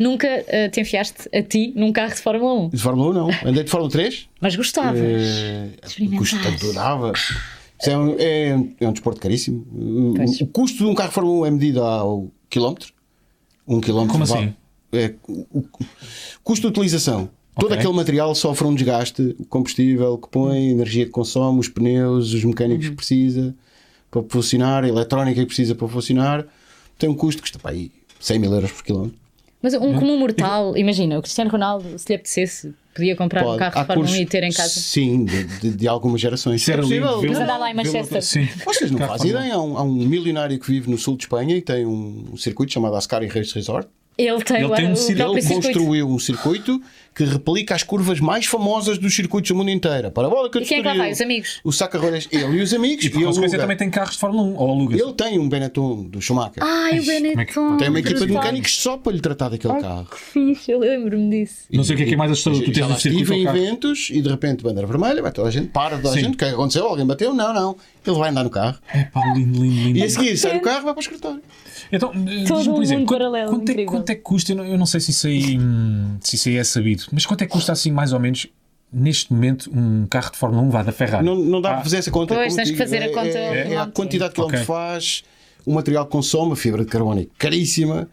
[SPEAKER 1] Nunca eh, te enfiaste a ti num carro de Fórmula 1,
[SPEAKER 3] De Fórmula 1 não, andei de Fórmula 3.
[SPEAKER 1] mas gostavas.
[SPEAKER 3] Eh, custo
[SPEAKER 1] Experimentar.
[SPEAKER 3] tanto dava. Isso é, um, é um- é um desporto caríssimo. O-
[SPEAKER 1] Pois.
[SPEAKER 3] O custo de um carro de Fórmula 1 é medido ao quilómetro. Um quilómetro.
[SPEAKER 2] Como
[SPEAKER 3] vale-
[SPEAKER 2] assim?
[SPEAKER 3] É, o, o- custo de utilização. Todo
[SPEAKER 2] Ok.
[SPEAKER 3] aquele material sofre um desgaste, o combustível que põe, a energia que consome, os pneus, os
[SPEAKER 1] Uhum.
[SPEAKER 3] mecânicos que precisa para funcionar, a eletrónica que precisa para funcionar. Tem um custo que está para aí 100 mil euros por quilómetro.
[SPEAKER 1] Mas um comum mortal, imagina, o Cristiano Ronaldo, se lhe apetecesse, podia comprar um
[SPEAKER 3] Pode.
[SPEAKER 1] carro
[SPEAKER 3] Há
[SPEAKER 1] de Fórmula 1
[SPEAKER 3] cursos-
[SPEAKER 1] e ter em casa.
[SPEAKER 3] Sim, de, de- de algumas gerações.
[SPEAKER 2] Isso era um lindo.
[SPEAKER 1] Mas é
[SPEAKER 2] Vê-lo-
[SPEAKER 1] andar lá em
[SPEAKER 2] vê-lo-
[SPEAKER 1] Manchester.
[SPEAKER 2] Sim.
[SPEAKER 3] Vocês não
[SPEAKER 2] Carro
[SPEAKER 3] fazem
[SPEAKER 2] Fórmula
[SPEAKER 3] ideia, há um, há um milionário que vive no sul de Espanha e tem um circuito chamado Ascari Race Resort.
[SPEAKER 1] Ele tem,
[SPEAKER 2] Ele
[SPEAKER 1] lá
[SPEAKER 2] tem um
[SPEAKER 1] o
[SPEAKER 2] circuito,
[SPEAKER 1] próprio
[SPEAKER 3] Ele
[SPEAKER 1] circuito.
[SPEAKER 3] construiu um circuito que replica as curvas mais famosas dos circuitos do mundo inteiro. Parabólica
[SPEAKER 1] E
[SPEAKER 3] de
[SPEAKER 1] quem é que lá vai?
[SPEAKER 3] Estoril,
[SPEAKER 1] Os amigos?
[SPEAKER 3] o Sacarrolhas, ele e os amigos.
[SPEAKER 2] E
[SPEAKER 3] E
[SPEAKER 2] por consequência
[SPEAKER 3] aluga.
[SPEAKER 2] também tem carros de Fórmula 1 ou alugas.
[SPEAKER 3] Ele tem um Benetton do Schumacher.
[SPEAKER 1] Ai, o
[SPEAKER 2] é que-
[SPEAKER 1] Benetton.
[SPEAKER 3] tem uma equipa de um
[SPEAKER 1] Benetton.
[SPEAKER 3] mecânicos só para lhe tratar daquele carro.
[SPEAKER 1] Que fixe, eu lembro-me disso.
[SPEAKER 2] Não sei o que é que é mais assustador, tu
[SPEAKER 3] Já
[SPEAKER 2] tens
[SPEAKER 3] lá
[SPEAKER 2] um circuito
[SPEAKER 3] estive
[SPEAKER 2] ao
[SPEAKER 3] em
[SPEAKER 2] carro.
[SPEAKER 3] eventos e de repente bandeira vermelha, vai toda a gente, para toda a
[SPEAKER 2] Sim.
[SPEAKER 3] gente, o que é que aconteceu? Alguém bateu? Não, não. Ele vai andar no carro.
[SPEAKER 2] É pá, lindo, lindo, lindo.
[SPEAKER 3] E a seguir sai do carro e vai para o escritório.
[SPEAKER 2] Então, diz-me,
[SPEAKER 1] um
[SPEAKER 2] por exemplo,
[SPEAKER 1] mundo
[SPEAKER 2] quanto,
[SPEAKER 1] paralelo,
[SPEAKER 2] quanto, é, que-
[SPEAKER 1] incrível.
[SPEAKER 2] quanto é que custa? Eu não, eu não sei se isso, aí, hum, se isso aí é sabido, mas quanto é que custa assim, mais ou menos, neste momento, um carro de Fórmula 1 vá da Ferrari?
[SPEAKER 3] Não, não dá
[SPEAKER 2] Ah.
[SPEAKER 3] para fazer essa conta.
[SPEAKER 1] Pois,
[SPEAKER 3] como
[SPEAKER 1] tens
[SPEAKER 3] digo,
[SPEAKER 1] que fazer a
[SPEAKER 3] é-
[SPEAKER 1] conta
[SPEAKER 3] É, é a
[SPEAKER 1] quilómetro.
[SPEAKER 3] quantidade que quilómetro
[SPEAKER 2] Ok.
[SPEAKER 3] faz, o material que consome, a fibra de carbono é caríssima,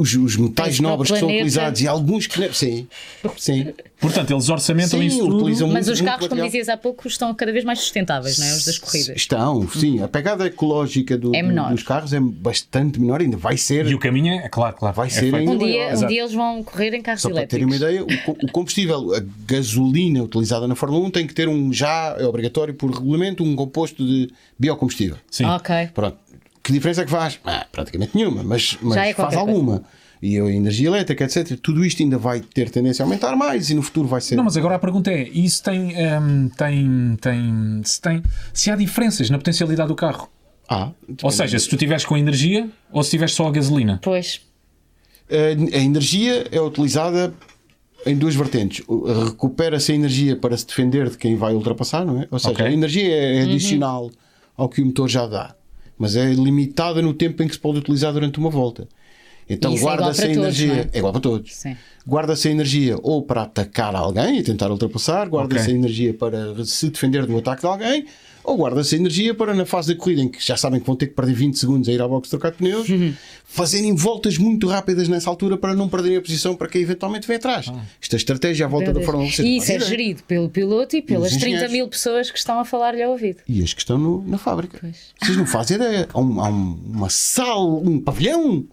[SPEAKER 3] os, os metais
[SPEAKER 1] Tens para o
[SPEAKER 3] nobres que são
[SPEAKER 1] planeta.
[SPEAKER 3] utilizados e alguns que. não- Sim, sim.
[SPEAKER 2] Portanto, eles orçamentam
[SPEAKER 3] Sim,
[SPEAKER 2] isso tudo.
[SPEAKER 3] utilizam
[SPEAKER 1] Mas
[SPEAKER 3] muito-
[SPEAKER 1] os
[SPEAKER 3] muito
[SPEAKER 1] carros, como
[SPEAKER 3] material.
[SPEAKER 1] dizias há pouco, estão cada vez mais sustentáveis, não é? Os das corridas.
[SPEAKER 3] Estão, sim. A pegada ecológica do-
[SPEAKER 1] É
[SPEAKER 3] do-
[SPEAKER 1] menor.
[SPEAKER 3] dos carros é bastante menor, ainda vai ser.
[SPEAKER 2] E o caminho é, claro, claro.
[SPEAKER 3] Vai
[SPEAKER 2] é
[SPEAKER 3] ser
[SPEAKER 2] feito.
[SPEAKER 3] ainda-
[SPEAKER 1] Um dia, um
[SPEAKER 2] Exato.
[SPEAKER 1] dia eles vão correr em carros
[SPEAKER 3] Só para terem uma
[SPEAKER 1] elétricos.
[SPEAKER 3] ideia, o, co- o combustível, a gasolina utilizada na Fórmula 1 tem que ter um já, é obrigatório por regulamento, um composto de biocombustível.
[SPEAKER 2] Sim.
[SPEAKER 1] Ah, Ok.
[SPEAKER 3] Pronto. Que diferença é que faz? Ah, praticamente nenhuma, mas, mas
[SPEAKER 1] Já é
[SPEAKER 3] faz
[SPEAKER 1] qualquer coisa.
[SPEAKER 3] alguma. E a energia elétrica, etc. Tudo isto ainda vai ter tendência a aumentar mais e no futuro vai ser.
[SPEAKER 2] Não, mas agora a pergunta é: isso tem, hum, tem, tem, se tem. Se há diferenças na potencialidade do carro?
[SPEAKER 3] Ah,
[SPEAKER 2] Ou seja, se tu tiveres com energia ou se tiveres só a gasolina?
[SPEAKER 1] Pois.
[SPEAKER 3] a, a energia é utilizada em duas vertentes. O- Recupera-se a energia para se defender de quem vai ultrapassar, não é? Ou seja,
[SPEAKER 2] Ok.
[SPEAKER 3] a energia é
[SPEAKER 1] Uhum.
[SPEAKER 3] adicional ao que o motor já dá, mas é limitada no tempo em que se pode utilizar durante uma volta. Então
[SPEAKER 1] E isso é igual
[SPEAKER 3] guarda-se
[SPEAKER 1] para
[SPEAKER 3] a
[SPEAKER 1] todos,
[SPEAKER 3] energia.
[SPEAKER 1] não é?
[SPEAKER 3] é? igual para todos.
[SPEAKER 1] Sim.
[SPEAKER 3] Guarda-se a energia ou para atacar alguém e tentar ultrapassar, guarda-se
[SPEAKER 2] Ok.
[SPEAKER 3] a energia para se defender do ataque de alguém, ou guarda-se a energia para, na fase da corrida, em que já sabem que vão ter que perder 20 segundos a ir à box trocar de pneus,
[SPEAKER 2] Uhum.
[SPEAKER 3] fazerem voltas muito rápidas nessa altura para não perderem a posição para quem eventualmente vem atrás.
[SPEAKER 2] Ah.
[SPEAKER 3] Esta estratégia à volta
[SPEAKER 1] Meu
[SPEAKER 3] da
[SPEAKER 1] Deus.
[SPEAKER 3] Fórmula 1
[SPEAKER 1] E isso é
[SPEAKER 3] gerido.
[SPEAKER 1] gerido pelo piloto e pelas 30
[SPEAKER 3] engenheiros.
[SPEAKER 1] mil pessoas que estão a falar-lhe ao ouvido.
[SPEAKER 3] E as que estão no- na fábrica.
[SPEAKER 1] Pois.
[SPEAKER 3] Vocês não fazem ideia. Há, um, há um- uma sala, um pavilhão.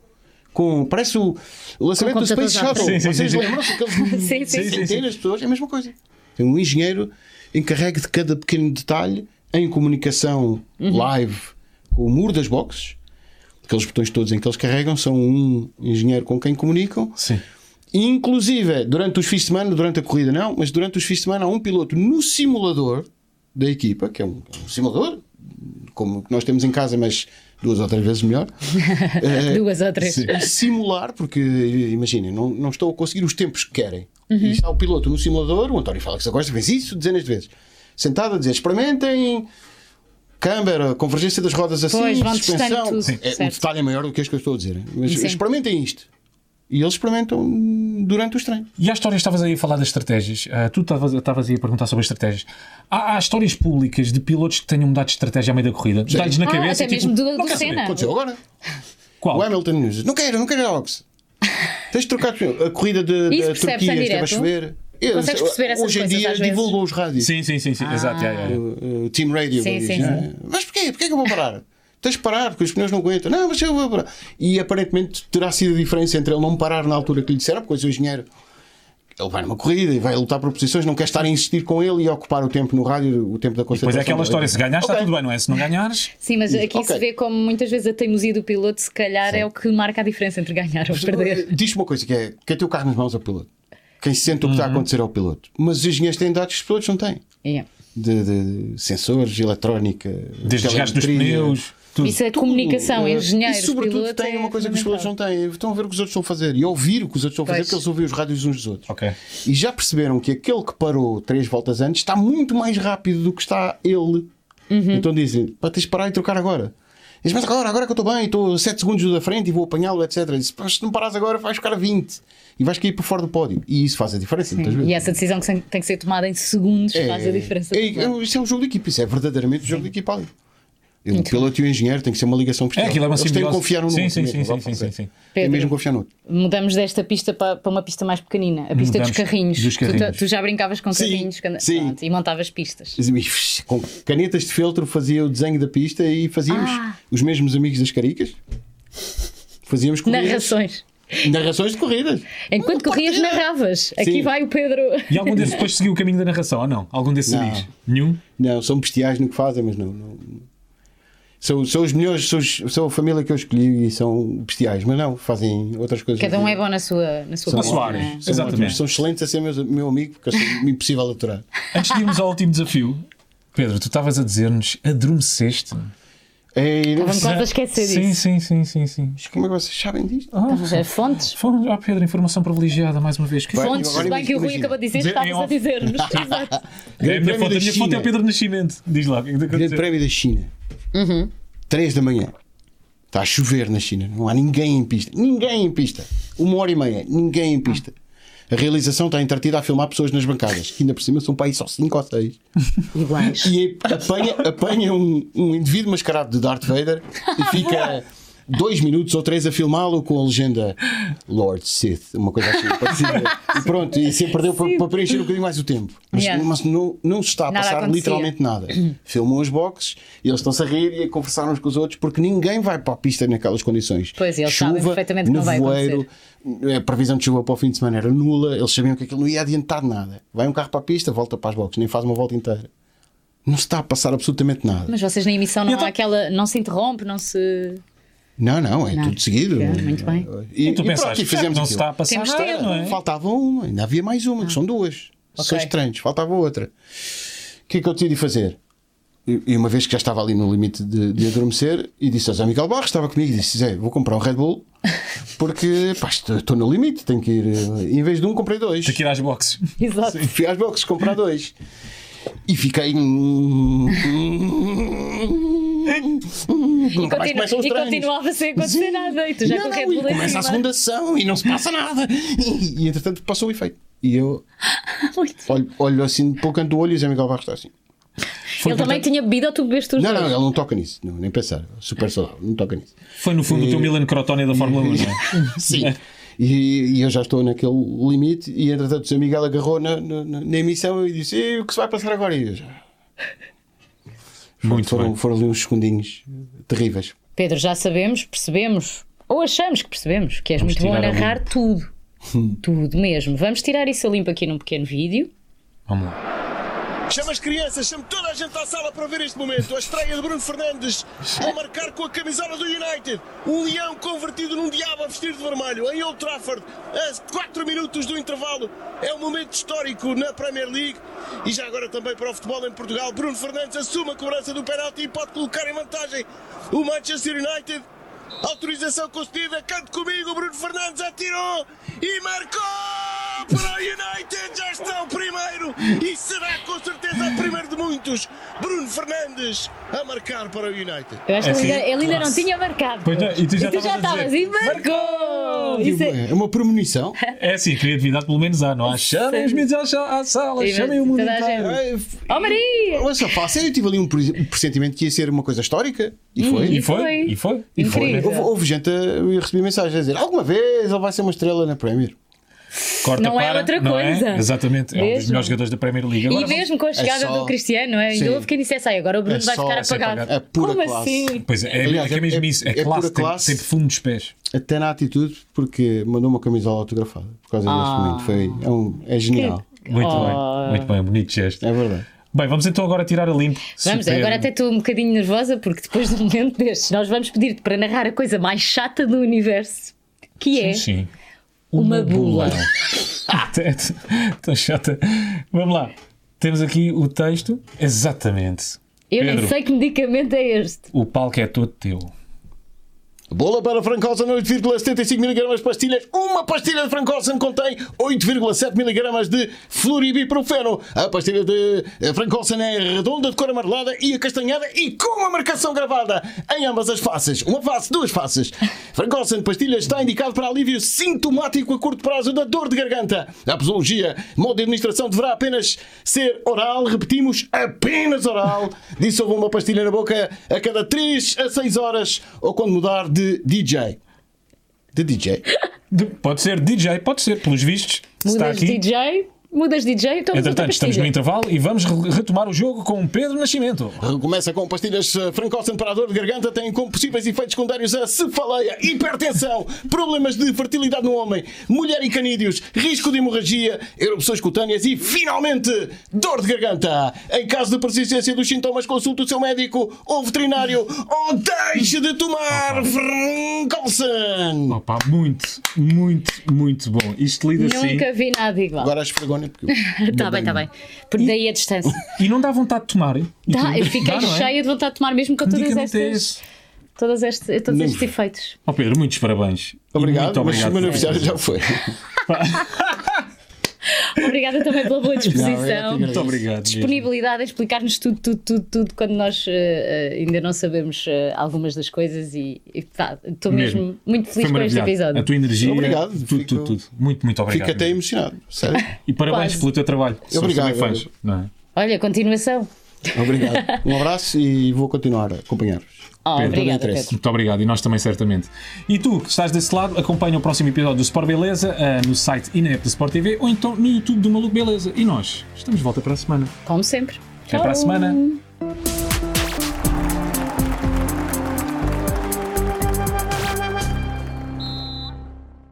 [SPEAKER 3] Com, parece o, o lançamento do
[SPEAKER 1] computadores
[SPEAKER 3] Space
[SPEAKER 1] à
[SPEAKER 3] Shuttle.
[SPEAKER 2] frente. Sim, sim,
[SPEAKER 3] Vocês
[SPEAKER 2] sim.
[SPEAKER 3] lembram-se daqueles
[SPEAKER 1] Sim, sim, sim.
[SPEAKER 3] centenas de pessoas, é a mesma coisa. Tem um engenheiro encarregue de cada pequeno detalhe em comunicação live com o muro das boxes. Aqueles botões todos em que eles carregam são um engenheiro com quem comunicam.
[SPEAKER 2] Sim.
[SPEAKER 3] Inclusive, durante os fins de semana, durante a corrida não, mas durante os fins de semana há um piloto no simulador da equipa, que é um, é um simulador, como o que nós temos em casa, mas duas ou três vezes melhor,
[SPEAKER 1] Duas ou três.
[SPEAKER 3] a simular, porque imaginem, não, não estou a conseguir os tempos que querem.
[SPEAKER 1] Uhum.
[SPEAKER 3] E está o piloto no simulador, o António Félix da Costa fez isso dezenas de vezes, sentado a dizer: experimentem. Câmara, convergência das rodas assim,
[SPEAKER 1] Pois, vão testando
[SPEAKER 3] suspensão.
[SPEAKER 1] tudo,
[SPEAKER 3] É, o
[SPEAKER 1] certo.
[SPEAKER 3] detalhe é maior do que as que eu estou a dizer. Mas
[SPEAKER 1] Sim.
[SPEAKER 3] experimentem isto. E eles experimentam durante os treinos.
[SPEAKER 1] Ah.
[SPEAKER 2] E há histórias, estavas aí a falar das estratégias, ah, tu estavas- estavas aí a perguntar sobre as estratégias. Há, há histórias públicas de pilotos que tenham mudado de estratégia à meio da corrida, dá-lhes na
[SPEAKER 1] Ah,
[SPEAKER 2] cabeça.
[SPEAKER 1] até
[SPEAKER 2] e tipo,
[SPEAKER 1] mesmo do,
[SPEAKER 2] não
[SPEAKER 1] do
[SPEAKER 2] quero saber.
[SPEAKER 1] Senna.
[SPEAKER 3] Aconteceu agora.
[SPEAKER 2] Qual?
[SPEAKER 3] O Hamilton News. Não quero, não quero Ox. Tens de trocar de pneu. A corrida de,
[SPEAKER 1] Isso
[SPEAKER 3] da
[SPEAKER 1] percebes
[SPEAKER 3] Turquia
[SPEAKER 1] em
[SPEAKER 3] estava a
[SPEAKER 1] direto?
[SPEAKER 3] chover. Eu-
[SPEAKER 1] Consegues perceber essas
[SPEAKER 3] hoje em
[SPEAKER 1] coisas
[SPEAKER 3] dia
[SPEAKER 1] às vezes?
[SPEAKER 3] divulgam os rádios.
[SPEAKER 2] Sim, sim, sim, sim,
[SPEAKER 1] Ah.
[SPEAKER 2] exato. já, já, já.
[SPEAKER 3] O, o eh, Team Radio.
[SPEAKER 1] Sim,
[SPEAKER 3] diz,
[SPEAKER 1] sim,
[SPEAKER 3] né? Mas porquê? Porquê que eu vou parar? Tens de parar, porque os pneus não aguentam. Não, mas eu vou parar. E aparentemente terá sido a diferença entre ele não parar na altura que lhe disseram, porque o engenheiro ele vai numa corrida e vai lutar por posições, não quer estar a insistir com ele e ocupar o tempo no rádio, o tempo da concentração.
[SPEAKER 2] Pois é aquela
[SPEAKER 3] dele.
[SPEAKER 2] história, se ganhares
[SPEAKER 3] Ok.
[SPEAKER 2] está tudo bem, não é? Se não ganhares,
[SPEAKER 1] Sim, mas aqui
[SPEAKER 3] Ok.
[SPEAKER 1] se vê como muitas vezes a teimosia do piloto, se calhar, é o que marca a diferença entre ganhar ou perder.
[SPEAKER 3] Diz-me uma coisa: que é quem tem o carro nas mãos é o piloto. Quem sente o que
[SPEAKER 2] Uhum.
[SPEAKER 3] está a acontecer é o piloto. Mas os engenheiros têm dados que os pilotos não têm.
[SPEAKER 1] Yeah.
[SPEAKER 3] De, de sensores, eletrónica,
[SPEAKER 2] desde desgaste dos
[SPEAKER 3] telemetria.
[SPEAKER 2] pneus. Tudo.
[SPEAKER 1] Isso é comunicação,
[SPEAKER 3] Eh,
[SPEAKER 1] engenheiros,
[SPEAKER 3] E sobretudo
[SPEAKER 1] pilotos,
[SPEAKER 3] têm
[SPEAKER 1] é
[SPEAKER 3] uma coisa que os pilotos não
[SPEAKER 1] fundamental.
[SPEAKER 3] têm. Estão a ver o que os outros estão a fazer e a ouvir o que os outros estão a fazer,
[SPEAKER 1] Pois.
[SPEAKER 3] porque eles ouvem os rádios uns dos outros.
[SPEAKER 2] Ok.
[SPEAKER 3] E já perceberam que aquele que parou três voltas antes está muito mais rápido do que está ele.
[SPEAKER 1] Uhum.
[SPEAKER 3] Então dizem, pá, tens de parar e trocar agora. Diz, mas agora, agora que eu estou bem, estou 7 segundos da frente e vou apanhá-lo, etc. Diz, "Pá, se não parares agora, vais ficar a 20 e vais cair para fora do pódio. E isso faz a diferença, muitas vezes.
[SPEAKER 1] E essa decisão que tem que ser tomada em segundos faz a diferença.
[SPEAKER 3] É,
[SPEAKER 1] toda.
[SPEAKER 3] é, isso é um jogo de equipa, isso é verdadeiramente um jogo de equipa ali. O piloto e o engenheiro tem que ser uma ligação
[SPEAKER 2] É,
[SPEAKER 3] pessoal.
[SPEAKER 2] aquilo é uma
[SPEAKER 3] Eles têm que
[SPEAKER 2] simbiose.
[SPEAKER 3] confiar um no
[SPEAKER 2] Sim,
[SPEAKER 3] outro.
[SPEAKER 2] sim,
[SPEAKER 3] mesmo,
[SPEAKER 2] sim,
[SPEAKER 3] lá
[SPEAKER 2] sim,
[SPEAKER 3] para
[SPEAKER 2] sim,
[SPEAKER 3] frente.
[SPEAKER 2] sim, sim.
[SPEAKER 3] Tem
[SPEAKER 1] Pedro.
[SPEAKER 3] mesmo que confiar no outro.
[SPEAKER 1] Mudamos desta pista para, para uma pista mais pequenina, a pista
[SPEAKER 2] Mudamos
[SPEAKER 1] dos carrinhos.
[SPEAKER 2] dos
[SPEAKER 1] Tu ta-
[SPEAKER 2] carrinhos.
[SPEAKER 1] Tu, já brincavas com
[SPEAKER 3] Sim,
[SPEAKER 1] carrinhos quando-
[SPEAKER 3] sim.
[SPEAKER 1] pronto, e montavas pistas.
[SPEAKER 3] E, Com canetas de feltro fazia o desenho da pista e fazíamos
[SPEAKER 1] Ah.
[SPEAKER 3] os mesmos amigos das caricas. Fazíamos corridas.
[SPEAKER 1] Narrações.
[SPEAKER 3] Narrações de corridas.
[SPEAKER 1] Enquanto corrias, narravas. Aqui
[SPEAKER 3] Sim.
[SPEAKER 1] vai o Pedro.
[SPEAKER 2] E algum desses depois seguiu o caminho da narração ou não? Algum desses
[SPEAKER 3] Não.
[SPEAKER 2] amigos? Nenhum?
[SPEAKER 3] Não, são bestiais no que fazem, mas não. não- São, são os melhores, são, os- são a família que eu escolhi e são bestiais, mas não, fazem outras coisas.
[SPEAKER 1] Cada um é bom na sua, na sua
[SPEAKER 2] Na
[SPEAKER 3] São
[SPEAKER 1] bolsa,
[SPEAKER 2] sua
[SPEAKER 1] não
[SPEAKER 2] área.
[SPEAKER 1] é?
[SPEAKER 3] São
[SPEAKER 2] Exatamente.
[SPEAKER 3] ótimos, São excelentes a ser meus- meu, amigo, porque eu sou impossível a aturar.
[SPEAKER 2] Antes de irmos ao último desafio, Pedro, tu estavas a dizer-nos adormeceste.
[SPEAKER 3] Ei, não-
[SPEAKER 1] Estava-me quase a esquecer
[SPEAKER 2] sim,
[SPEAKER 1] disso.
[SPEAKER 2] Sim, sim, sim, sim.
[SPEAKER 3] É, como é que vocês sabem disto?
[SPEAKER 1] Estavas a fontes.
[SPEAKER 2] Fomos, ah, Pedro, informação privilegiada mais uma vez. Que
[SPEAKER 3] Vai.
[SPEAKER 1] Fontes,
[SPEAKER 3] agora
[SPEAKER 1] se bem que o Rui
[SPEAKER 3] imagina.
[SPEAKER 1] acabou de dizer,
[SPEAKER 2] Dizer-
[SPEAKER 1] estavas
[SPEAKER 2] em
[SPEAKER 1] a
[SPEAKER 2] off.
[SPEAKER 1] dizer-nos. Exato.
[SPEAKER 2] Grande minha
[SPEAKER 3] Grande
[SPEAKER 2] fonte, a
[SPEAKER 3] Prémio
[SPEAKER 2] minha
[SPEAKER 3] da
[SPEAKER 2] fonte é o
[SPEAKER 3] China.
[SPEAKER 2] Pedro Nascimento. Diz lá. o que é que aconteceu?
[SPEAKER 3] Grande Prémio da China. 3 da manhã. Está a chover na China. Não há ninguém em pista. Ninguém em pista. Uma hora e meia. Ninguém em pista. A realização está entretida a filmar pessoas nas bancadas. Que ainda por cima são para aí só 5 ou 6.
[SPEAKER 1] Iguais.
[SPEAKER 3] E apanha, apanha um, um indivíduo mascarado de Darth Vader e fica. Dois minutos ou três a filmá-lo com a legenda Lord Sith, uma coisa assim parecida. E pronto, e se perdeu para, para preencher um bocadinho mais o tempo. Mas,
[SPEAKER 1] Yeah.
[SPEAKER 3] mas não, não se está a
[SPEAKER 1] Nada
[SPEAKER 3] passar
[SPEAKER 1] acontecia.
[SPEAKER 3] literalmente nada. Filmam os boxes e eles estão-se a rir e a conversar uns com os outros porque ninguém vai para a pista naquelas condições.
[SPEAKER 1] Pois, eles sabem perfeitamente que não vai
[SPEAKER 3] nevoeiro, a previsão de chuva para o fim de semana era nula, eles sabiam que aquilo não ia adiantar nada. Vai um carro para a pista, volta para as boxes, nem faz uma volta inteira. Não se está a passar absolutamente nada.
[SPEAKER 1] Mas vocês na emissão não
[SPEAKER 2] Então-
[SPEAKER 1] há aquela. Não se interrompe, não se.
[SPEAKER 3] Não, não, é
[SPEAKER 1] Não.
[SPEAKER 3] tudo seguido.
[SPEAKER 1] É, muito bem.
[SPEAKER 3] E,
[SPEAKER 2] E tu
[SPEAKER 3] e pronto,
[SPEAKER 2] pensaste,
[SPEAKER 3] e fizemos
[SPEAKER 2] não se está
[SPEAKER 3] aquilo.
[SPEAKER 2] a passar
[SPEAKER 1] Temos
[SPEAKER 2] nada,
[SPEAKER 1] tempo.
[SPEAKER 2] não é?
[SPEAKER 3] Faltava uma, ainda havia mais uma, que são duas. São
[SPEAKER 1] Né? Ok.
[SPEAKER 3] estranhos, faltava outra. O que é que eu decidi fazer? E e uma vez que já estava ali no limite de, de adormecer, e disse ao Zé Miguel Barros, estava comigo, e disse: Zé, vou comprar um Red Bull, porque pá, estou estou no limite, tenho que ir. eh, Em vez de um, comprei dois.
[SPEAKER 2] Aqui às boxes.
[SPEAKER 1] Exato.
[SPEAKER 3] Fui às boxes comprar dois. E fiquei. hum, E
[SPEAKER 1] Continua- e continuava sem acontecer nada. E tu já
[SPEAKER 3] não,
[SPEAKER 1] com o
[SPEAKER 3] não,
[SPEAKER 1] Red
[SPEAKER 3] e
[SPEAKER 1] Bull em
[SPEAKER 3] começa a
[SPEAKER 1] cima.
[SPEAKER 3] segunda ação e não se passa nada. E, e, entretanto passou o efeito. E eu olho, olho assim para o canto do olho e o Zé Miguel Barros está assim.
[SPEAKER 1] Ele também tinha bebido ou tu bebeste os
[SPEAKER 3] Não,
[SPEAKER 1] dois?
[SPEAKER 3] não, ele não toca nisso. Não, nem pensar. Super saudável, não toca nisso.
[SPEAKER 2] Foi no fundo o teu Milan Crotónia da Fórmula 1, não é?
[SPEAKER 3] Sim. E, e eu já estou naquele limite. E entretanto o Zé Miguel agarrou na, na, na- na emissão e disse: "E o que se vai passar agora? E eu já.
[SPEAKER 2] Muito
[SPEAKER 3] foram,
[SPEAKER 2] bem.
[SPEAKER 3] foram ali uns segundinhos terríveis.
[SPEAKER 1] Pedro, já sabemos, percebemos, ou achamos que percebemos, que és
[SPEAKER 2] Vamos
[SPEAKER 1] muito bom a
[SPEAKER 2] tirar a
[SPEAKER 1] narrar tudo.
[SPEAKER 3] Hum.
[SPEAKER 1] tudo mesmo. Vamos tirar isso a limpo aqui num pequeno vídeo.
[SPEAKER 2] Vamos lá.
[SPEAKER 5] Chama as crianças, chama toda a gente à sala para ver este momento. A estreia de Bruno Fernandes a marcar com a camisola do United. Um leão convertido num diabo a vestir de vermelho em Old Trafford, a 4 minutos do intervalo. É um momento histórico na Premier League e já agora também para o futebol em Portugal. Bruno Fernandes assume a cobrança do penalti e pode colocar em vantagem o Manchester United. Autorização concedida, cante comigo, Bruno Fernandes atirou e marcou para o United, já está o primeiro e será com certeza o primeiro de muitos. Bruno Fernandes a marcar para o United.
[SPEAKER 1] Eu acho
[SPEAKER 2] É
[SPEAKER 1] que ele
[SPEAKER 2] assim,
[SPEAKER 1] ainda, ele ainda não
[SPEAKER 2] classe.
[SPEAKER 1] tinha marcado.
[SPEAKER 2] Pois não, e tu já estavas a
[SPEAKER 1] estavas
[SPEAKER 2] dizer,
[SPEAKER 1] e marcou! Isso é-
[SPEAKER 3] É uma premonição.
[SPEAKER 2] É assim, criatividade pelo menos há, não há? Chamem os miúdos à sa- à sala,
[SPEAKER 1] Sim,
[SPEAKER 2] chamem o
[SPEAKER 1] mas
[SPEAKER 2] mundo
[SPEAKER 1] toda a
[SPEAKER 2] inteiro.
[SPEAKER 1] gente-
[SPEAKER 3] É,
[SPEAKER 1] Oh Maria!
[SPEAKER 3] Mas só fala sério, eu tive ali um pre- um pressentimento que ia ser uma coisa histórica. E foi.
[SPEAKER 2] E
[SPEAKER 1] E
[SPEAKER 2] foi,
[SPEAKER 1] foi.
[SPEAKER 2] e foi. E
[SPEAKER 1] Incrível.
[SPEAKER 2] foi.
[SPEAKER 3] Houve, houve gente a eu recebi mensagens a dizer alguma vez ele vai ser uma estrela na Premier.
[SPEAKER 2] Corta
[SPEAKER 1] Não é
[SPEAKER 2] para,
[SPEAKER 1] outra
[SPEAKER 2] não
[SPEAKER 1] coisa.
[SPEAKER 2] É? Exatamente. É um dos
[SPEAKER 1] Mesmo.
[SPEAKER 2] melhores jogadores da Premier League. Agora
[SPEAKER 1] E mesmo com a chegada
[SPEAKER 3] é só-
[SPEAKER 1] do Cristiano, não é? ainda
[SPEAKER 3] Sim.
[SPEAKER 1] houve quem dissesse, "Ai, agora o Bruno
[SPEAKER 3] É
[SPEAKER 1] vai
[SPEAKER 3] só-
[SPEAKER 1] ficar
[SPEAKER 3] é só
[SPEAKER 1] apagado.
[SPEAKER 3] apagado. É pura
[SPEAKER 1] Como
[SPEAKER 3] classe.
[SPEAKER 1] assim?
[SPEAKER 2] Pois é, é,
[SPEAKER 3] Aliás,
[SPEAKER 2] é,
[SPEAKER 3] é-
[SPEAKER 2] mesmo isso. É,
[SPEAKER 3] é pura
[SPEAKER 2] classe, tem-
[SPEAKER 3] classe.
[SPEAKER 2] Tem, fumo dos pés.
[SPEAKER 3] Até na atitude, porque mandou uma camisola autografada por causa desse momento. Foi, é, um- é genial.
[SPEAKER 2] Muito
[SPEAKER 1] Oh.
[SPEAKER 2] bem, muito bem, bonito gesto.
[SPEAKER 3] É verdade.
[SPEAKER 2] Bem, vamos então agora tirar a limpo.
[SPEAKER 1] Vamos,
[SPEAKER 2] Super.
[SPEAKER 1] agora até estou um bocadinho nervosa porque depois de um momento destes nós vamos pedir-te para narrar a coisa mais chata do universo, que é
[SPEAKER 2] Sim. Ah,
[SPEAKER 1] uma bula.
[SPEAKER 2] Até- Tão chata. Vamos lá. Temos aqui o texto. Exatamente.
[SPEAKER 1] Eu nem
[SPEAKER 2] Pedro.
[SPEAKER 1] sei que medicamento é este.
[SPEAKER 2] O palco é todo teu.
[SPEAKER 3] Bola para Francosen, 8,75 mg pastilhas. Uma pastilha de Francosen contém 8,7 mg de floribiprofeno. A pastilha de Francosen é redonda, de cor amarelada e acastanhada e com uma marcação gravada em ambas as faces. Uma face, duas faces. Francosen pastilhas está indicado para alívio sintomático a curto prazo da dor de garganta. A posologia, modo de administração deverá apenas ser oral, repetimos, apenas oral. Dissolva uma pastilha na boca a cada 3 a 6 horas ou quando mudar de DJ. De DJ.
[SPEAKER 2] De- Pode ser DJ, pode ser, pelos vistos. Se está
[SPEAKER 1] Mudas de
[SPEAKER 2] aqui.
[SPEAKER 1] DJ, mudas de DJ, então
[SPEAKER 2] Entretanto, estamos no intervalo e vamos re- retomar o jogo com Pedro Nascimento.
[SPEAKER 3] Começa com pastilhas eh, Francosen para a dor de garganta, tem como possíveis efeitos secundários a cefaleia, hipertensão, problemas de fertilidade no homem, mulher e canídeos, risco de hemorragia, erupções cutâneas e, finalmente, dor de garganta. Em caso de persistência dos sintomas, consulte o seu médico ou veterinário ou deixe de tomar Francosen.
[SPEAKER 2] Opa, muito, muito, muito bom. Isto lida assim.
[SPEAKER 1] Nunca vi nada igual.
[SPEAKER 3] Agora esfregona porque
[SPEAKER 1] Está bem, está bem. Por daí a distância.
[SPEAKER 2] E não dá vontade de tomar. hein? E
[SPEAKER 1] Tá,
[SPEAKER 2] tudo.
[SPEAKER 1] eu fiquei
[SPEAKER 2] Dá, não é?
[SPEAKER 1] cheia de vontade de tomar mesmo com
[SPEAKER 2] Que
[SPEAKER 1] todas
[SPEAKER 2] medicamento é
[SPEAKER 1] estas,
[SPEAKER 2] esse?
[SPEAKER 1] todas este, todos
[SPEAKER 3] Não.
[SPEAKER 1] estes efeitos.
[SPEAKER 2] Ó Pedro, muitos parabéns. E
[SPEAKER 3] Obrigado,
[SPEAKER 2] muito
[SPEAKER 3] mas o
[SPEAKER 2] obrigado.
[SPEAKER 3] meu aniversário já foi.
[SPEAKER 1] Obrigada também pela
[SPEAKER 2] é
[SPEAKER 1] boa disposição.
[SPEAKER 3] Não, eu
[SPEAKER 2] Muito obrigado. mesmo.
[SPEAKER 1] Disponibilidade a explicar-nos tudo, tudo, tudo, tudo, quando nós eh, eh, ainda não sabemos eh, algumas das coisas e estou mesmo.
[SPEAKER 2] Mesmo.
[SPEAKER 1] muito feliz
[SPEAKER 2] Foi
[SPEAKER 1] com este
[SPEAKER 2] maravilhado.
[SPEAKER 1] episódio.
[SPEAKER 2] A tua energia,
[SPEAKER 3] Obrigado,
[SPEAKER 2] tudo,
[SPEAKER 3] fico-
[SPEAKER 2] tudo, tudo. Muito, muito obrigado.
[SPEAKER 3] Fico até
[SPEAKER 2] mesmo.
[SPEAKER 3] emocionado, sério.
[SPEAKER 2] E parabéns
[SPEAKER 1] Quase.
[SPEAKER 2] pelo teu trabalho. Somos
[SPEAKER 3] Obrigado,
[SPEAKER 2] também fãs, não é?
[SPEAKER 1] Olha, continuação.
[SPEAKER 3] Obrigado. Um abraço e vou continuar a acompanhar-vos.
[SPEAKER 1] Oh,
[SPEAKER 2] Pedro,
[SPEAKER 1] obrigada,
[SPEAKER 3] interessa.
[SPEAKER 1] Pedro.
[SPEAKER 2] Muito obrigado e nós também, certamente. E tu, que estás desse lado, acompanha o próximo episódio do Sport Beleza ah, no site e na app da Sport TV ou então no YouTube do Maluco Beleza. E nós estamos de volta para a semana.
[SPEAKER 1] Como sempre.
[SPEAKER 2] Até para a semana.